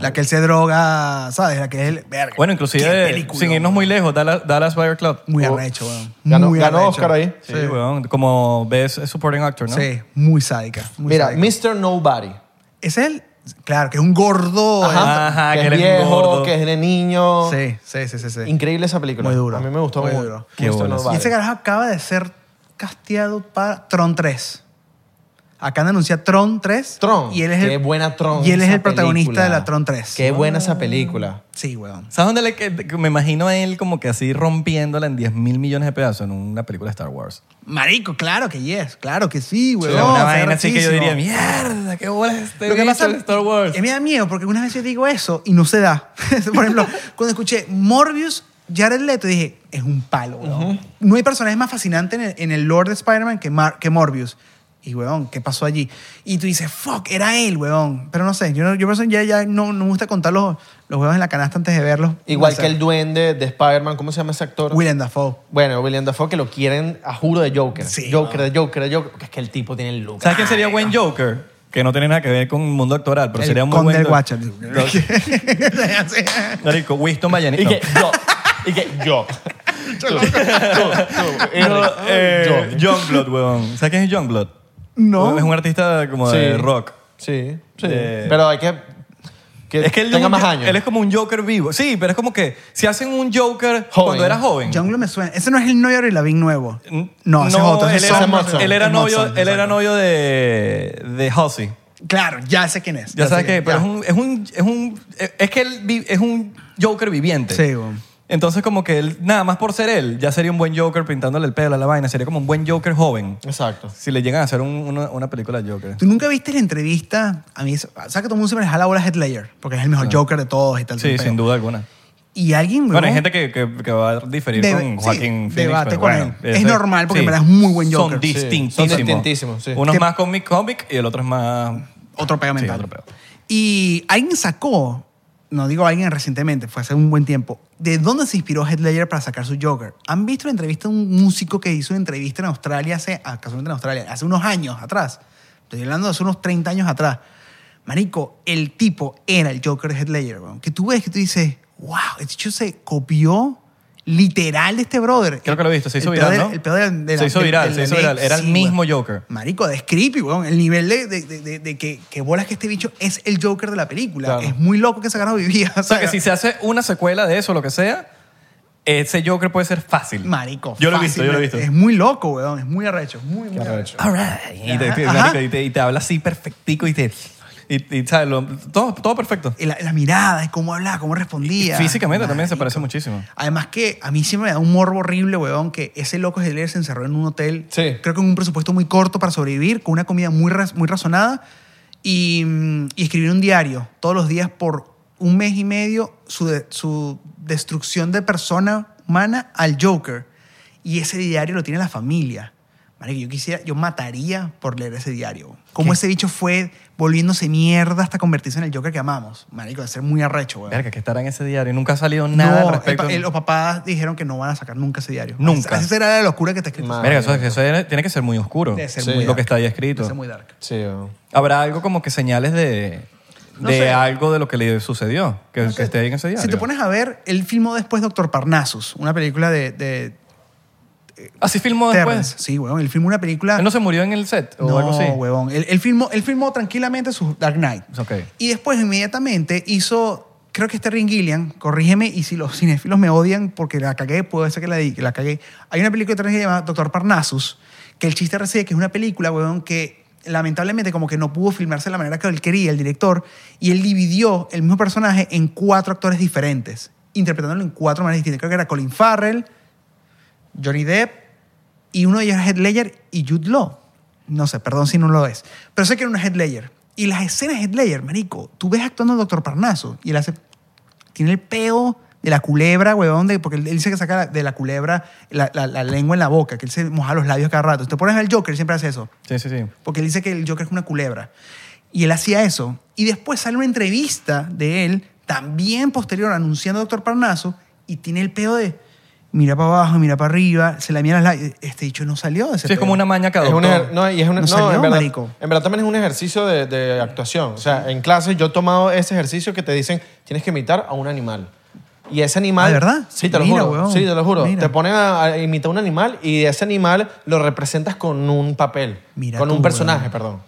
S1: La que él se droga, ¿sabes? La que él. Verga.
S2: Bueno, inclusive,
S1: Qué
S2: de-
S1: película,
S2: sin irnos
S1: weón.
S2: muy lejos, Dallas, Dallas Buyer Club.
S1: Muy
S3: Oh.
S1: arrecho, weón.
S3: Ganó,
S1: Muy
S3: ganó
S1: arrecho.
S3: Oscar ahí.
S2: Sí, weón, como ves es supporting actor, ¿no?
S1: Sí, muy sádica. muy
S3: Mira,
S1: sádica.
S3: Mr. Nobody.
S1: ¿Es él? Claro, que es un gordo. eh.
S2: Ajá.
S3: que,
S2: que
S3: es
S2: él es
S3: viejo,
S2: gordo.
S3: que es de niño.
S1: Sí, sí, sí, sí. sí.
S3: Increíble esa película.
S1: Muy duro.
S3: A mí me gustó
S1: Muy
S3: mucho.
S1: duro.
S2: Qué
S3: Mr.
S2: bolas.
S3: Nobody.
S1: Y ese carajo acaba de ser casteado para Tron 3. Acá han anunciado Tron 3.
S3: Tron.
S1: Y él es
S3: Qué
S1: el,
S3: buena Tron.
S1: Y él es
S3: esa
S1: el protagonista
S3: película.
S1: de la Tron 3.
S3: Qué buena esa película.
S1: Sí, weón.
S2: ¿Sabes dónde le, que- que me imagino a él como que así rompiéndola en 10 mil millones de pedazos en una película de Star Wars?
S1: Marico, claro que yes. Claro que sí, weón.
S2: una
S1: Se ve
S2: vaina así que yo
S1: rechísimo.
S2: diría, mierda, qué bola este
S1: Lo que
S2: bicho
S1: pasa
S2: de Star Wars.
S1: que me da miedo porque una vez yo digo eso y no se da. *laughs* Por ejemplo, cuando escuché Morbius, Jared Leto, dije, es un palo, weón. No hay personaje más fascinante en el, en el Lord de Spider-Man que, Mar- que Morbius. Y, weón, ¿qué pasó allí? Y tú dices, fuck, era él, weón. Pero no sé, yo, no- yo por eso ya, ya no, no me gusta contar los, los huevos en la canasta antes de verlos.
S3: Igual
S1: No sé.
S3: que el duende de Spider-Man. ¿Cómo se llama ese actor?
S1: Willem Dafoe.
S3: Bueno, William Dafoe que lo quieren a juro de Joker.
S1: Sí,
S3: Joker, de Joker, de Joker. Porque es que el tipo tiene el look.
S2: ¿Sabes quién sería buen Joker? Que no tiene nada que ver con el mundo actoral, pero
S1: El
S2: sería muy
S1: conde
S2: buen
S1: del
S2: Do-
S1: Guacho. *laughs*
S2: Do- Marico, Winston Mayanito.
S3: *laughs* Y que yo. Y que
S1: *laughs*
S3: yo.
S2: Pero, eh, Youngblood, weón. ¿Sabes quién es Youngblood?
S1: No.
S2: Es un artista como de
S3: Sí.
S2: rock.
S3: Sí, sí.
S2: Eh,
S3: Pero hay que. Que
S2: Es que él,
S3: tenga
S2: es un-
S3: más años.
S2: él es como un Joker vivo. Sí, pero es como que si hacen un Joker
S3: Joven.
S2: cuando era joven.
S1: Jungle me suena. Ese no es el novio de Lavín nuevo.
S2: N-
S1: No, ese es otro. ese
S2: él
S1: es
S2: era,
S1: Son-
S3: Mudson.
S2: él era
S1: es
S2: novio,
S1: Mudson,
S2: él era
S1: exacto.
S2: novio de, de Halsey.
S1: Claro, ya sé quién es.
S2: Ya, sabes
S1: sé
S2: que, pues-
S1: quién
S2: pero
S1: ya.
S2: es un, es un, es un, es que él vi- es un Joker viviente.
S1: Sí, weón.
S2: Entonces como que él, nada más por ser él, ya sería un buen Joker pintándole el pelo a la vaina, sería como un buen Joker joven.
S3: Exacto.
S2: Si le llegan a hacer un- una, una película de Joker.
S1: ¿Tú nunca viste la entrevista? A mí, eso- sabes que todo el mundo siempre les da la bola a Heath Ledger, porque es el mejor Joker de todos y tal.
S2: Sí,
S1: pero-
S2: sin duda alguna.
S1: Y alguien,
S2: Bueno, hay
S1: weón,
S2: gente que, que, que va a diferir
S1: Debe-
S2: con Joaquín
S1: sí,
S2: Phoenix,
S1: debate
S2: pero
S1: con
S2: bueno,
S1: él. Es
S2: ese-
S1: normal, porque en verdad es muy buen Joker.
S2: Son
S1: Sí,
S2: distintísimos.
S3: son distintísimos, sí.
S2: Uno
S1: Que-
S2: es más cómic cómic y el otro es más...
S1: otro pega
S2: Sí,
S1: mental.
S2: otro peo.
S1: Y alguien sacó, no digo alguien recientemente, fue hace un buen tiempo, de dónde se inspiró Heath Ledger para sacar su Joker. ¿Han visto la entrevista de un músico que hizo una entrevista en Australia hace, ah, casualmente en Australia, hace unos años atrás? Estoy hablando de hace unos 30 años atrás. Marico, el tipo era el Joker de Heath Ledger, weón. Que tú ves que tú dices, wow, este chico se copió literal de este brother.
S2: Creo que lo he visto, se hizo
S1: El peor
S2: viral,
S1: de-
S2: ¿no?
S1: el peor de la- de la-
S2: Se hizo
S1: de-
S2: viral,
S1: de
S2: se
S1: la
S2: hizo
S1: ley,
S2: viral. Era el
S1: sí,
S2: mismo
S1: weón.
S2: Joker.
S1: Marico, es creepy, weón. El nivel de, de, de- de- de que, que bolas que este bicho es el Joker de la película.
S3: Claro.
S1: Es muy loco que esa carajo vivía. *laughs*
S2: O sea, que si se hace una secuela de eso, lo que sea, ese Joker puede ser fácil.
S1: Marico.
S2: Yo lo he visto, yo lo he
S1: fácilmente. Es
S2: visto.
S1: muy loco, weón. Es muy arrecho. Muy, muy arrecho.
S2: All right. Y te, te-
S1: Ajá.
S2: marico, y te- y te habla así perfectico y te... Y, y, ¿sabes? Lo- todo, todo perfecto.
S1: Y La, la mirada, y cómo hablaba, cómo
S2: Y
S1: respondía.
S2: físicamente también se
S1: Marico.
S2: parece muchísimo.
S1: Además que a mí siempre me da un morbo horrible, weón, que ese loco Heath Ledger se encerró en un hotel,
S3: Sí.
S1: creo que en un presupuesto muy corto para sobrevivir, con una comida muy, raz- muy razonada y, mm, y escribir un diario todos los días por un mes y medio su, de- su destrucción de persona humana al Joker. Y ese diario lo tiene la familia. Marico, yo quisiera, yo mataría por leer ese diario. Cómo ese bicho fue volviéndose mierda hasta convertirse en el Joker que amamos. Marico, de ser muy arrecho, güey.
S2: Verga, que estará en ese diario. Nunca ha salido nada al
S1: el
S2: respecto.
S1: pa- el- los papás dijeron que no van a sacar nunca ese diario.
S2: Nunca.
S1: Así será la locura que está escrito.
S3: Ma-
S2: Verga, eso, eso era- tiene que ser muy oscuro.
S1: Debe ser
S2: Sí.
S1: muy
S2: lo
S1: dark.
S2: que está ahí
S1: Debe
S2: escrito.
S1: ser muy dark.
S3: Sí, oh. weón.
S2: Habrá algo como que señales de,
S1: No
S2: de
S1: sé.
S2: algo de lo que le sucedió, que, que esté ahí en ese diario.
S1: Si te pones a ver, él filmó después Doctor Parnassus, una película de, de
S2: Así filmó
S1: Terrence.
S2: después.
S1: Sí, weón. Él filmó una película.
S2: Él no se murió en el set o
S1: No,
S2: algo así.
S1: huevón. Él, él filmó, él filmó tranquilamente su Dark Knight.
S2: Ok.
S1: Y después, inmediatamente, hizo. Creo que este Ring Gillian, corrígeme, y si los cinéfilos me odian porque la cagué, puede ser que la, di- que la cagué. Hay una película de Terrence Gilliam llamada Doctor Parnassus, que el chiste reside que es una película, huevón, que lamentablemente como que no pudo filmarse de la manera que él quería, el director, y él dividió el mismo personaje en cuatro actores diferentes, interpretándolo en cuatro maneras distintas. Creo que era Colin Farrell, Johnny Depp y uno de ellos era Heath Ledger y Jude Law. No sé, perdón si no lo es. Pero sé que era una Heath Ledger. Y las escenas Heath Ledger, marico, tú ves actuando al Doctor Parnaso y él hace... Tiene el peo de la culebra, huevón, de- porque él él dice que saca la- de la culebra la, la- la lengua en la boca, que él se moja los labios cada rato. Si Te pones al Joker, siempre hace eso.
S2: Sí, sí, sí.
S1: Porque él dice que el Joker es una culebra. Y él hacía eso. Y después sale una entrevista de él, también posterior, anunciando a Doctor Parnaso, y tiene el pedo de mira para abajo, mira para arriba, se la mira las la- Este dicho no salió de ese
S2: Sí, es
S1: pedo.
S2: como una maña que
S3: Es un
S2: adoptó.
S3: ejer- no, y es un-
S1: No
S3: no,
S1: salió,
S3: en, verdad,
S1: marico.
S3: en verdad también es un ejercicio de, de actuación. O sea, en clase yo he tomado ese ejercicio que te dicen tienes que imitar a un animal. Y ese animal...
S1: ¿Ah, de verdad?
S3: Sí, te lo
S1: Mira,
S3: juro.
S1: weón.
S3: Sí, te lo juro.
S1: Mira.
S3: Te ponen a, a imitar un animal y ese animal lo representas con un papel.
S1: Mira
S3: con
S1: tú,
S3: un personaje,
S1: weón.
S3: perdón.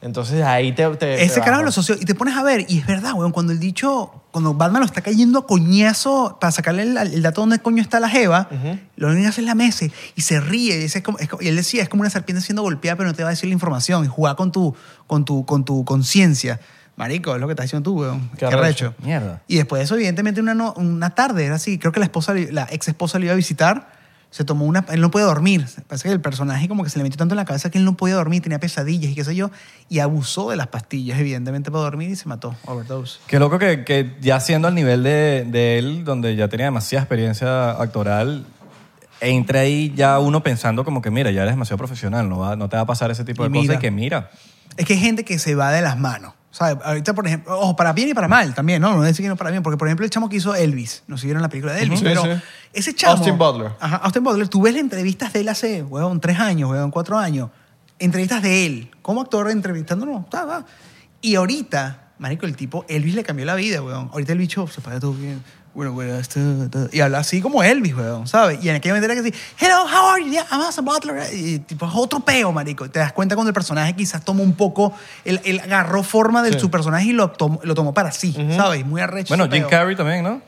S3: Entonces ahí te... te- te
S1: Ese
S3: vas,
S1: carajo
S3: weón.
S1: lo asoció. Y te pones a ver, y es verdad, weón, cuando el dicho, cuando Batman lo está cayendo a coñazo para sacarle el, el dato donde coño está la Jeva, lo único que hace es la mesa y se ríe. Y, dice, es como- es como- y él decía, es como una serpiente siendo golpeada, pero no te va a decir la información. Y jugar con tu con tu con tu conciencia. Marico, es lo que estás diciendo tú, weón. Qué,
S3: Qué
S1: arrecho.
S3: arrecho.
S2: Mierda.
S1: Y después de eso, evidentemente, una, no- una tarde era así. Creo que la esposa, la ex esposa lo iba a visitar. Se tomó una. Él no puede dormir. Parece que el personaje como que se le metió tanto en la cabeza que él no podía dormir, tenía pesadillas y qué sé yo. Y abusó de las pastillas, evidentemente, para dormir y se mató. Overdose.
S2: Qué loco que, que ya siendo al nivel de, de él, donde ya tenía demasiada experiencia actoral, entra ahí ya uno pensando como que, mira, ya eres demasiado profesional, no, va- no te va a pasar ese tipo
S1: Y
S2: de cosas
S1: mira.
S2: y que mira.
S1: Es que hay gente que se va de las manos. ¿Sabes? Ahorita, por ejemplo, ojo, para bien y para mal también, ¿no? No voy a decir que no para bien, porque, por ejemplo, el chamo que hizo Elvis, nos siguieron la película de Elvis,
S3: Sí,
S1: pero
S3: sí.
S1: ese chamo...
S3: Austin Butler.
S1: Ajá, Austin Butler, tú ves las entrevistas de él hace, weón, tres años, weón, cuatro años. Entrevistas de él, como actor entrevistándolo. ta, ta. Y ahorita, marico, el tipo, Elvis le cambió la vida, weón. Ahorita el bicho se para todo bien. Bueno, bueno, esto, esto. Y habla así como Elvis, weón, ¿sabes? Y en aquella manera que así, hello, how are you? Yeah, I'm Austin Butler. Y tipo, es otro peo, marico. Te das cuenta cuando el personaje quizás toma un poco, él, él agarró forma del su personaje y lo tomó, lo tomó para sí, ¿sabes? Muy arrecho.
S2: Bueno,
S1: ese
S2: Jim
S1: peo.
S2: Carrey también, ¿no?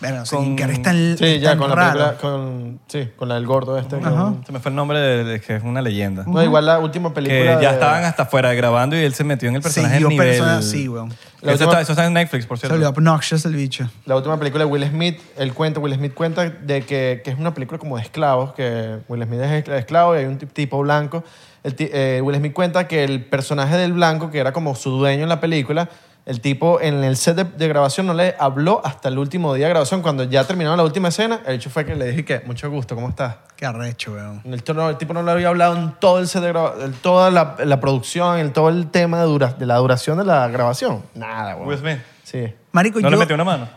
S1: Bueno, no sé,
S2: con-
S1: Jim Carrey es tan,
S3: Sí,
S1: es
S3: ya
S1: tan
S3: con la
S1: raro.
S3: película... Con, sí, con la del gordo este. que-
S1: Ajá.
S2: Se me fue el nombre de, de- que es una leyenda.
S3: No, igual la última
S2: Que
S3: película...
S2: ya
S3: de-
S2: estaban hasta afuera grabando y él se metió en el personaje
S1: Siguió
S2: nivel.
S1: persona- sí, weón.
S2: Eso,
S3: La última-
S2: está, eso está en Netflix, por
S1: Se volvió
S2: cierto.
S1: obnoxious el bicho.
S3: La última película de Will Smith, él cuenta, Will Smith cuenta de que, que es una película como de esclavos, que Will Smith es escla- esclavo y hay un ti- tipo blanco. El ti- eh, Will Smith cuenta que el personaje del blanco, que era como su dueño en la película, el tipo en el set de, de grabación no le habló hasta el último día de grabación. Cuando ya terminaron la última escena, el hecho fue que le dije que, mucho gusto, ¿cómo estás?
S1: Qué arrecho, weón.
S3: El, tono- el tipo no le había hablado en todo el set de graba- en toda la, la producción, en todo el tema de, dura- de la duración de la grabación. Nada, güey.
S2: Will Smith.
S3: Sí.
S1: Marico,
S2: ¿No le
S1: yo-
S2: metió una mano?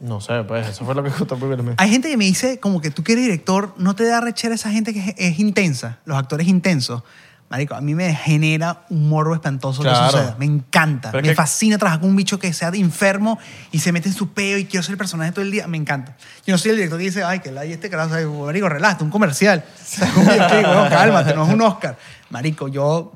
S3: No sé, pues eso fue lo que contó Will Smith.
S1: Hay gente que me dice, como que tú que eres director, ¿no te da rechera esa gente que es, es intensa? Los actores intensos. Marico, a mí me genera un morbo espantoso que
S3: Claro.
S1: eso suceda. Me encanta.
S2: Pero es
S1: me
S2: que-
S1: fascina trabajar con un bicho que sea enfermo y se mete en su peo y quiero ser el personaje todo el día. Me encanta. Yo no soy el director que dice, ay, que la y este carajo, o sea, marico, relájate, un comercial. O sea, como yo, chico, no, cálmate, no es un Oscar. Marico, yo...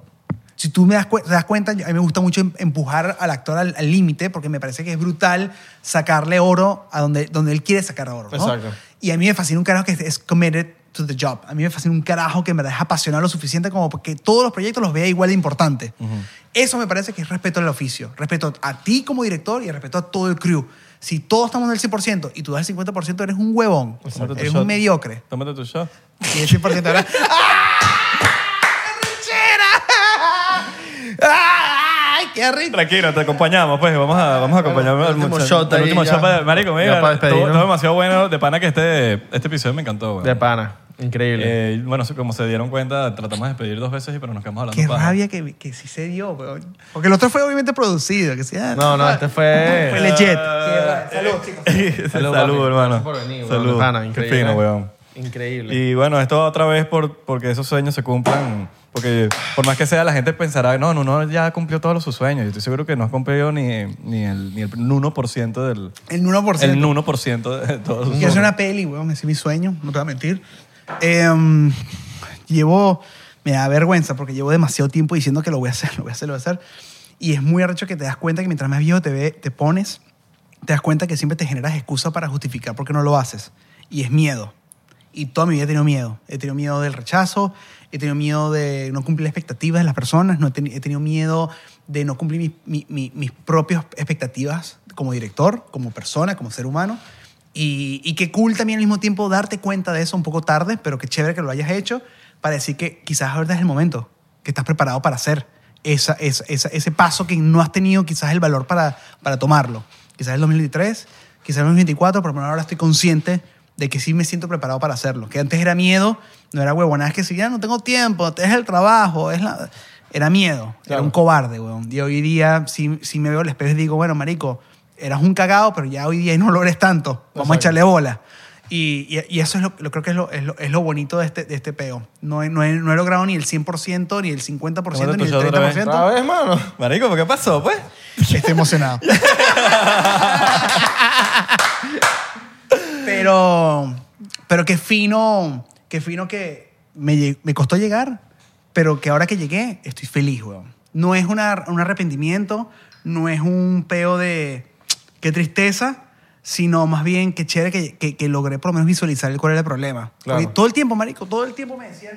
S1: Si tú me das, cue- te das cuenta, yo- a mí me gusta mucho em- empujar al actor al al límite porque me parece que es brutal sacarle oro a donde, donde él quiere sacar oro. ¿no?
S3: Exacto.
S1: Y a mí me fascina un carajo que es committed to the job. A mí me fascina un carajo que me deja apasionado lo suficiente como porque todos los proyectos los vea igual de importante. Eso me parece que es respeto al oficio, respeto a ti como director y respeto a todo el crew. Si todos estamos en el 100% y tú das el 50%, eres un huevón,
S2: Exacto.
S1: eres un mediocre.
S2: Tómate tu shot.
S1: Y el 100%
S3: *laughs*
S1: ahora... ¡Ah! ¡Qué arrechera! ¡Ay, qué rico.
S2: Tranquilo, te acompañamos, pues. Vamos a, vamos a acompañar
S3: el
S2: al
S3: último
S2: muchacho.
S3: shot
S2: El
S3: ahí,
S2: último
S3: ya.
S2: shot para- Marico,
S3: Ya
S2: mira.
S3: para
S2: estuvo-
S3: despedirnos.
S2: estuvo demasiado bueno. De pana que este, este episodio me encantó, güey.
S3: De pana. Increíble.
S2: Eh, bueno, so- como se dieron cuenta, tratamos de despedir dos veces, pero nos quedamos hablando
S1: Qué
S2: paja.
S1: rabia que, que sí se dio, weón. Porque el otro fue obviamente producido. Que sí, ah,
S3: no, no, este fue...
S1: Fue legit.
S2: Eh, *laughs* Salud, chicos. Salud, hermano.
S3: Por venir, weón.
S2: Salud.
S3: De pana,
S2: Qué
S3: increíble.
S2: fino, weón.
S3: Increíble.
S2: Y bueno, esto otra vez por, porque esos sueños se cumplan. Porque por más que sea, la gente pensará, no, Nuno ya cumplió todos sus sueños. Yo estoy seguro que no has cumplido ni, ni el, ni el 1% del...
S1: El 1%.
S2: El 1% de todos sus
S1: Quiero hacer
S2: sueños.
S1: una peli, weón, ese es mi sueño, no te voy a mentir. Em, llevo, me da vergüenza porque llevo demasiado tiempo diciendo que lo voy a hacer, *laughs* lo voy a hacer, lo voy a hacer. Y es muy arrecho que te das cuenta que mientras más viejo te, ve- te pones, te das cuenta que siempre te generas excusas para justificar por qué no lo haces. Y es miedo. Y toda mi vida he tenido miedo. He tenido miedo del rechazo, he tenido miedo de no cumplir las expectativas de las personas, no he, teni- he tenido miedo de no cumplir mis, mi- mi- mis propias expectativas como director, como persona, como ser humano. Y, y qué cool también al mismo tiempo darte cuenta de eso un poco tarde, pero qué chévere que lo hayas hecho para decir que quizás ahorita es el momento, que estás preparado para hacer esa, esa- esa- ese paso que no has tenido quizás el valor para, para tomarlo. Quizás el 2023, quizás el 2024, pero por ahora estoy consciente de que sí me siento preparado para hacerlo. Que antes era miedo, no era huevonadas que si ya no tengo tiempo, este es el trabajo, es la... Era miedo, era
S3: Claro.
S1: un cobarde, weón. Y hoy día, si, si me veo al espejo y digo, bueno, marico, eras un cagado, pero ya hoy día no lo eres tanto. Vamos a
S3: Exacto.
S1: echarle bola. Y, y- y eso es lo, lo creo que es lo, es lo, es lo bonito de este, de este peo. No he, no, he, no he logrado ni el 100%, ni el 50%, ni
S2: Te
S1: el
S2: mando tu shot otra vez.
S1: 30%.
S3: Otra vez, mano.
S2: Marico, ¿por ¿qué pasó, pues?
S1: Estoy emocionado. *laughs* pero, pero qué fino, qué fino que me, lle- me costó llegar, pero que ahora que llegué estoy feliz, weón. No es una- un arrepentimiento, no es un peo de qué tristeza, sino más bien qué chévere que, que, que logré por lo menos visualizar el cuál era el problema.
S3: Claro.
S1: Porque todo el tiempo, marico, todo el tiempo me decían,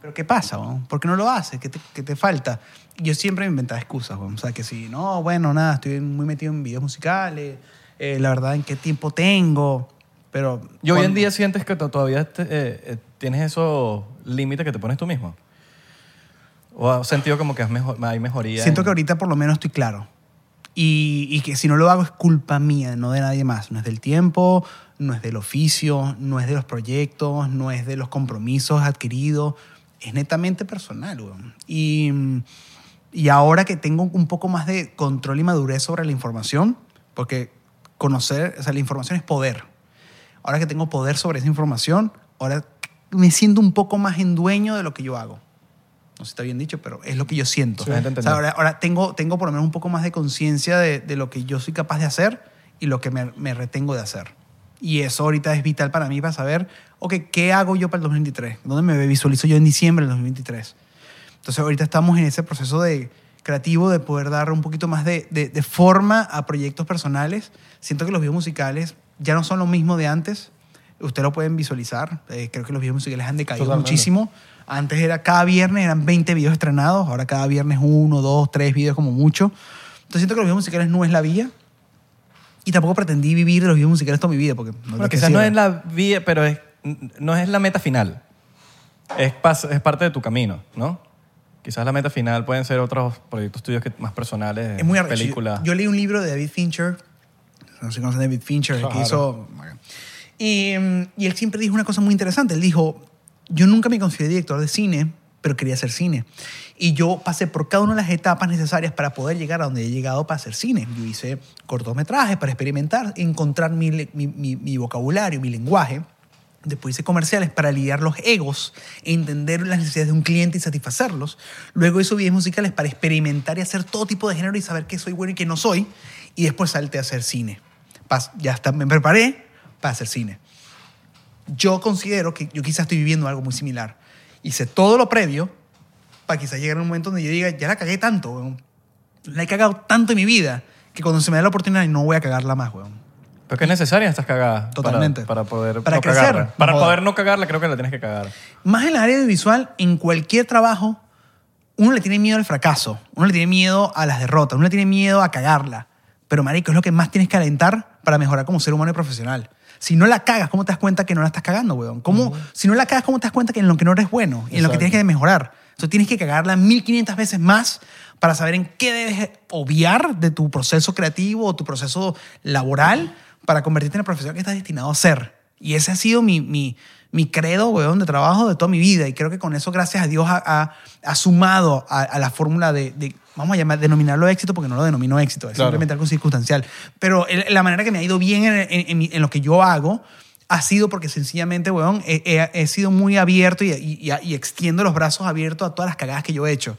S1: pero ¿qué pasa, weón? ¿Por qué no lo haces? ¿Qué te, qué te falta? Y Yo siempre me inventaba excusas, weón. O sea, que si, no, bueno, nada, estoy muy metido en videos musicales, eh, la verdad, ¿en qué tiempo tengo? Pero...
S2: Y hoy en
S1: cuando-
S2: día sientes que to- todavía te- eh, eh, tienes esos límites que te pones tú mismo. ¿O has sentido como que has mejo- hay mejoría?
S1: Siento
S2: en-
S1: que ahorita por lo menos estoy claro. Y, y que si no lo hago es culpa mía, no de nadie más. No es del tiempo, no es del oficio, no es de los proyectos, no es de los compromisos adquiridos. Es netamente personal, weón. Y, y ahora que tengo un poco más de control y madurez sobre la información, porque conocer, o sea, la información es poder. Ahora que tengo poder sobre esa información, ahora me siento un poco más en dueño de lo que yo hago. No sé si está bien dicho, pero es lo que yo siento.
S2: Sí, la gente
S1: O sea,
S2: entendió.
S1: ahora, ahora tengo, tengo por lo menos un poco más de conciencia de, de lo que yo soy capaz de hacer y lo que me, me retengo de hacer. Y eso ahorita es vital para mí para saber, ok, ¿qué hago yo para el 2023? ¿Dónde me visualizo yo en diciembre del 2023? Entonces ahorita estamos en ese proceso de creativo de poder dar un poquito más de, de- de forma a proyectos personales. Siento que los videos musicales ya no son lo mismo de antes. Ustedes lo pueden visualizar. Eh, creo que los videos musicales han decaído
S3: Totalmente.
S1: muchísimo. Antes era cada viernes eran 20 videos estrenados. Ahora cada viernes uno, dos, tres videos como mucho. Entonces siento que los videos musicales no es la vía. Y tampoco pretendí vivir de los videos musicales toda mi vida. Porque no
S2: Bueno,
S1: es que
S2: quizás no
S1: sirva.
S2: es la vía, pero es, no es la meta final. Es, pas- es parte de tu camino, ¿no? Quizás la meta final pueden ser otros proyectos tuyos que, más personales,
S1: Es muy arrecho.
S2: películas.
S1: Yo, yo leí un libro de David Fincher, no sé si conocen a David Fincher, el que hizo... Y, mm, y él siempre dijo una cosa muy interesante. Él dijo, yo nunca me consideré director de cine, pero quería hacer cine. Y yo pasé por cada una de las etapas necesarias para poder llegar a donde he llegado para hacer cine. Yo hice cortometrajes para experimentar, encontrar mi le- mi- mi- mi vocabulario, mi lenguaje. Después pues, hice comerciales para lidiar los egos, entender las necesidades de un cliente y satisfacerlos. Luego hice videos musicales para experimentar y hacer todo tipo de género y saber qué soy bueno y qué no soy. Y después salté a hacer cine. Pas- ya está, me preparé para hacer cine. Yo considero que yo quizás estoy viviendo algo muy similar. Hice todo lo previo para quizás llegar a un momento donde yo diga, ya la cagué tanto, weón. La he cagado tanto en mi vida que cuando se me da la oportunidad no voy a cagarla más, weón.
S2: Pero que es necesaria estas cagadas. para-
S1: Totalmente.
S2: Para, poder
S1: Para
S2: no
S1: crecer,
S2: cagarla.
S1: no
S2: Para
S1: joda.
S2: poder no cagarla, creo que la tienes que cagar.
S1: más en la área audiovisual, en cualquier trabajo, uno le tiene miedo al fracaso, uno le tiene miedo a las derrotas, uno le tiene miedo a cagarla. Pero, marico, es lo que más tienes que alentar para mejorar como ser humano y profesional. Si no la cagas, ¿cómo te das cuenta que no la estás cagando, weón? ¿Cómo, Si no la cagas, ¿cómo te das cuenta que en lo que no eres bueno y en lo que
S3: Exacto.
S1: tienes que mejorar? Entonces tienes que cagarla 1500 veces más para saber en qué debes obviar de tu proceso creativo o tu proceso laboral para convertirte en el profesional que estás destinado a ser. Y ese ha sido mi, mi, mi credo, weón, de trabajo de toda mi vida. Y creo que con eso, gracias a Dios, ha, ha- ha sumado a, a la fórmula de, de- vamos a llamar, denominarlo éxito, porque no lo denomino éxito, es
S3: Claro.
S1: simplemente algo circunstancial. Pero el- la manera que me ha ido bien en, en- en mi- en lo que yo hago ha sido porque sencillamente, weón, he, he- he sido muy abierto y, y- y- y extiendo los brazos abiertos a todas las cagadas que yo he hecho.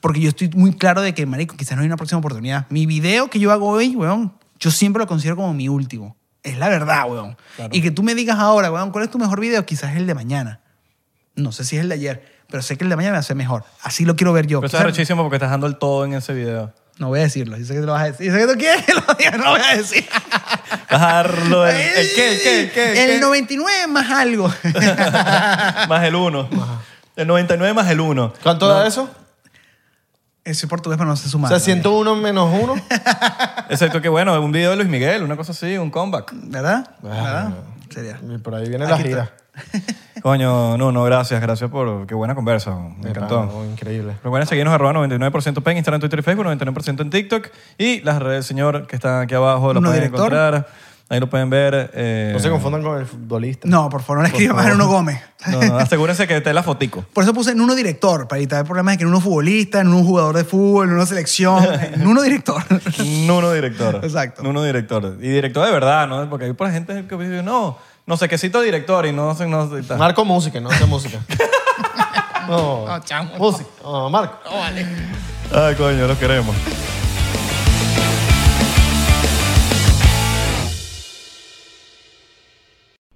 S1: Porque yo estoy muy claro de que, marico, quizás no hay una próxima oportunidad. Mi video que yo hago hoy, weón, yo siempre lo considero como mi último. Es la verdad, weón. Y que tú me digas ahora, weón, ¿cuál es tu mejor video? Quizás es el de mañana. No sé si es el de ayer, pero sé que el de mañana va a ser mejor. Así lo quiero ver yo.
S2: Pero eso es
S1: Quizás-
S2: rechísimo porque estás dando el todo en ese video.
S1: no voy a decirlo. Yo sé que te lo vas a decir. Yo sé que tú quieres *laughs* que lo diga, no lo voy a decir. *laughs*
S2: Bajarlo el, el, qué, el qué, el qué,
S1: El
S2: qué.
S1: 99 más algo. *laughs*
S2: más el 1. El 99 más el 1.
S3: ¿Cuánto da eso?
S1: Ese portugués, pero no sé
S3: O
S1: sumar.
S3: sea, 101 menos 1.
S2: Exacto, que bueno, un video de Luis Miguel, una cosa así, un comeback.
S1: ¿Verdad?
S2: Ah.
S1: ¿Verdad? *laughs* Sería.
S3: Por ahí viene la
S1: Aquí está.
S3: gira.
S2: Coño, no, no, gracias, gracias por. Qué buena conversa, me encantó.
S3: Ah, Increíble.
S2: Recuerden seguirnos arroba 99% en Instagram, Twitter y Facebook, 99% en TikTok y las redes del señor que están aquí abajo, lo
S1: Uno
S2: pueden
S1: director.
S2: encontrar. Ahí lo pueden ver. eh,
S3: No se confundan con el futbolista.
S1: No, por favor, no le escribas a Uno Gómez.
S2: no, no, asegúrense que esté la fotico.
S1: Por eso puse en uno director, para evitar problemas de que en uno futbolista, en uno jugador de fútbol, en una selección, en uno
S2: *laughs*
S1: director.
S2: Nuno director.
S1: Exacto.
S2: Nuno director. Y director de verdad, ¿no? Porque hay por gente que dice, no, no sé qué cito director y no sé, no sé. y tal.
S3: Marco música, no
S1: *laughs*
S3: hace música. No,
S5: No, chamo.
S3: Música. No, Marco.
S2: Ay, coño, los queremos.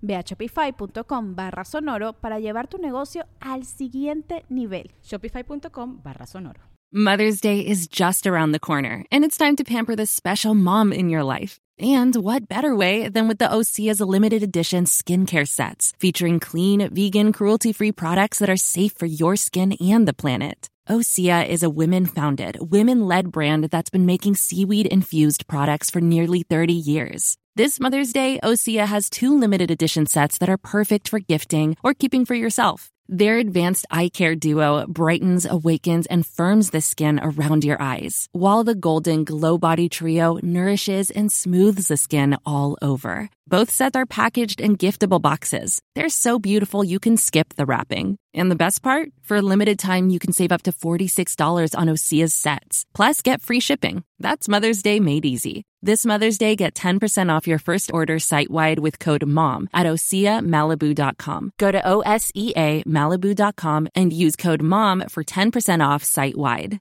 S6: Ve a shopify.com barra sonoro para llevar tu negocio al siguiente nivel.
S7: Shopify.com barra sonoro.
S8: Mother's Day is just around the corner, and it's time to pamper the special mom in your life. And what better way than with the Osea's limited edition skincare sets featuring clean, vegan, cruelty free products that are safe for your skin and the planet. Osea is a women founded, women led brand that's been making seaweed infused products for nearly 30 years. This Mother's Day, Osea has two limited edition sets that are perfect for gifting or keeping for yourself. Their advanced eye care duo brightens, awakens, and firms the skin around your eyes, while the golden glow body trio nourishes and smooths the skin all over. Both sets are packaged in giftable boxes. They're so beautiful you can skip the wrapping. And the best part? For a limited time, you can save up to $46 on Osea's sets. Plus, get free shipping. That's Mother's Day made easy. This Mother's Day, get 10% off your first order site wide with code MOM at OseaMalibu.com. Go to O S E A Malibu.com and use code MOM for 10% off site wide.